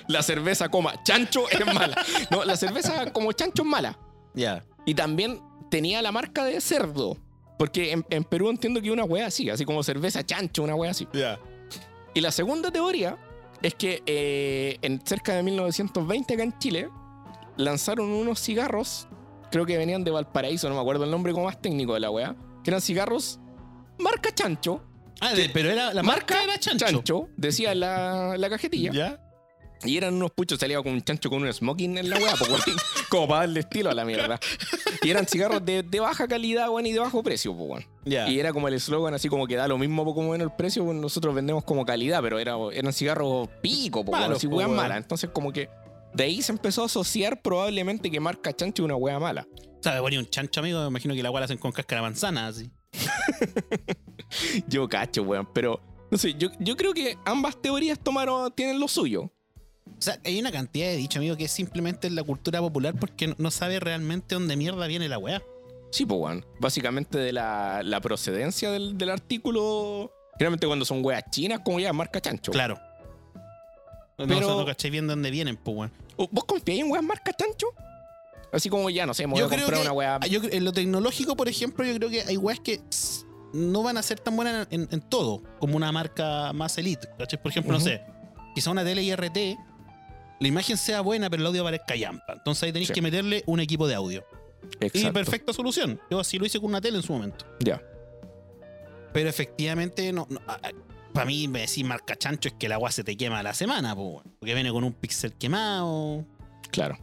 Speaker 2: La cerveza, coma, chancho es mala. No, la cerveza como chancho es mala. Ya. Y también tenía la marca de cerdo. Porque en, en Perú entiendo que una wea así, así como cerveza chancho, una wea así.
Speaker 5: Ya.
Speaker 2: Y la segunda teoría es que eh, en cerca de 1920 acá en Chile lanzaron unos cigarros, creo que venían de Valparaíso, no me acuerdo el nombre como más técnico de la wea, que eran cigarros marca chancho.
Speaker 5: Ah, de- pero era la marca, era chancho.
Speaker 2: decía la, la cajetilla.
Speaker 5: ¿Ya?
Speaker 2: Y eran unos puchos, salía con un chancho con un smoking en la weá, po, weón. como para darle estilo a la mierda. Y eran cigarros de, de baja calidad, weón, y de bajo precio, po, weón.
Speaker 5: Ya.
Speaker 2: Y era como el eslogan, así como que da lo mismo poco menos el precio, pues nosotros vendemos como calidad, pero era, eran cigarros pico, po,
Speaker 5: Malos,
Speaker 2: weón, así
Speaker 5: po,
Speaker 2: weas
Speaker 5: weón.
Speaker 2: malas. Entonces como que de ahí se empezó a asociar probablemente que marca chancho es una wea mala.
Speaker 5: O sea, me ponía un chancho, amigo. Me imagino que la agua la hacen con cáscara de manzana, así.
Speaker 2: Yo cacho, weón, pero no sé, yo, yo creo que ambas teorías tomaron, tienen lo suyo.
Speaker 5: O sea, hay una cantidad de dicho, amigo, que es simplemente en la cultura popular porque no- no sabe realmente dónde mierda viene la weá.
Speaker 2: Sí, po, weón. Básicamente de la, la procedencia del, del artículo. Generalmente cuando son weas chinas, como ya marca chancho.
Speaker 5: Claro. No,
Speaker 2: Pero-
Speaker 5: o sea, no cacháis bien de dónde vienen, pues, weón.
Speaker 2: ¿O- ¿Vos confiáis en weas marca chancho? Así como ya, no sé, me voy
Speaker 5: Yo
Speaker 2: a
Speaker 5: creo
Speaker 2: comprar
Speaker 5: que-
Speaker 2: una wea.
Speaker 5: Ah, yo cre- en lo tecnológico, por ejemplo, yo creo que hay weas que tss, no van a ser tan buenas en, en todo, como una marca más elite. ¿cachai? Por ejemplo,
Speaker 2: Ujú.
Speaker 5: no sé, quizá una tele IRT, la imagen sea buena, pero el audio parezca yampa. Entonces ahí tenéis
Speaker 2: Sí.
Speaker 5: que meterle un equipo de audio.
Speaker 2: Exacto.
Speaker 5: Y perfecta solución. Yo así lo hice con una tele en su momento.
Speaker 2: Ya.
Speaker 5: Pero efectivamente, no, para mí me decís marca chancho es que el agua se te quema a la semana, po, weón. porque viene con un pixel quemado.
Speaker 2: Claro.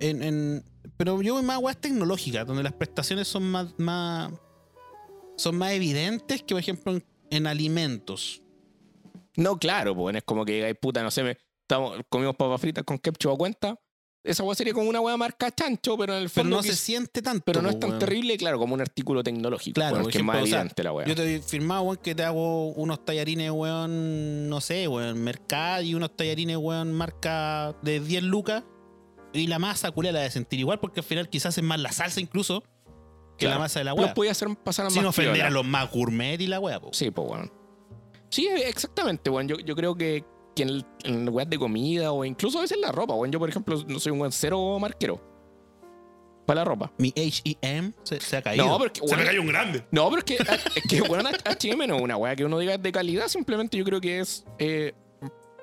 Speaker 5: en- en- pero yo voy más a weas tecnológicas, donde las prestaciones son más, más son más evidentes que, por ejemplo, en, en alimentos.
Speaker 2: No, claro, pues es como que digáis, puta, no sé, me, estamos, comimos papas fritas con ketchup a cuenta. Esa wea sería como una wea marca chancho, pero en el
Speaker 5: Pero
Speaker 2: fondo.
Speaker 5: no se
Speaker 2: quiz-
Speaker 5: siente tanto.
Speaker 2: pero no
Speaker 5: po,
Speaker 2: es tan
Speaker 5: weón.
Speaker 2: terrible, claro, como un artículo tecnológico.
Speaker 5: Claro,
Speaker 2: Claro,
Speaker 5: por
Speaker 2: que es más
Speaker 5: ejemplo, o sea,
Speaker 2: evidente la wea.
Speaker 5: Yo te he firmado, weón, que te hago unos tallarines, weón, no sé, weón, mercado y unos tallarines, weón, marca de 10 lucas. Y la masa culé la de sentir igual, porque al final quizás es más la salsa incluso que
Speaker 2: Claro.
Speaker 5: la masa de la
Speaker 2: Los
Speaker 5: wea.
Speaker 2: podía hacer pasar a más
Speaker 5: Sin ofender
Speaker 2: piola.
Speaker 5: a los más gourmet y la wea, po.
Speaker 2: Sí, pues, weón. Sí, eh, exactamente, weón. Yo, yo creo que, que en, el- en weas de comida o incluso a veces en la ropa, weón. Yo, por ejemplo, no soy un buen cero marquero. Para la ropa.
Speaker 5: Mi H&M se, se ha caído.
Speaker 2: No, porque,
Speaker 5: se
Speaker 2: weón,
Speaker 5: me cayó un grande.
Speaker 2: No, pero es que, ah, es que weón, HM no es una wea que uno diga es de calidad. Simplemente yo creo que es eh,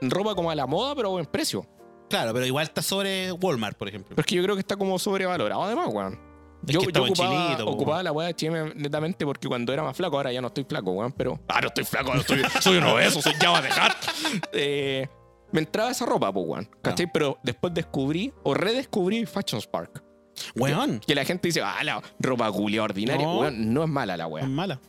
Speaker 2: ropa como a la moda, pero a buen precio.
Speaker 5: Claro, pero igual está sobre Walmart, por ejemplo.
Speaker 2: Pero es que yo creo que está como sobrevalorado además, weón.
Speaker 5: Es
Speaker 2: Yo,
Speaker 5: que
Speaker 2: yo
Speaker 5: estaba en
Speaker 2: ocupaba,
Speaker 5: Chilito, po,
Speaker 2: ocupaba la wea de HM netamente porque cuando era más flaco, ahora ya no estoy flaco, weón, pero. Ah, no estoy flaco, ahora estoy, soy uno de esos, soy Java de Hat. Eh, me entraba esa ropa, po, weón. ¿Cachai? Pero después descubrí o redescubrí Fashion Spark.
Speaker 5: Weón,
Speaker 2: Que la gente dice, ah, la ropa culia ordinaria,
Speaker 5: No.
Speaker 2: weón, no es mala la
Speaker 5: es
Speaker 2: wea.
Speaker 5: mala.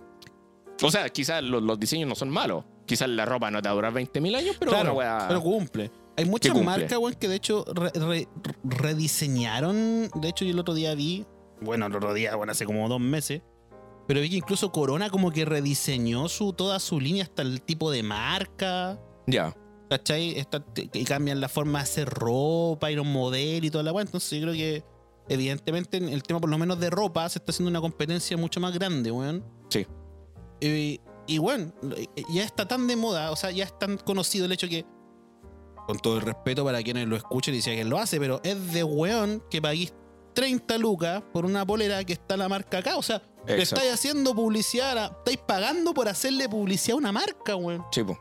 Speaker 2: O sea, quizás los, los diseños no son malos. Quizás la ropa no te va a durar 20.000 años, pero
Speaker 5: claro,
Speaker 2: una wea-
Speaker 5: pero cumple. Hay muchas
Speaker 2: cumple?
Speaker 5: marcas, weón, que de hecho re- re- rediseñaron. De hecho, yo el otro día vi, bueno, el otro día, bueno, hace como dos meses, pero vi que incluso Corona como que rediseñó su, toda su línea hasta el tipo de marca.
Speaker 2: Ya.
Speaker 5: ¿Cachai? Está- y cambian la forma de hacer ropa y los modelos y toda la weá. Entonces yo creo que evidentemente en el tema por lo menos de ropa se está haciendo una competencia mucho más grande, weón.
Speaker 2: Sí.
Speaker 5: Y, y weón, ya está tan de moda, o sea, ya es tan conocido el hecho que, con todo el respeto para quienes lo escuchen y si alguien lo hace, pero es de weón que paguís 30 lucas por una polera que está la marca acá. O sea, le
Speaker 2: Exacto.
Speaker 5: estáis haciendo publicidad, a la- estáis pagando por hacerle publicidad a una marca, weón.
Speaker 2: Sí, po.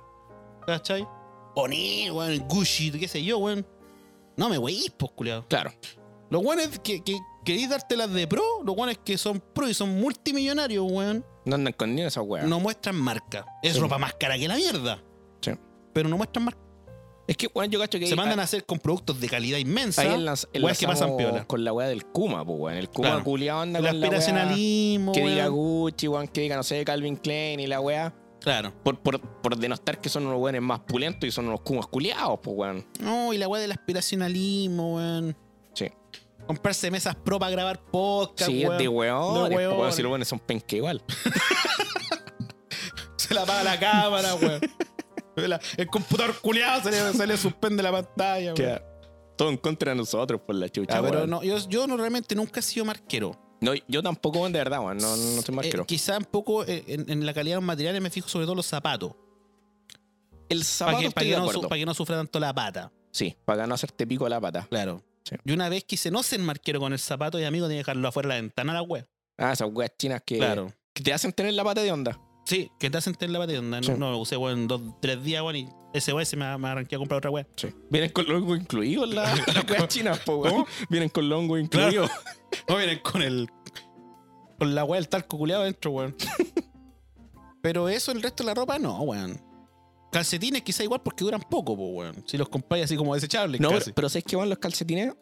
Speaker 5: ¿Cachai? Poní, weón, Gucci, qué sé yo, weón. No me weís, pues, culiado.
Speaker 2: Claro.
Speaker 5: Los weones que, que queréis dártelas de pro, los weones que son pro y son multimillonarios, weón,
Speaker 2: No andan con ni esa wea.
Speaker 5: no muestran marca. Es
Speaker 2: Ah. Sí.
Speaker 5: ropa más cara que la mierda.
Speaker 2: Sí.
Speaker 5: Pero no muestran marca.
Speaker 2: Es que, weón, yo cacho que
Speaker 5: Se
Speaker 2: hay-
Speaker 5: mandan a hacer con productos de calidad inmensa.
Speaker 2: Ahí enlaz-
Speaker 5: weas que
Speaker 2: enlazamos
Speaker 5: pasan piola.
Speaker 2: con la weá del Kuma, pues, weón. El Kuma
Speaker 5: Claro.
Speaker 2: culiado anda
Speaker 5: El
Speaker 2: con la weá
Speaker 5: aspiracionalismo,
Speaker 2: Que
Speaker 5: weón.
Speaker 2: diga Gucci, weón, que diga, no sé, Calvin Klein y la weá.
Speaker 5: Claro.
Speaker 2: Por, por, por denostar que son unos weones más pulentos y son unos Kumas culiados, pues, weón.
Speaker 5: No, y la weá del aspiracionalismo, weón.
Speaker 2: Sí.
Speaker 5: Comprarse mesas pro para grabar podcast,
Speaker 2: Sí,
Speaker 5: weón.
Speaker 2: es de weón.
Speaker 5: De weones.
Speaker 2: Si los weones son penque igual.
Speaker 5: Se la apaga la cámara, weón. La- El computador culiado se le, se le suspende la pantalla, weón.
Speaker 2: Queda todo en contra de nosotros por la chucha,
Speaker 5: Ah, pero
Speaker 2: weón.
Speaker 5: no, yo, yo no, realmente nunca he sido marquero.
Speaker 2: No, yo tampoco, weón, de verdad, weón. No, no, no soy marquero.
Speaker 5: Eh, quizá un poco eh, en, en la calidad de los materiales me fijo sobre todo los zapatos.
Speaker 2: el
Speaker 5: Para
Speaker 2: sábado
Speaker 5: que, pa'
Speaker 2: estoy
Speaker 5: que
Speaker 2: de
Speaker 5: no su-
Speaker 2: acuerdo.
Speaker 5: pa' que no sufra tanto la pata.
Speaker 2: Sí, para no hacerte pico a la pata.
Speaker 5: Claro.
Speaker 2: Sí.
Speaker 5: Yo una vez quise no ser marquero con el zapato y amigo tenía que dejarlo afuera de la ventana a la wea.
Speaker 2: Ah, esas weas chinas que,
Speaker 5: Claro.
Speaker 2: que te hacen tener la pata de onda.
Speaker 5: Sí, que te hacen tener la pata de onda. No,
Speaker 2: Sí.
Speaker 5: no, usé wea en dos, tres días, weón, y ese wea se me, me arranqué a comprar otra wea.
Speaker 2: Sí. Vienen con los hongos incluidos la- las weas chinas, po, weón. Vienen con los hongos incluidos.
Speaker 5: No vienen con el. Con la weá del talco culeado adentro, weón. Pero eso, el resto de la ropa, no, weón. Calcetines quizá igual porque duran poco, po, weón. Si los compráis así como desechables,
Speaker 2: No,
Speaker 5: casi.
Speaker 2: pero, pero ¿sabes que van los calcetines?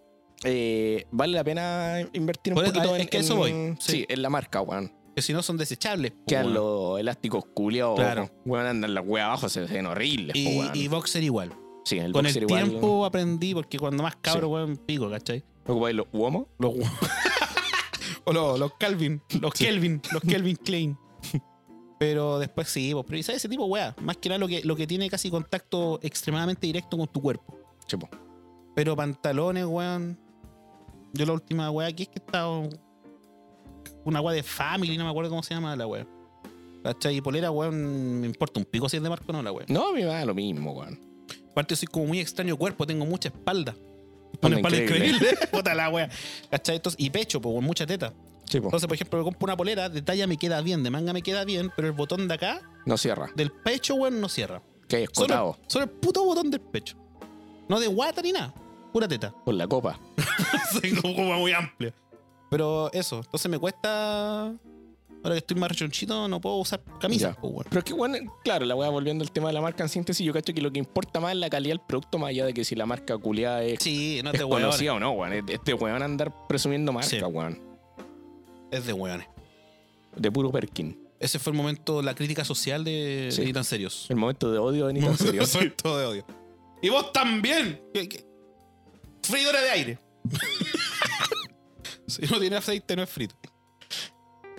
Speaker 2: Eh, vale la pena invertir un
Speaker 5: Por eso-
Speaker 2: poquito
Speaker 5: ah,
Speaker 2: en,
Speaker 5: es que
Speaker 2: en-
Speaker 5: eso voy,
Speaker 2: Sí.
Speaker 5: sí.
Speaker 2: en la marca, weón.
Speaker 5: que si no son desechables, po,
Speaker 2: Quedan
Speaker 5: weón.
Speaker 2: los elásticos culiados.
Speaker 5: Claro.
Speaker 2: Weón, andan las weas abajo, se ven horribles, po,
Speaker 5: Y,
Speaker 2: weón.
Speaker 5: y boxer igual.
Speaker 2: sí, en el
Speaker 5: Con
Speaker 2: boxer
Speaker 5: el
Speaker 2: igual.
Speaker 5: tiempo aprendí, porque cuando más cabro,
Speaker 2: Sí.
Speaker 5: weón, pico, ¿cachai?
Speaker 2: Ocupáis los uomos.
Speaker 5: Los O los, los Calvin, los Kelvin, los Kelvin Klein. Pero después sí, pues priorizar ese tipo, weá. Más que nada lo que, lo que tiene casi contacto extremadamente directo con tu cuerpo.
Speaker 2: Sí, po.
Speaker 5: Pero pantalones, weón. Yo la última weá aquí es que estaba. Una weá de family, no me acuerdo cómo se llama la weá. ¿Cachai? Y polera, weón, me importa un pico si es de marco o no la weá.
Speaker 2: No, a mí me va lo mismo, weón.
Speaker 5: Aparte, soy como muy extraño cuerpo, tengo mucha espalda.
Speaker 2: Espalda
Speaker 5: Una espalda
Speaker 2: increíble.
Speaker 5: increíble. Puta la wea. ¿Cachai? Entonces, y pecho, pues, mucha teta.
Speaker 2: Sí, po.
Speaker 5: Entonces, por ejemplo, me compro una polera, de talla me queda bien, de manga me queda bien, pero el botón de acá,
Speaker 2: No cierra.
Speaker 5: del pecho, weón, no cierra.
Speaker 2: Que hay escotado
Speaker 5: Solo, solo el puto botón del pecho. No de guata ni nada. Pura teta.
Speaker 2: por la copa.
Speaker 5: Soy como como muy amplio. Pero eso, entonces me cuesta. Ahora que estoy más rechonchito, no puedo usar camisas,
Speaker 2: Ya.
Speaker 5: pues, weón.
Speaker 2: Pero es que, weón, claro, la weá volviendo al tema de la marca en síntesis, yo cacho que lo que importa más es la calidad del producto, más allá de que si la marca culiada es,
Speaker 5: Sí, no
Speaker 2: es
Speaker 5: te Este weón.
Speaker 2: conocida o Este no, weón. Este weón andar presumiendo marca,
Speaker 5: Sí.
Speaker 2: weón.
Speaker 5: Es de weones.
Speaker 2: De puro Perkin.
Speaker 5: Ese fue el momento, la crítica social de
Speaker 2: Sí.
Speaker 5: Ni tan serios.
Speaker 2: El momento de odio de Nico, en serio.
Speaker 5: Soy todo de odio. Y vos también. ¿Qué- qué? Freidora de aire. si no tiene aceite, no es frito.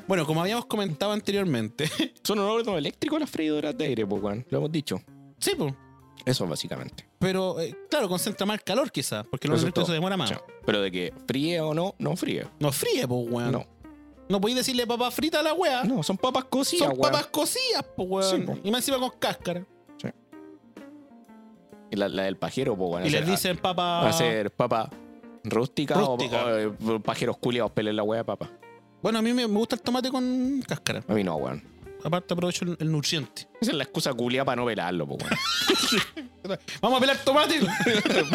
Speaker 5: Bueno, como habíamos comentado anteriormente.
Speaker 2: Son un órgano eléctrico las freidoras de aire, pues, weón. Lo hemos dicho.
Speaker 5: sí, po.
Speaker 2: Eso básicamente.
Speaker 5: Pero, eh, claro, concentra más el calor quizás, porque
Speaker 2: Eso es
Speaker 5: normalmente
Speaker 2: todo.
Speaker 5: se demora más.
Speaker 2: Sí. Pero de que fríe o no, no fríe.
Speaker 5: No fríe, pues, weón.
Speaker 2: No.
Speaker 5: No. podéis decirle papa frita a la weá.
Speaker 2: No, son papas cocidas,
Speaker 5: Son
Speaker 2: weón.
Speaker 5: papas cocidas, pues, weón.
Speaker 2: Sí, po.
Speaker 5: Y más encima con cáscara.
Speaker 2: Y La, la del pajero, pues, weón.
Speaker 5: y
Speaker 2: hacer-
Speaker 5: les dicen papa.
Speaker 2: a- Hacer papa rústica, o-
Speaker 5: Rústica.
Speaker 2: o, eh, pajeros culiados, peleen la weá, papa.
Speaker 5: Bueno, a mí me me gusta el tomate con cáscara.
Speaker 2: A mí no, weón.
Speaker 5: Aparte, aprovecho el, el nutriente.
Speaker 2: Esa es la excusa culiada para no pelarlo, pues, weón.
Speaker 5: Vamos a pelar tomate.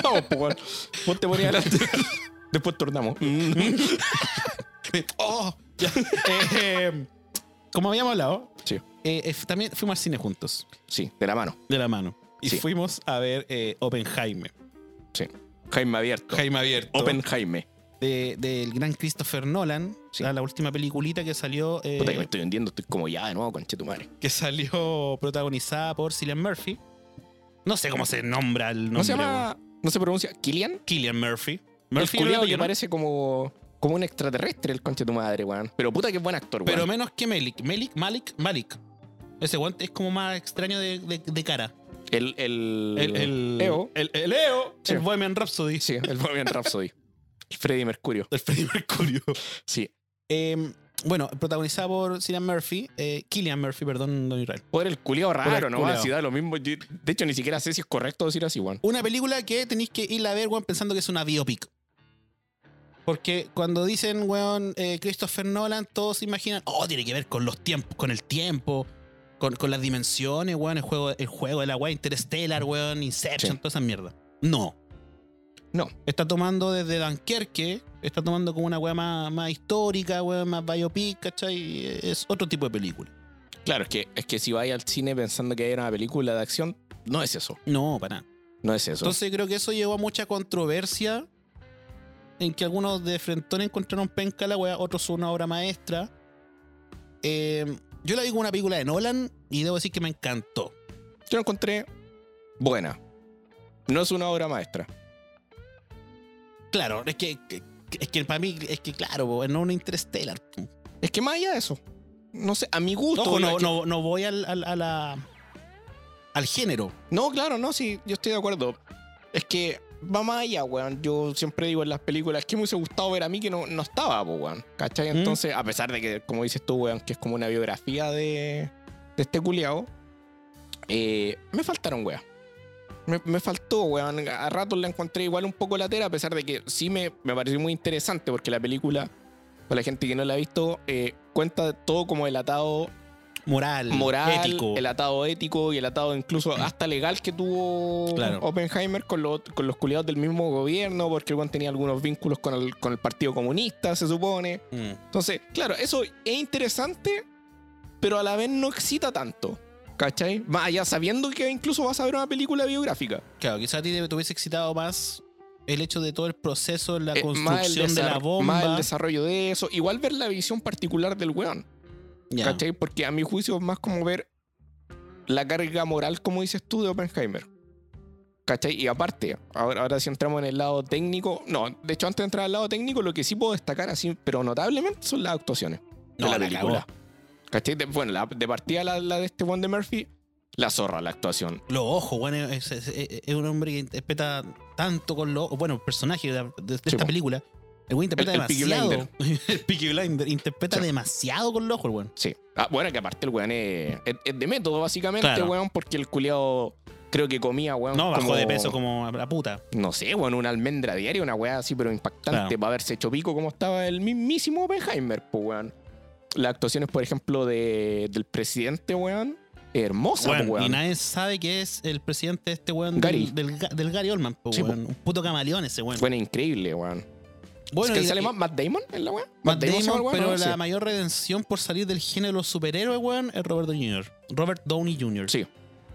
Speaker 2: Vamos, pues, weón. Vos te ponías adelante. Después tornamos. Mm.
Speaker 5: Oh, ya. Eh, eh, como habíamos hablado,
Speaker 2: sí,
Speaker 5: eh, eh, también fuimos al cine juntos,
Speaker 2: sí, de la mano.
Speaker 5: de la mano. Y
Speaker 2: Sí.
Speaker 5: fuimos a ver eh, Oppenheimer.
Speaker 2: Sí. Jaime abierto.
Speaker 5: Jaime Abierto.
Speaker 2: Open
Speaker 5: Eh.
Speaker 2: Jaime.
Speaker 5: de- del gran Christopher Nolan.
Speaker 2: Sí.
Speaker 5: La, la última peliculita que salió. eh,
Speaker 2: Puta que me estoy hundiendo, estoy como ya de nuevo, conche tu madre.
Speaker 5: que salió protagonizada por Cillian Murphy. No sé cómo se nombra el nombre.
Speaker 2: ¿No se llama, no se pronuncia Kilian?
Speaker 5: Killian Murphy.
Speaker 2: El
Speaker 5: Murphy
Speaker 2: culiado
Speaker 5: era
Speaker 2: que
Speaker 5: el
Speaker 2: parece como, como un extraterrestre, el conche tu madre, weón. Pero puta que es buen actor, weón.
Speaker 5: Pero menos que Melik. Melik, Malik, Malik. Ese guante es como más extraño de, de- de cara.
Speaker 2: el, el,
Speaker 5: El, el
Speaker 2: Eo.
Speaker 5: El, el Eo.
Speaker 2: Sí.
Speaker 5: El Bohemian Rhapsody.
Speaker 2: Sí, el Bohemian Rhapsody. El Freddy Mercurio.
Speaker 5: El Freddy Mercurio.
Speaker 2: Sí.
Speaker 5: Eh, bueno, protagonizada por Cillian Murphy, eh, Killian Murphy, perdón, Don Israel.
Speaker 2: Por el culiado raro, ¿no?
Speaker 5: culiao.
Speaker 2: Si da lo mismo. Yo- De hecho, ni siquiera sé si es correcto decir así, weón.
Speaker 5: Una película que tenéis que ir a ver, weón, pensando que es una biopic. Porque cuando dicen, weón, eh, Christopher Nolan, todos se imaginan, oh, tiene que ver con los tiempos, con el tiempo, con, con las dimensiones, weón, el juego, el juego de la weá, Interstellar, weón, Inception,
Speaker 2: Sí.
Speaker 5: toda esa mierda. No.
Speaker 2: No.
Speaker 5: Está tomando desde Dunkerque, está tomando como una weá más, más histórica, weón, más biopic, ¿cachai? Es otro tipo de película.
Speaker 2: Claro, es que, es que si vais al cine pensando que hay una película de acción, no es eso.
Speaker 5: No, para nada.
Speaker 2: No es eso.
Speaker 5: Entonces creo que eso llevó a mucha controversia en que algunos de Frentón encontraron penca la weá, otros una obra maestra. Eh, yo la vi como una película de Nolan y debo decir que me encantó.
Speaker 2: Yo la encontré buena. No es una obra maestra.
Speaker 5: Claro, es que, que- es que para mí, es que claro, po, no una Interstellar.
Speaker 2: Es que más allá de eso. No sé, a mi gusto.
Speaker 5: Ojo,
Speaker 2: la-
Speaker 5: no, no, no voy al, al, a la- al género.
Speaker 2: No, claro, no, sí, yo estoy de acuerdo. Es que va más allá, weón. Yo siempre digo en las películas que me hubiese gustado ver a mí que no, no estaba, po, weón. ¿Cachai?
Speaker 5: Mm.
Speaker 2: Entonces, a pesar de que, como dices tú, weón, que es como una biografía de, de este culiao, eh, me faltaron, weón. Me, me faltó, weón. A ratos la encontré igual un poco latera, a pesar de que sí me, me pareció muy interesante, porque la película, para la gente que no la ha visto, eh, cuenta todo como el atado
Speaker 5: Moral,
Speaker 2: moral,
Speaker 5: ético.
Speaker 2: el atado ético y el atado incluso hasta legal que tuvo
Speaker 5: Claro.
Speaker 2: Oppenheimer con, los- con los culiados del mismo gobierno, porque el weón tenía algunos vínculos con el, con el Partido Comunista, se supone.
Speaker 5: Mm.
Speaker 2: Entonces, claro, eso es interesante, pero a la vez no excita tanto. ¿Cachai? Más allá sabiendo que incluso vas a ver una película biográfica.
Speaker 5: Claro, quizás a ti te, te hubiese excitado más el hecho de todo el proceso, la
Speaker 2: Eh, más, el
Speaker 5: construcción de la
Speaker 2: desar- más el
Speaker 5: bomba.
Speaker 2: desarrollo de eso. Igual ver la visión particular del weón.
Speaker 5: Ya.
Speaker 2: ¿Cachai? Porque a mi juicio es más como ver la carga moral, como dices tú, de Oppenheimer. ¿Cachai? Y aparte, ahora, ahora si entramos en el lado técnico, no, de hecho antes de entrar al lado técnico, lo que sí puedo destacar así, pero notablemente son las actuaciones
Speaker 5: No,
Speaker 2: de la
Speaker 5: la
Speaker 2: película. ¿Cachai? De- bueno, la, de partida la, la de este Juan de Murphy, la zorra la actuación.
Speaker 5: Los ojos, bueno, es, es- es- es un hombre que interpreta tanto con los bueno, el personaje de, de- de
Speaker 2: Sí, po.
Speaker 5: esta película. El güey interpreta
Speaker 2: El- el Peaky
Speaker 5: demasiado. el Peaky Blinder interpreta
Speaker 2: Sí.
Speaker 5: demasiado con los ojos, el weón.
Speaker 2: Sí. Ah, bueno, que aparte el weón es, es- es de método, básicamente,
Speaker 5: Claro.
Speaker 2: weón, porque el culiao creo que comía, weón.
Speaker 5: No, bajó
Speaker 2: como-
Speaker 5: de peso como a la puta.
Speaker 2: no sé, weón, una almendra diaria, una weá así, pero impactante,
Speaker 5: Claro.
Speaker 2: para haberse hecho pico como estaba el mismísimo Oppenheimer, pues, weón. Las actuaciones, por ejemplo, de, del presidente, weón, hermosa, po,
Speaker 5: Weón,
Speaker 2: weón.
Speaker 5: Y nadie sabe que es el presidente de este weón del-
Speaker 2: Gary.
Speaker 5: Del, Ga- del Gary Oldman, po,
Speaker 2: Sí, po.
Speaker 5: weón. Un puto camaleón ese weón.
Speaker 2: Weón, increíble, weón.
Speaker 5: Bueno,
Speaker 2: ¿Es que
Speaker 5: y-
Speaker 2: sale
Speaker 5: y-
Speaker 2: Ma- Matt Damon en la weá?
Speaker 5: Matt Damon,
Speaker 2: se llama el weón,
Speaker 5: pero
Speaker 2: ¿no?
Speaker 5: la mayor redención por salir del género de los superhéroes, weón, es Robert Downey Jr. Robert Downey Jr.
Speaker 2: Sí. sí,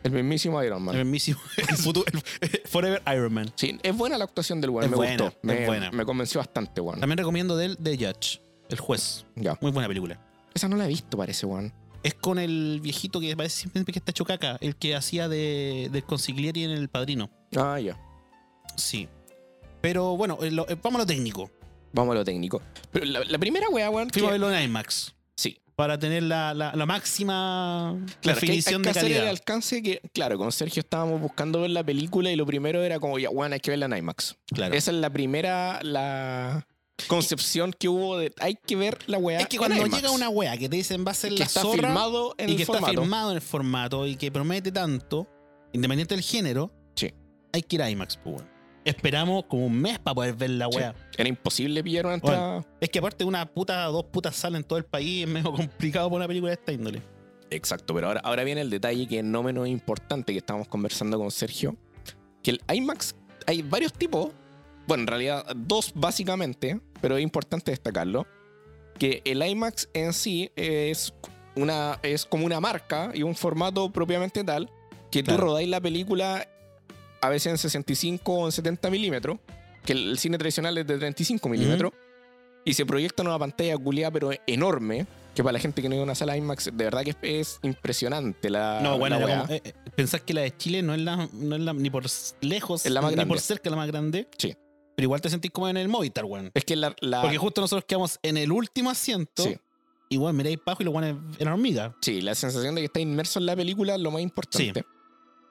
Speaker 2: el mismísimo Iron Man.
Speaker 5: El mismísimo- el futuro, el- Forever Iron Man.
Speaker 2: Sí, es buena la actuación del weón,
Speaker 5: Es
Speaker 2: me
Speaker 5: buena,
Speaker 2: gustó.
Speaker 5: es
Speaker 2: Me,
Speaker 5: buena.
Speaker 2: me convenció bastante, weón.
Speaker 5: También recomiendo del The Judge, El Juez.
Speaker 2: Ya.
Speaker 5: Muy buena película.
Speaker 2: Esa no la he visto, parece, weón.
Speaker 5: Es con el viejito que parece siempre que está hecho caca, el que hacía de, del consigliere en El Padrino.
Speaker 2: Ah, ya.
Speaker 5: Sí. Pero bueno, eh, lo- eh, vamos a lo técnico.
Speaker 2: Vamos a lo técnico. Pero la, la primera weá, weón.
Speaker 5: Fuimos a
Speaker 2: que-
Speaker 5: verlo en IMAX
Speaker 2: Sí,
Speaker 5: para tener la, la- la máxima
Speaker 2: Claro, es que hay-
Speaker 5: definición
Speaker 2: hay que
Speaker 5: de
Speaker 2: hacer
Speaker 5: calidad.
Speaker 2: el alcance que, claro, con Sergio estábamos buscando ver la película y lo primero era como, ya, bueno, hay que verla en IMAX.
Speaker 5: Claro.
Speaker 2: Esa es la primera, la concepción que hubo de, hay que ver la weá.
Speaker 5: Es que
Speaker 2: en
Speaker 5: cuando
Speaker 2: IMAX,
Speaker 5: llega una wea que te dicen va a ser
Speaker 2: que
Speaker 5: la
Speaker 2: está
Speaker 5: zorra
Speaker 2: filmado en
Speaker 5: y
Speaker 2: el
Speaker 5: que
Speaker 2: formato.
Speaker 5: está firmado en el formato y que promete tanto, independiente del género,
Speaker 2: Sí.
Speaker 5: hay que ir a IMAX, pues, weón. Esperamos como un mes para poder ver la
Speaker 2: Sí.
Speaker 5: wea.
Speaker 2: Era imposible pillar una entrada.
Speaker 5: Es que aparte una puta, dos putas salen en todo el país, es medio complicado por una película de esta índole.
Speaker 2: Exacto, pero ahora, ahora viene el detalle que no menos importante que estábamos conversando con Sergio, que el IMAX hay varios tipos, bueno, en realidad dos básicamente, pero es importante destacarlo, que el IMAX en sí es, una, es como una marca y un formato propiamente tal, que tú
Speaker 5: Claro.
Speaker 2: rodáis la película a veces en 65 o en 70 milímetros, que el, el cine tradicional es de 35 milímetros, y se proyecta en una pantalla culiada pero enorme, que para la gente que no iba a una sala IMAX, de verdad que es, es impresionante la.
Speaker 5: no, bueno,
Speaker 2: Ah, la
Speaker 5: era
Speaker 2: weá.
Speaker 5: como, eh, eh, pensás que la de Chile no es la, no es la ni por lejos,
Speaker 2: Es la más
Speaker 5: ni
Speaker 2: grande.
Speaker 5: por cerca la más grande.
Speaker 2: Sí.
Speaker 5: Pero igual te sentís como en el Movistar, weón.
Speaker 2: Es que la. la-
Speaker 5: Porque justo nosotros quedamos en el último asiento.
Speaker 2: sí,
Speaker 5: Y weón, miráis pajo y lo weones eran hormigas.
Speaker 2: sí, la sensación de que está inmerso en la película es lo más importante.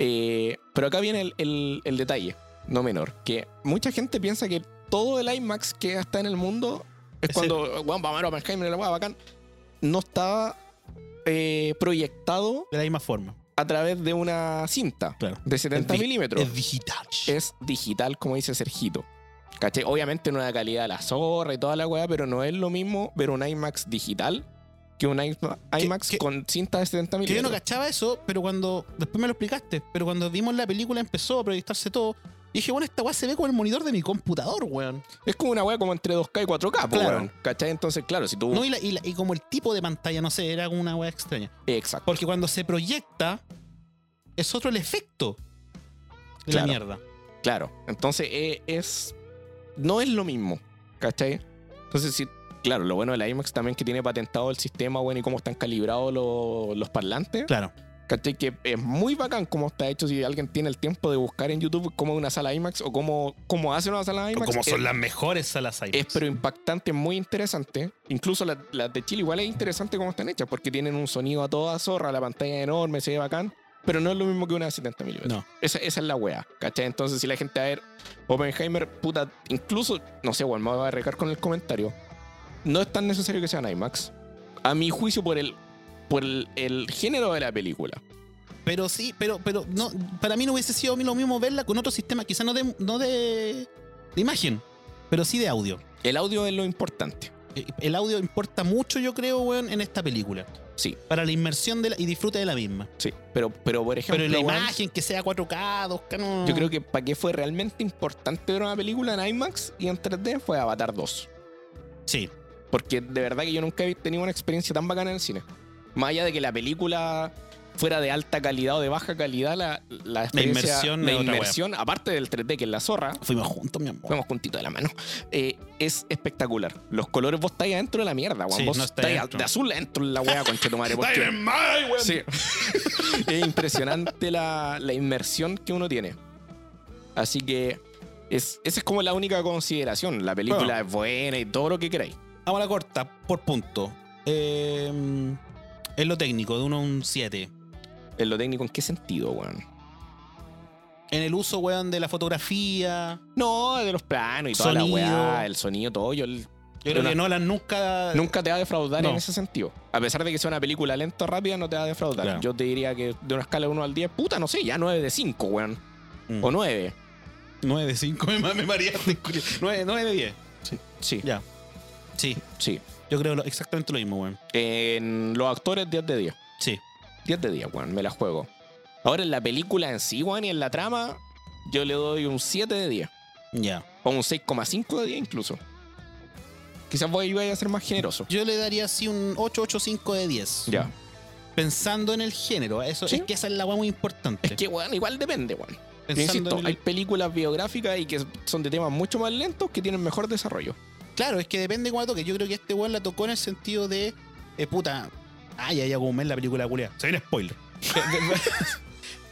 Speaker 2: Eh, pero acá viene el, el- el detalle, no menor, que mucha gente piensa que todo el IMAX que está en el mundo es
Speaker 5: Es
Speaker 2: cuando, weón, vamos a ver Oppenheimer y la weá, bacán, no estaba eh, proyectado
Speaker 5: De la misma forma.
Speaker 2: a través de una cinta
Speaker 5: Claro.
Speaker 2: de 70
Speaker 5: Es di-
Speaker 2: milímetros.
Speaker 5: Es digital.
Speaker 2: es digital, como dice Sergito. ¿Cachai? Obviamente en una calidad de la zorra y toda la weá, pero no es lo mismo ver un IMAX digital que un IMA- IMAX
Speaker 5: que-
Speaker 2: con cinta de 70
Speaker 5: Que yo no
Speaker 2: milímetros.
Speaker 5: cachaba eso, pero cuando. Después me lo explicaste. Pero cuando vimos la película empezó a proyectarse todo. Y dije, bueno, esta weá se ve como el monitor de mi computador, weón.
Speaker 2: Es como una weá como entre 2K y 4K, po,
Speaker 5: Claro.
Speaker 2: weón. ¿Cachai? Entonces, claro, si tú.
Speaker 5: No, y, la- y la- y como el tipo de pantalla, no sé, era como una weá extraña.
Speaker 2: Exacto.
Speaker 5: Porque cuando se proyecta, es otro el efecto de
Speaker 2: Claro.
Speaker 5: la mierda.
Speaker 2: Claro. Entonces eh, es. No es lo mismo. ¿Cachai? Entonces, sí. Claro, lo bueno del IMAX también que tiene patentado el sistema, bueno, y cómo están calibrados los, los parlantes.
Speaker 5: Claro.
Speaker 2: ¿Cachai? Que es muy bacán cómo está hecho. Si alguien tiene el tiempo de buscar en YouTube cómo es una sala IMAX o cómo, cómo hace una sala IMAX.
Speaker 5: como
Speaker 2: es,
Speaker 5: son las mejores salas
Speaker 2: es
Speaker 5: IMAX.
Speaker 2: pero impactante, muy interesante. Incluso las las de Chile igual es interesante cómo están hechas porque tienen un sonido a toda zorra, la pantalla es enorme, se ve bacán. Pero no es lo mismo que una de 70 milímetros.
Speaker 5: No.
Speaker 2: Esa, esa es la wea, ¿cachai? Entonces, si la gente va a ver Oppenheimer, puta, incluso, no sé, bueno, me voy a recar con el comentario. No es tan necesario que sean IMAX. A mi juicio, por el, por el, el género de la película.
Speaker 5: Pero sí, pero, pero no, para mí no hubiese sido lo mismo verla con otro sistema, quizá no de, no de, de imagen, pero sí de audio.
Speaker 2: El audio es lo importante.
Speaker 5: Eh, El audio importa mucho, yo creo, weón, en esta película.
Speaker 2: Sí,
Speaker 5: Para la inmersión de la- y disfrute de la misma.
Speaker 2: sí. Pero, pero por ejemplo,
Speaker 5: Pero la
Speaker 2: weón,
Speaker 5: imagen, que sea 4K, 2K, no.
Speaker 2: yo creo que para qué fue realmente importante ver una película en IMAX y en 3D fue Avatar 2.
Speaker 5: Sí.
Speaker 2: Porque de verdad que yo nunca he tenido una experiencia tan bacana en el cine. Más allá de que la película fuera de alta calidad o de baja calidad, la, la experiencia,
Speaker 5: inmersión
Speaker 2: la
Speaker 5: es otra
Speaker 2: inmersión, aparte del 3D que es la zorra,
Speaker 5: Fuimos juntos, mi amor.
Speaker 2: vamos juntito de la mano, eh, es espectacular. Los colores vos estáis adentro de la mierda, weón.
Speaker 5: Sí,
Speaker 2: vos
Speaker 5: no estáis
Speaker 2: estáis
Speaker 5: adentro.
Speaker 2: de azul adentro de la weá, concha tu madre. porque- Sí. es impresionante la, la inmersión que uno tiene. Así que es, esa es como la única consideración. La película
Speaker 5: Bueno.
Speaker 2: es buena y todo lo que queráis.
Speaker 5: Vamos a la corta, por punto. Eh, es lo técnico, de 1 a un 7.
Speaker 2: En lo técnico, ¿en qué sentido, weón?
Speaker 5: En el uso, weón, de la fotografía.
Speaker 2: No, de los planos y toda
Speaker 5: Sonido.
Speaker 2: la weá, el sonido, todo. Yo, el-
Speaker 5: Yo creo
Speaker 2: Una-
Speaker 5: que Nolan nunca.
Speaker 2: nunca te va a defraudar
Speaker 5: No.
Speaker 2: en ese sentido. A pesar de que sea una película lenta o rápida, no te va a defraudar.
Speaker 5: Claro.
Speaker 2: Yo te diría que de una escala de 1 al 10, puta, no sé, ya 9 de 5, weón.
Speaker 5: Mm.
Speaker 2: O 9.
Speaker 5: 9 de 5, me, me mareaste. 9, de 10.
Speaker 2: Sí,
Speaker 5: Ya. Sí,
Speaker 2: sí.
Speaker 5: yo creo lo- exactamente lo mismo, weón.
Speaker 2: En los actores, 10 de 10.
Speaker 5: Sí.
Speaker 2: 10 de 10, weón, me la juego. Ahora en la película en sí, weón, y en la trama, yo le doy un 7 de 10.
Speaker 5: Ya.
Speaker 2: O un 6,5 de 10 incluso. Quizás vos ibas a ser más generoso.
Speaker 5: Yo le daría así un 8, 8, 5 de 10.
Speaker 2: Ya.
Speaker 5: Pensando en el género. Eso,
Speaker 2: Sí.
Speaker 5: Es que esa es la weá muy importante.
Speaker 2: Es que, weón, igual depende, weón. Yo
Speaker 5: Pensando
Speaker 2: insisto,
Speaker 5: en el-
Speaker 2: hay películas biográficas y que son de temas mucho más lentos que tienen mejor desarrollo.
Speaker 5: Claro, es que depende cuando toque. Yo creo que este weón la tocó en el sentido de. eh, puta. Ay, ay, como es la película culia. Se viene spoiler.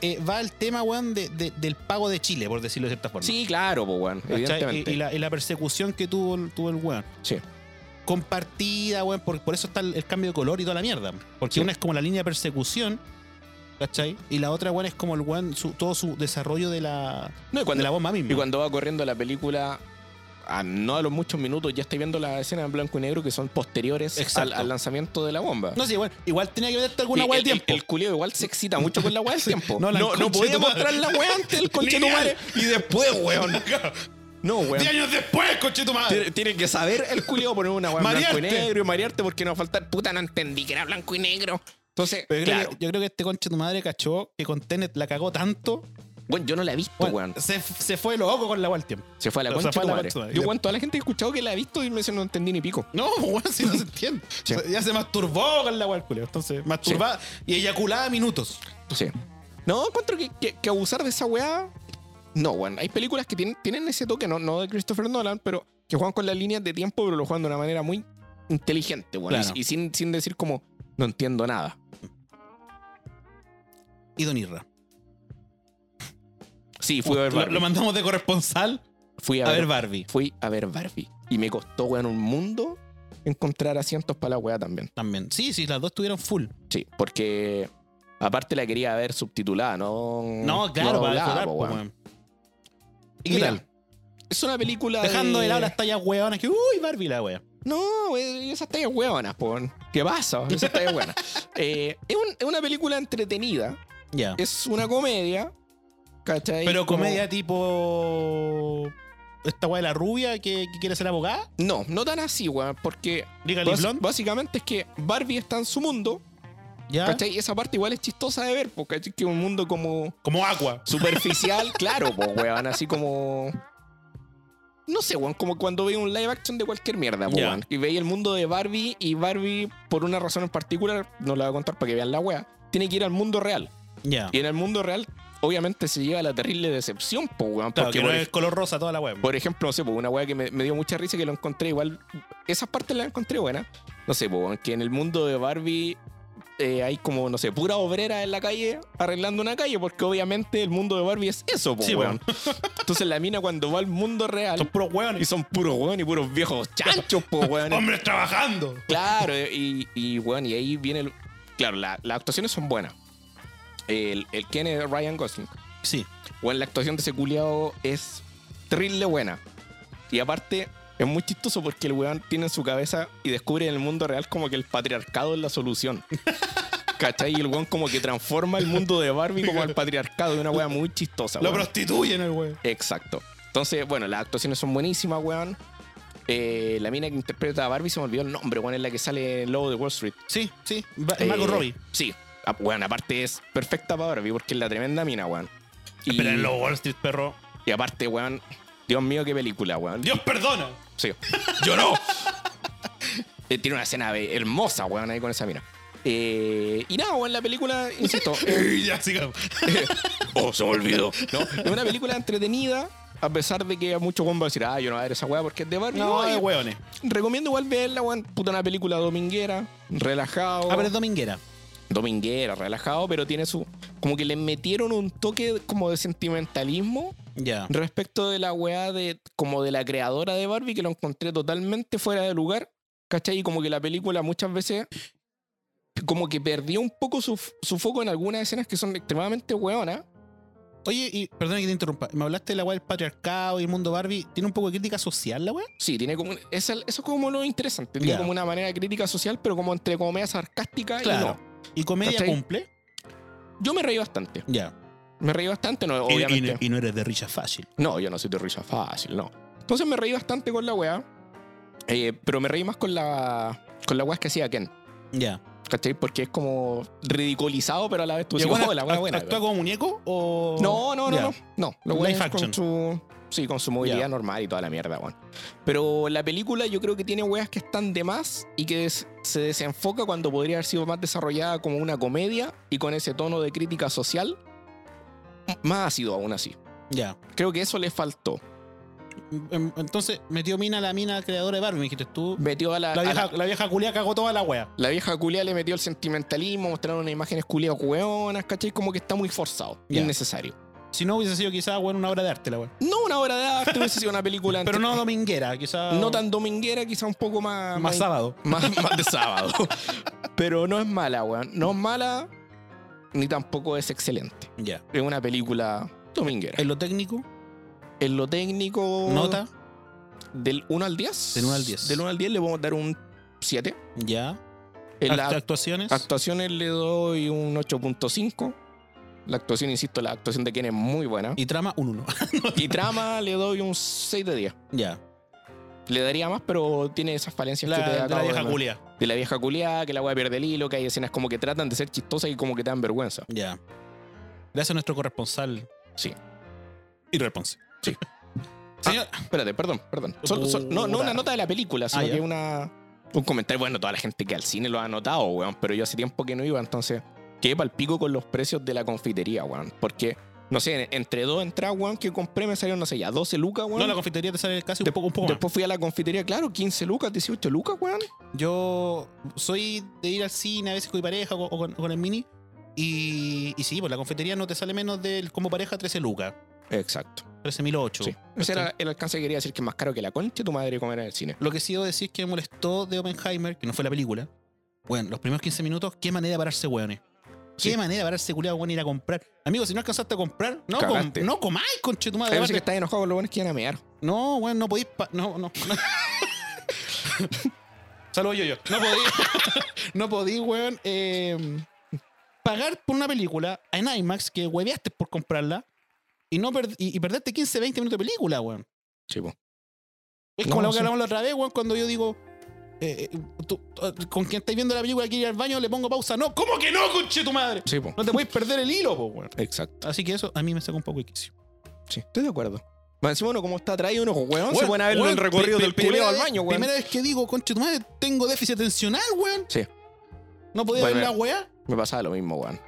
Speaker 5: Eh, va el tema, weón, de- de- del pago de Chile, por decirlo de cierta forma.
Speaker 2: Sí, claro, pues, weón,
Speaker 5: ¿Cachai?
Speaker 2: evidentemente.
Speaker 5: Y, y la, y la persecución que tuvo, el- tuvo el weón.
Speaker 2: Sí.
Speaker 5: Compartida, weón, por, por eso está el, el cambio de color y toda la mierda. Porque
Speaker 2: Sí.
Speaker 5: una es como la línea de persecución, ¿cachai? Y la otra, weón, es como el weón, su- todo su desarrollo de la,
Speaker 2: No, y
Speaker 5: de
Speaker 2: cuando,
Speaker 5: la bomba misma.
Speaker 2: y cuando va corriendo la película, a no a los muchos minutos, ya estoy viendo las escenas en blanco y negro que son posteriores al,
Speaker 5: Exacto.
Speaker 2: al lanzamiento de la bomba.
Speaker 5: No sé, weón, igual tenía que verte alguna
Speaker 2: Y
Speaker 5: weá de
Speaker 2: el- el-
Speaker 5: tiempo.
Speaker 2: El, culeo igual se excita mucho con la weá del tiempo.
Speaker 5: No,
Speaker 2: No,
Speaker 5: la
Speaker 2: no,
Speaker 5: concha
Speaker 2: podía
Speaker 5: de tu madre.
Speaker 2: mostrar la weá antes el conche tu madre. Y después, weón. No, weón.
Speaker 5: años después, coche tu
Speaker 2: Tiene, tiene que saber el culeo poner una weá en blanco y
Speaker 5: Marearte.
Speaker 2: negro y marearte porque no va a faltar. Puta, no entendí que era blanco y negro. Entonces,
Speaker 5: Pero yo,
Speaker 2: claro.
Speaker 5: creo que, yo creo que este conche tu madre cachó que con Tenet la cagó tanto.
Speaker 2: Bueno, yo no la he visto,
Speaker 5: weón,
Speaker 2: Oh, weón.
Speaker 5: Se, se fue loco con la weá al tiempo.
Speaker 2: Se fue a la
Speaker 5: se
Speaker 2: concha
Speaker 5: fue
Speaker 2: tu
Speaker 5: a la
Speaker 2: madre.
Speaker 5: concha de tu madre.
Speaker 2: Yo, weón, toda la gente que he escuchado que la ha visto y me dice no entendí ni pico.
Speaker 5: No, weón, si no se entiende.
Speaker 2: Sí.
Speaker 5: O sea, Ya se masturbó con la weá, culio. Entonces, masturbaba y eyaculaba minutos.
Speaker 2: Sí. No, encuentro que, que- que abusar de esa weá. No, weón. Hay películas que tienen, tienen ese toque, no, no de Christopher Nolan, pero que juegan con las líneas de tiempo, pero lo juegan de una manera muy inteligente, weón.
Speaker 5: Claro.
Speaker 2: Y, y sin, sin decir como, no entiendo nada.
Speaker 5: Y Don Irra.
Speaker 2: Sí, fui a ver
Speaker 5: Lo,
Speaker 2: Barbie.
Speaker 5: lo mandamos de corresponsal
Speaker 2: fui
Speaker 5: a ver Barbie.
Speaker 2: Fui a ver Barbie. Y me costó, weón, un mundo encontrar asientos para la weá también.
Speaker 5: También. Sí, sí, las dos estuvieron full.
Speaker 2: Sí, porque aparte la quería ver subtitulada, ¿no?
Speaker 5: No, claro, para
Speaker 2: doblada,
Speaker 5: disfrutar,
Speaker 2: po,
Speaker 5: po,
Speaker 2: weón.
Speaker 5: weón. ¿Y qué
Speaker 2: Mira,
Speaker 5: tal?
Speaker 2: Es una película.
Speaker 5: Dejando de lado
Speaker 2: habla
Speaker 5: las tallas weonas que, uy, Barbie la wea.
Speaker 2: No, eh, güey, esas tallas hueonas, pon. ¿Qué pasa? Esas tallas hueonas. Eh, es, un- es una película entretenida.
Speaker 5: Ya.
Speaker 2: Es una comedia. ¿Cachai?
Speaker 5: Pero
Speaker 2: Como-
Speaker 5: comedia tipo. Esta wea de la rubia que, que quiere ser abogada.
Speaker 2: No, no tan así, weón. Porque
Speaker 5: Legally
Speaker 2: bas-
Speaker 5: Blonde.
Speaker 2: básicamente es que Barbie está en su mundo.
Speaker 5: Ya.
Speaker 2: ¿Cachai? Y esa parte igual es chistosa de ver, porque es que un mundo como
Speaker 5: Como agua.
Speaker 2: superficial, claro, pues, weón. Así como. No sé, weón, como cuando veis un live action de cualquier mierda, po,
Speaker 5: Ya.
Speaker 2: weón. Y veis el mundo de Barbie y Barbie, por una razón en particular, no la voy a contar para que vean la wea, tiene que ir al mundo real.
Speaker 5: Ya.
Speaker 2: Y en el mundo real, obviamente se lleva la terrible decepción, po, weón.
Speaker 5: Claro,
Speaker 2: porque
Speaker 5: que no
Speaker 2: por,
Speaker 5: es
Speaker 2: ej-
Speaker 5: color rosa toda la wea.
Speaker 2: por ejemplo, no sé, po, una weá que me, me dio mucha risa que lo encontré igual. Esas partes las encontré buenas. No sé, po, weón, que en el mundo de Barbie. eh, hay como, no sé, pura obrera en la calle arreglando una calle, porque obviamente el mundo de Barbie es eso, po,
Speaker 5: Sí,
Speaker 2: weón. Entonces la mina cuando va al mundo real
Speaker 5: Son puros
Speaker 2: y
Speaker 5: weones.
Speaker 2: son puros weón y puros viejos chanchos, po, weón.
Speaker 5: Hombres trabajando.
Speaker 2: Claro, eh, y, y bueno, y ahí viene el. Claro, la- las actuaciones son buenas. El, el Ken es Ryan Gosling.
Speaker 5: Sí.
Speaker 2: Bueno, la actuación de ese culiao es terrible buena. Y aparte, es muy chistoso porque el weón tiene en su cabeza y descubre en el mundo real como que el patriarcado es la solución. ¿Cachai? Y el weón como que transforma el mundo de Barbie como al patriarcado de una wea muy chistosa.
Speaker 5: Lo
Speaker 2: weón.
Speaker 5: prostituyen el weón.
Speaker 2: Exacto. Entonces, bueno, las actuaciones son buenísimas, weón. Eh, la mina que interpreta a Barbie se me olvidó el nombre, weón, es la que sale en Lobo de Wall Street.
Speaker 5: Sí, sí. Ba-
Speaker 2: Eh,
Speaker 5: Margot Robbie.
Speaker 2: Sí. Ah, Weón, aparte es perfecta para Barbie porque es la tremenda mina, weón. Y,
Speaker 5: Espera, en los Wall Street, perro.
Speaker 2: y aparte, weón, Dios mío, qué película, weón.
Speaker 5: Dios perdona.
Speaker 2: Sí. ¡Yo no! Eh, Tiene una escena be- hermosa, weón, ahí con esa mina. Eh, y nada, weón, la película, insisto,
Speaker 5: Y ya sigamos.
Speaker 2: oh, se me olvidó. No, es una película entretenida, a pesar de que a muchos weón van a decir, ah, yo no voy a ver esa weá porque es de Barbie.
Speaker 5: No,
Speaker 2: y-
Speaker 5: de hueones.
Speaker 2: Recomiendo igual verla, weón. Puta, una película dominguera, relajado.
Speaker 5: A ver, Ah, es dominguera.
Speaker 2: dominguera, relajado, pero tiene su. Como que le metieron un toque como de sentimentalismo
Speaker 5: Ya.
Speaker 2: respecto de la weá de. como de la creadora de Barbie, que lo encontré totalmente fuera de lugar. ¿Cachai? Y como que la película muchas veces. Como que perdió un poco su, su foco en algunas escenas que son extremadamente weonas.
Speaker 5: Oye, y perdona que te interrumpa. Me hablaste de la weá del patriarcado y el mundo Barbie. ¿Tiene un poco de crítica social la weá?
Speaker 2: Sí, tiene como. un- esa- eso es como lo interesante. Tiene
Speaker 5: Ya.
Speaker 2: como una manera de crítica social, pero como entre comillas sarcástica y no.
Speaker 5: ¿Y comedia
Speaker 2: ¿Cachai?
Speaker 5: cumple?
Speaker 2: Yo me reí bastante.
Speaker 5: Ya.
Speaker 2: Me reí bastante, no,
Speaker 5: Y- y-
Speaker 2: obviamente.
Speaker 5: Y, no eres de risa fácil.
Speaker 2: No, yo no soy de risa fácil, no. Entonces me reí bastante con la weá. eh, pero me reí más con la. con la weá que hacía Ken.
Speaker 5: Ya.
Speaker 2: ¿Cachai? Porque es como ridiculizado, pero a la vez tú
Speaker 5: ¿Y
Speaker 2: dices,
Speaker 5: el weón
Speaker 2: "Oh, la weá
Speaker 5: act-
Speaker 2: buena.
Speaker 5: ¿Actúa como muñeco o.?
Speaker 2: No, no, no,
Speaker 5: Ya.
Speaker 2: no. No, lo
Speaker 5: Live
Speaker 2: weón es
Speaker 5: action.
Speaker 2: con su. Sí, con su movilidad
Speaker 5: Ya.
Speaker 2: normal y toda la mierda, weón. Pero la película yo creo que tiene weas que están de más y que des- se desenfoca cuando podría haber sido más desarrollada como una comedia y con ese tono de crítica social. Más ácido aún así.
Speaker 5: Ya.
Speaker 2: Creo que eso le faltó.
Speaker 5: Em, Entonces, metió mina a la mina creadora de Barbie, me dijiste tú.
Speaker 2: Metió Mm, a la,
Speaker 5: La
Speaker 2: a la-
Speaker 5: vieja, la vieja culia cagó toda la weá.
Speaker 2: La vieja culia le metió el sentimentalismo, mostraron unas imágenes culias hueonas, ¿cachai? Como que está muy forzado,
Speaker 5: Ya.
Speaker 2: innecesario.
Speaker 5: Si no hubiese sido quizás, weón, una obra de arte la weá.
Speaker 2: No una obra de arte, hubiese sido una película
Speaker 5: Pero
Speaker 2: entre-
Speaker 5: no dominguera, quizás.
Speaker 2: no tan dominguera, quizá un poco más...
Speaker 5: Más sábado.
Speaker 2: más- más de sábado. Pero no es mala, weón. No es mala, ni tampoco es excelente.
Speaker 5: Ya.
Speaker 2: Es una película dominguera.
Speaker 5: En lo técnico,
Speaker 2: en lo técnico...
Speaker 5: Eh. nota.
Speaker 2: Del 1 al 10.
Speaker 5: Del 1 al 10.
Speaker 2: Del 1 al 10 le podemos dar un 7.
Speaker 5: Ya.
Speaker 2: En
Speaker 5: Act-
Speaker 2: la
Speaker 5: actuaciones.
Speaker 2: Actuaciones le doy un 8.5. La actuación, insisto, la actuación de Ken es muy buena. Y,
Speaker 5: y trama, un 1.
Speaker 2: trama le doy un 6 de 10.
Speaker 5: ya.
Speaker 2: Le daría más, pero tiene esas falencias que te
Speaker 5: La, de
Speaker 2: acabo
Speaker 5: la
Speaker 2: de
Speaker 5: vieja
Speaker 2: nombrar.
Speaker 5: culia.
Speaker 2: De la vieja culiada, que la weá pierde el hilo, que hay escenas como que tratan de ser chistosas y como que te dan vergüenza.
Speaker 5: Ya. Gracias a nuestro corresponsal.
Speaker 2: Sí.
Speaker 5: Irresponsable.
Speaker 2: Sí. Ah,
Speaker 5: Señor,
Speaker 2: Espérate, perdón, perdón. Sol- sol- no, no
Speaker 5: Uh, Puta.
Speaker 2: una nota de la película, sino
Speaker 5: Ah, ya.
Speaker 2: que una, un comentario. Bueno, toda la gente que al cine lo ha notado, weón, pero yo hace tiempo que no iba, entonces quedé pal pico con los precios de la confitería, weón. Porque, no sé, entre dos entradas, weón, que compré me salieron, no sé, ya 12 lucas, weón.
Speaker 5: no, la confitería te sale casi un
Speaker 2: De-
Speaker 5: poco, un poco más.
Speaker 2: Después fui a la confitería, claro, 15 lucas, 18 lucas, weón.
Speaker 5: Yo soy de ir al cine a veces con mi pareja o, o con, o con el mini. Y, y sí, pues la confitería no te sale menos del como pareja 13 lucas.
Speaker 2: Exacto.
Speaker 5: 13.008.
Speaker 2: Sí. Ese era el alcance que quería decir que es más caro que la concha de tu madre comer en el cine.
Speaker 5: Lo que sí debo decir que me molestó de Oppenheimer, que no fue la película. Bueno, los primeros 15 minutos, qué manera de pararse, weones. Qué
Speaker 2: Sí.
Speaker 5: manera de pararse, culiado, weón, ir a comprar. Amigo, si no alcanzaste a comprar, no, com
Speaker 2: Cagaste.
Speaker 5: no comáis, conche tu
Speaker 2: A
Speaker 5: madre.
Speaker 2: veces que
Speaker 5: Aparte-
Speaker 2: estás enojado con los buenos que iban a mear.
Speaker 5: No, weón, no podéis. pa- No, no. no. Saludos, yo, yo. No podí, no podí, weón. eh, pagar por una película en IMAX que hueveaste por comprarla y, no per- y, y perderte 15, 20 minutos de película, weón.
Speaker 2: Sí, po.
Speaker 5: Es
Speaker 2: No,
Speaker 5: como lo que
Speaker 2: sí.
Speaker 5: hablamos la otra vez, weón, cuando yo digo, eh, eh, tú- tú- con quien estáis viendo la película, quiere ir al baño, le pongo pausa. No, ¿cómo que no, conche tu madre?
Speaker 2: Sí, po.
Speaker 5: No te puedes perder el hilo, po, weón.
Speaker 2: Exacto.
Speaker 5: Así que eso a mí me saca un poco de quicio.
Speaker 2: Sí, estoy de acuerdo. Más encima uno como está traído unos weón, se
Speaker 5: Weón,
Speaker 2: pueden haberlo
Speaker 5: weón,
Speaker 2: en recorrido
Speaker 5: pri-
Speaker 2: del
Speaker 5: pri-
Speaker 2: culeo
Speaker 5: primera
Speaker 2: al
Speaker 5: vez-
Speaker 2: baño, weón.
Speaker 5: Primera vez que digo, conche tu madre, tengo déficit atencional, weón.
Speaker 2: Sí.
Speaker 5: No podía
Speaker 2: Bueno,
Speaker 5: ver la weá.
Speaker 2: Me pasaba lo mismo, weón.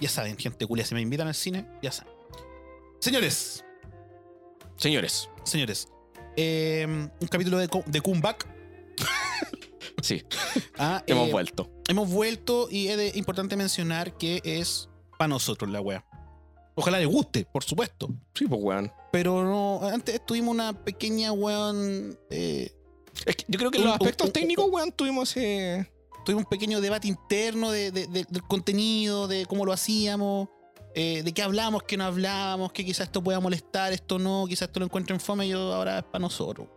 Speaker 5: Ya saben, gente culia, si me invitan al cine, ya saben. Señores,
Speaker 2: Señores,
Speaker 5: señores, eh, un capítulo de, co- de comeback.
Speaker 2: sí,
Speaker 5: Ah,
Speaker 2: hemos
Speaker 5: eh,
Speaker 2: vuelto.
Speaker 5: Hemos vuelto y es de- importante mencionar que es para nosotros la wea. Ojalá les guste, por supuesto.
Speaker 2: Sí, pues weón.
Speaker 5: Pero no, antes tuvimos una pequeña weón. eh,
Speaker 2: Es que yo creo que en los
Speaker 5: Un- un-
Speaker 2: aspectos
Speaker 5: un-
Speaker 2: técnicos, weón, tuvimos ese.
Speaker 5: tuvimos un pequeño debate interno de- de- de- del contenido, de cómo lo hacíamos, eh, de qué hablamos, qué no hablábamos, que quizás esto pueda molestar, esto no, quizás esto lo encuentren fome. Yo ahora es para nosotros.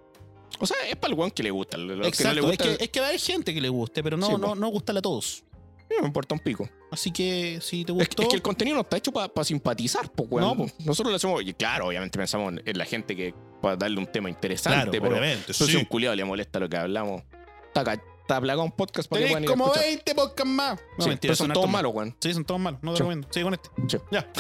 Speaker 2: O sea, es para el weón que le gusta. Los que no le
Speaker 5: Exacto,
Speaker 2: gusta.
Speaker 5: es, que, es que va a haber gente que le guste, pero no,
Speaker 2: Sí,
Speaker 5: no,
Speaker 2: po.
Speaker 5: no gustarle a todos.
Speaker 2: eh, me importa un pico.
Speaker 5: Así que si te
Speaker 2: Es,
Speaker 5: gustó.
Speaker 2: es que el contenido no está hecho para simpatizar, pues, weón.
Speaker 5: No, po.
Speaker 2: Nosotros lo hacemos, y claro, obviamente pensamos en, en la gente que para darle un tema
Speaker 5: claro,
Speaker 2: interesante, pero
Speaker 5: obviamente.
Speaker 2: entonces
Speaker 5: sí.
Speaker 2: si un culiado le molesta lo que hablamos, está, ca- está plagado un podcast para que puedan
Speaker 5: Tenéis
Speaker 2: ir a
Speaker 5: como
Speaker 2: escuchar.
Speaker 5: 20 podcasts más. No,
Speaker 2: Sí,
Speaker 5: mentira,
Speaker 2: pero son
Speaker 5: hartos
Speaker 2: todos
Speaker 5: más.
Speaker 2: malos, weón.
Speaker 5: Sí, son todos malos. No te
Speaker 2: Sí.
Speaker 5: recomiendo. Sigue con este.
Speaker 2: Sí.
Speaker 5: Ya.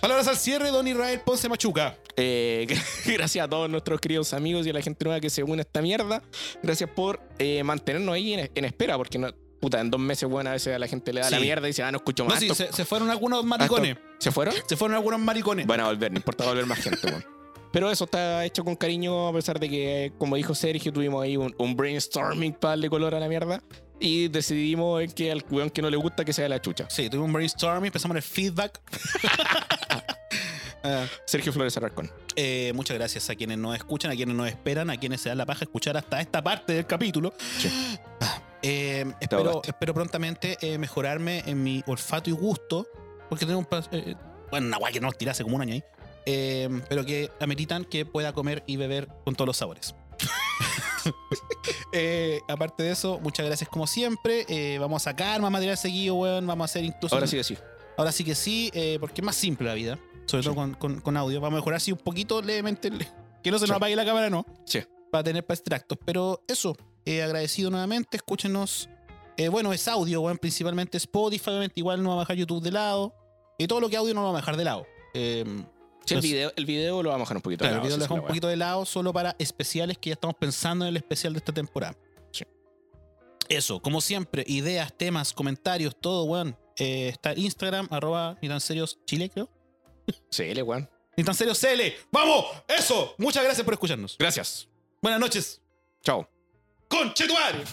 Speaker 5: Palabras al cierre, Don Israel Ponce Machuca.
Speaker 2: Eh, gracias a todos nuestros queridos amigos y a la gente nueva que se une a esta mierda. Gracias por eh, mantenernos ahí en, en espera, porque no- puta, en dos meses, bueno, a veces a la gente le da la
Speaker 5: Sí.
Speaker 2: mierda y se van no escucho más.
Speaker 5: No, sí,
Speaker 2: Estos-
Speaker 5: se, se fueron algunos
Speaker 2: estos-
Speaker 5: maricones.
Speaker 2: ¿Se fueron?
Speaker 5: Se fueron algunos maricones.
Speaker 2: Van a volver, no importa volver más gente, weón. Pero eso está hecho con cariño, a pesar de que, como dijo Sergio, tuvimos ahí un, un brainstorming para darle color a la mierda. Y decidimos que al weón que no le gusta que sea la chucha.
Speaker 5: Sí, tuvimos un brainstorming, empezamos en el feedback. Ah,
Speaker 2: Sergio Flores Arrascón.
Speaker 5: eh, muchas gracias a quienes nos escuchan, a quienes nos esperan, a quienes se dan la paja escuchar hasta esta parte del capítulo.
Speaker 2: Sí.
Speaker 5: Ah, eh, espero,
Speaker 2: ahogaste.
Speaker 5: espero prontamente eh, mejorarme en mi olfato y gusto, porque tengo un... pas- eh, bueno, una guay que no tiré hace como un año ahí, eh, pero que ameritan que pueda comer y beber con todos los sabores. Eh, aparte de eso, muchas gracias como siempre. Eh, vamos a sacar más material seguido, weón. Vamos a hacer incluso
Speaker 2: Ahora sí, sí.
Speaker 5: Ahora sí que sí, eh, porque es más simple la vida. Sobre todo con, con- con audio. Vamos a mejorar así un poquito levemente. le- Que no se nos
Speaker 2: Sí.
Speaker 5: apague la cámara, no.
Speaker 2: Sí.
Speaker 5: Para tener para extractos. Pero eso, eh, agradecido nuevamente. Escúchenos. Eh, bueno, es audio, weón, principalmente Spotify. Obviamente, igual no va a bajar YouTube de lado. Y todo lo que es audio no lo va a dejar de lado. Eh,
Speaker 2: Sí, el,
Speaker 5: Entonces-
Speaker 2: video, el video lo vamos a dejar un poquito.
Speaker 5: claro, el
Speaker 2: al
Speaker 5: video
Speaker 2: lado, sí,
Speaker 5: lo dejamos un
Speaker 2: sí, la
Speaker 5: poquito de lado solo para especiales que ya estamos pensando en el especial de esta temporada.
Speaker 2: Sí.
Speaker 5: Eso, como siempre, ideas, temas, comentarios, todo, weón. Eh, está el Instagram, arroba ni tan serios chile, creo.
Speaker 2: weá. Sí, le weón.
Speaker 5: Ni tan serio CL. ¡Vamos! ¡Eso! Muchas gracias por escucharnos.
Speaker 2: Gracias.
Speaker 5: Buenas noches.
Speaker 2: Chao.
Speaker 5: ¡Conchetual!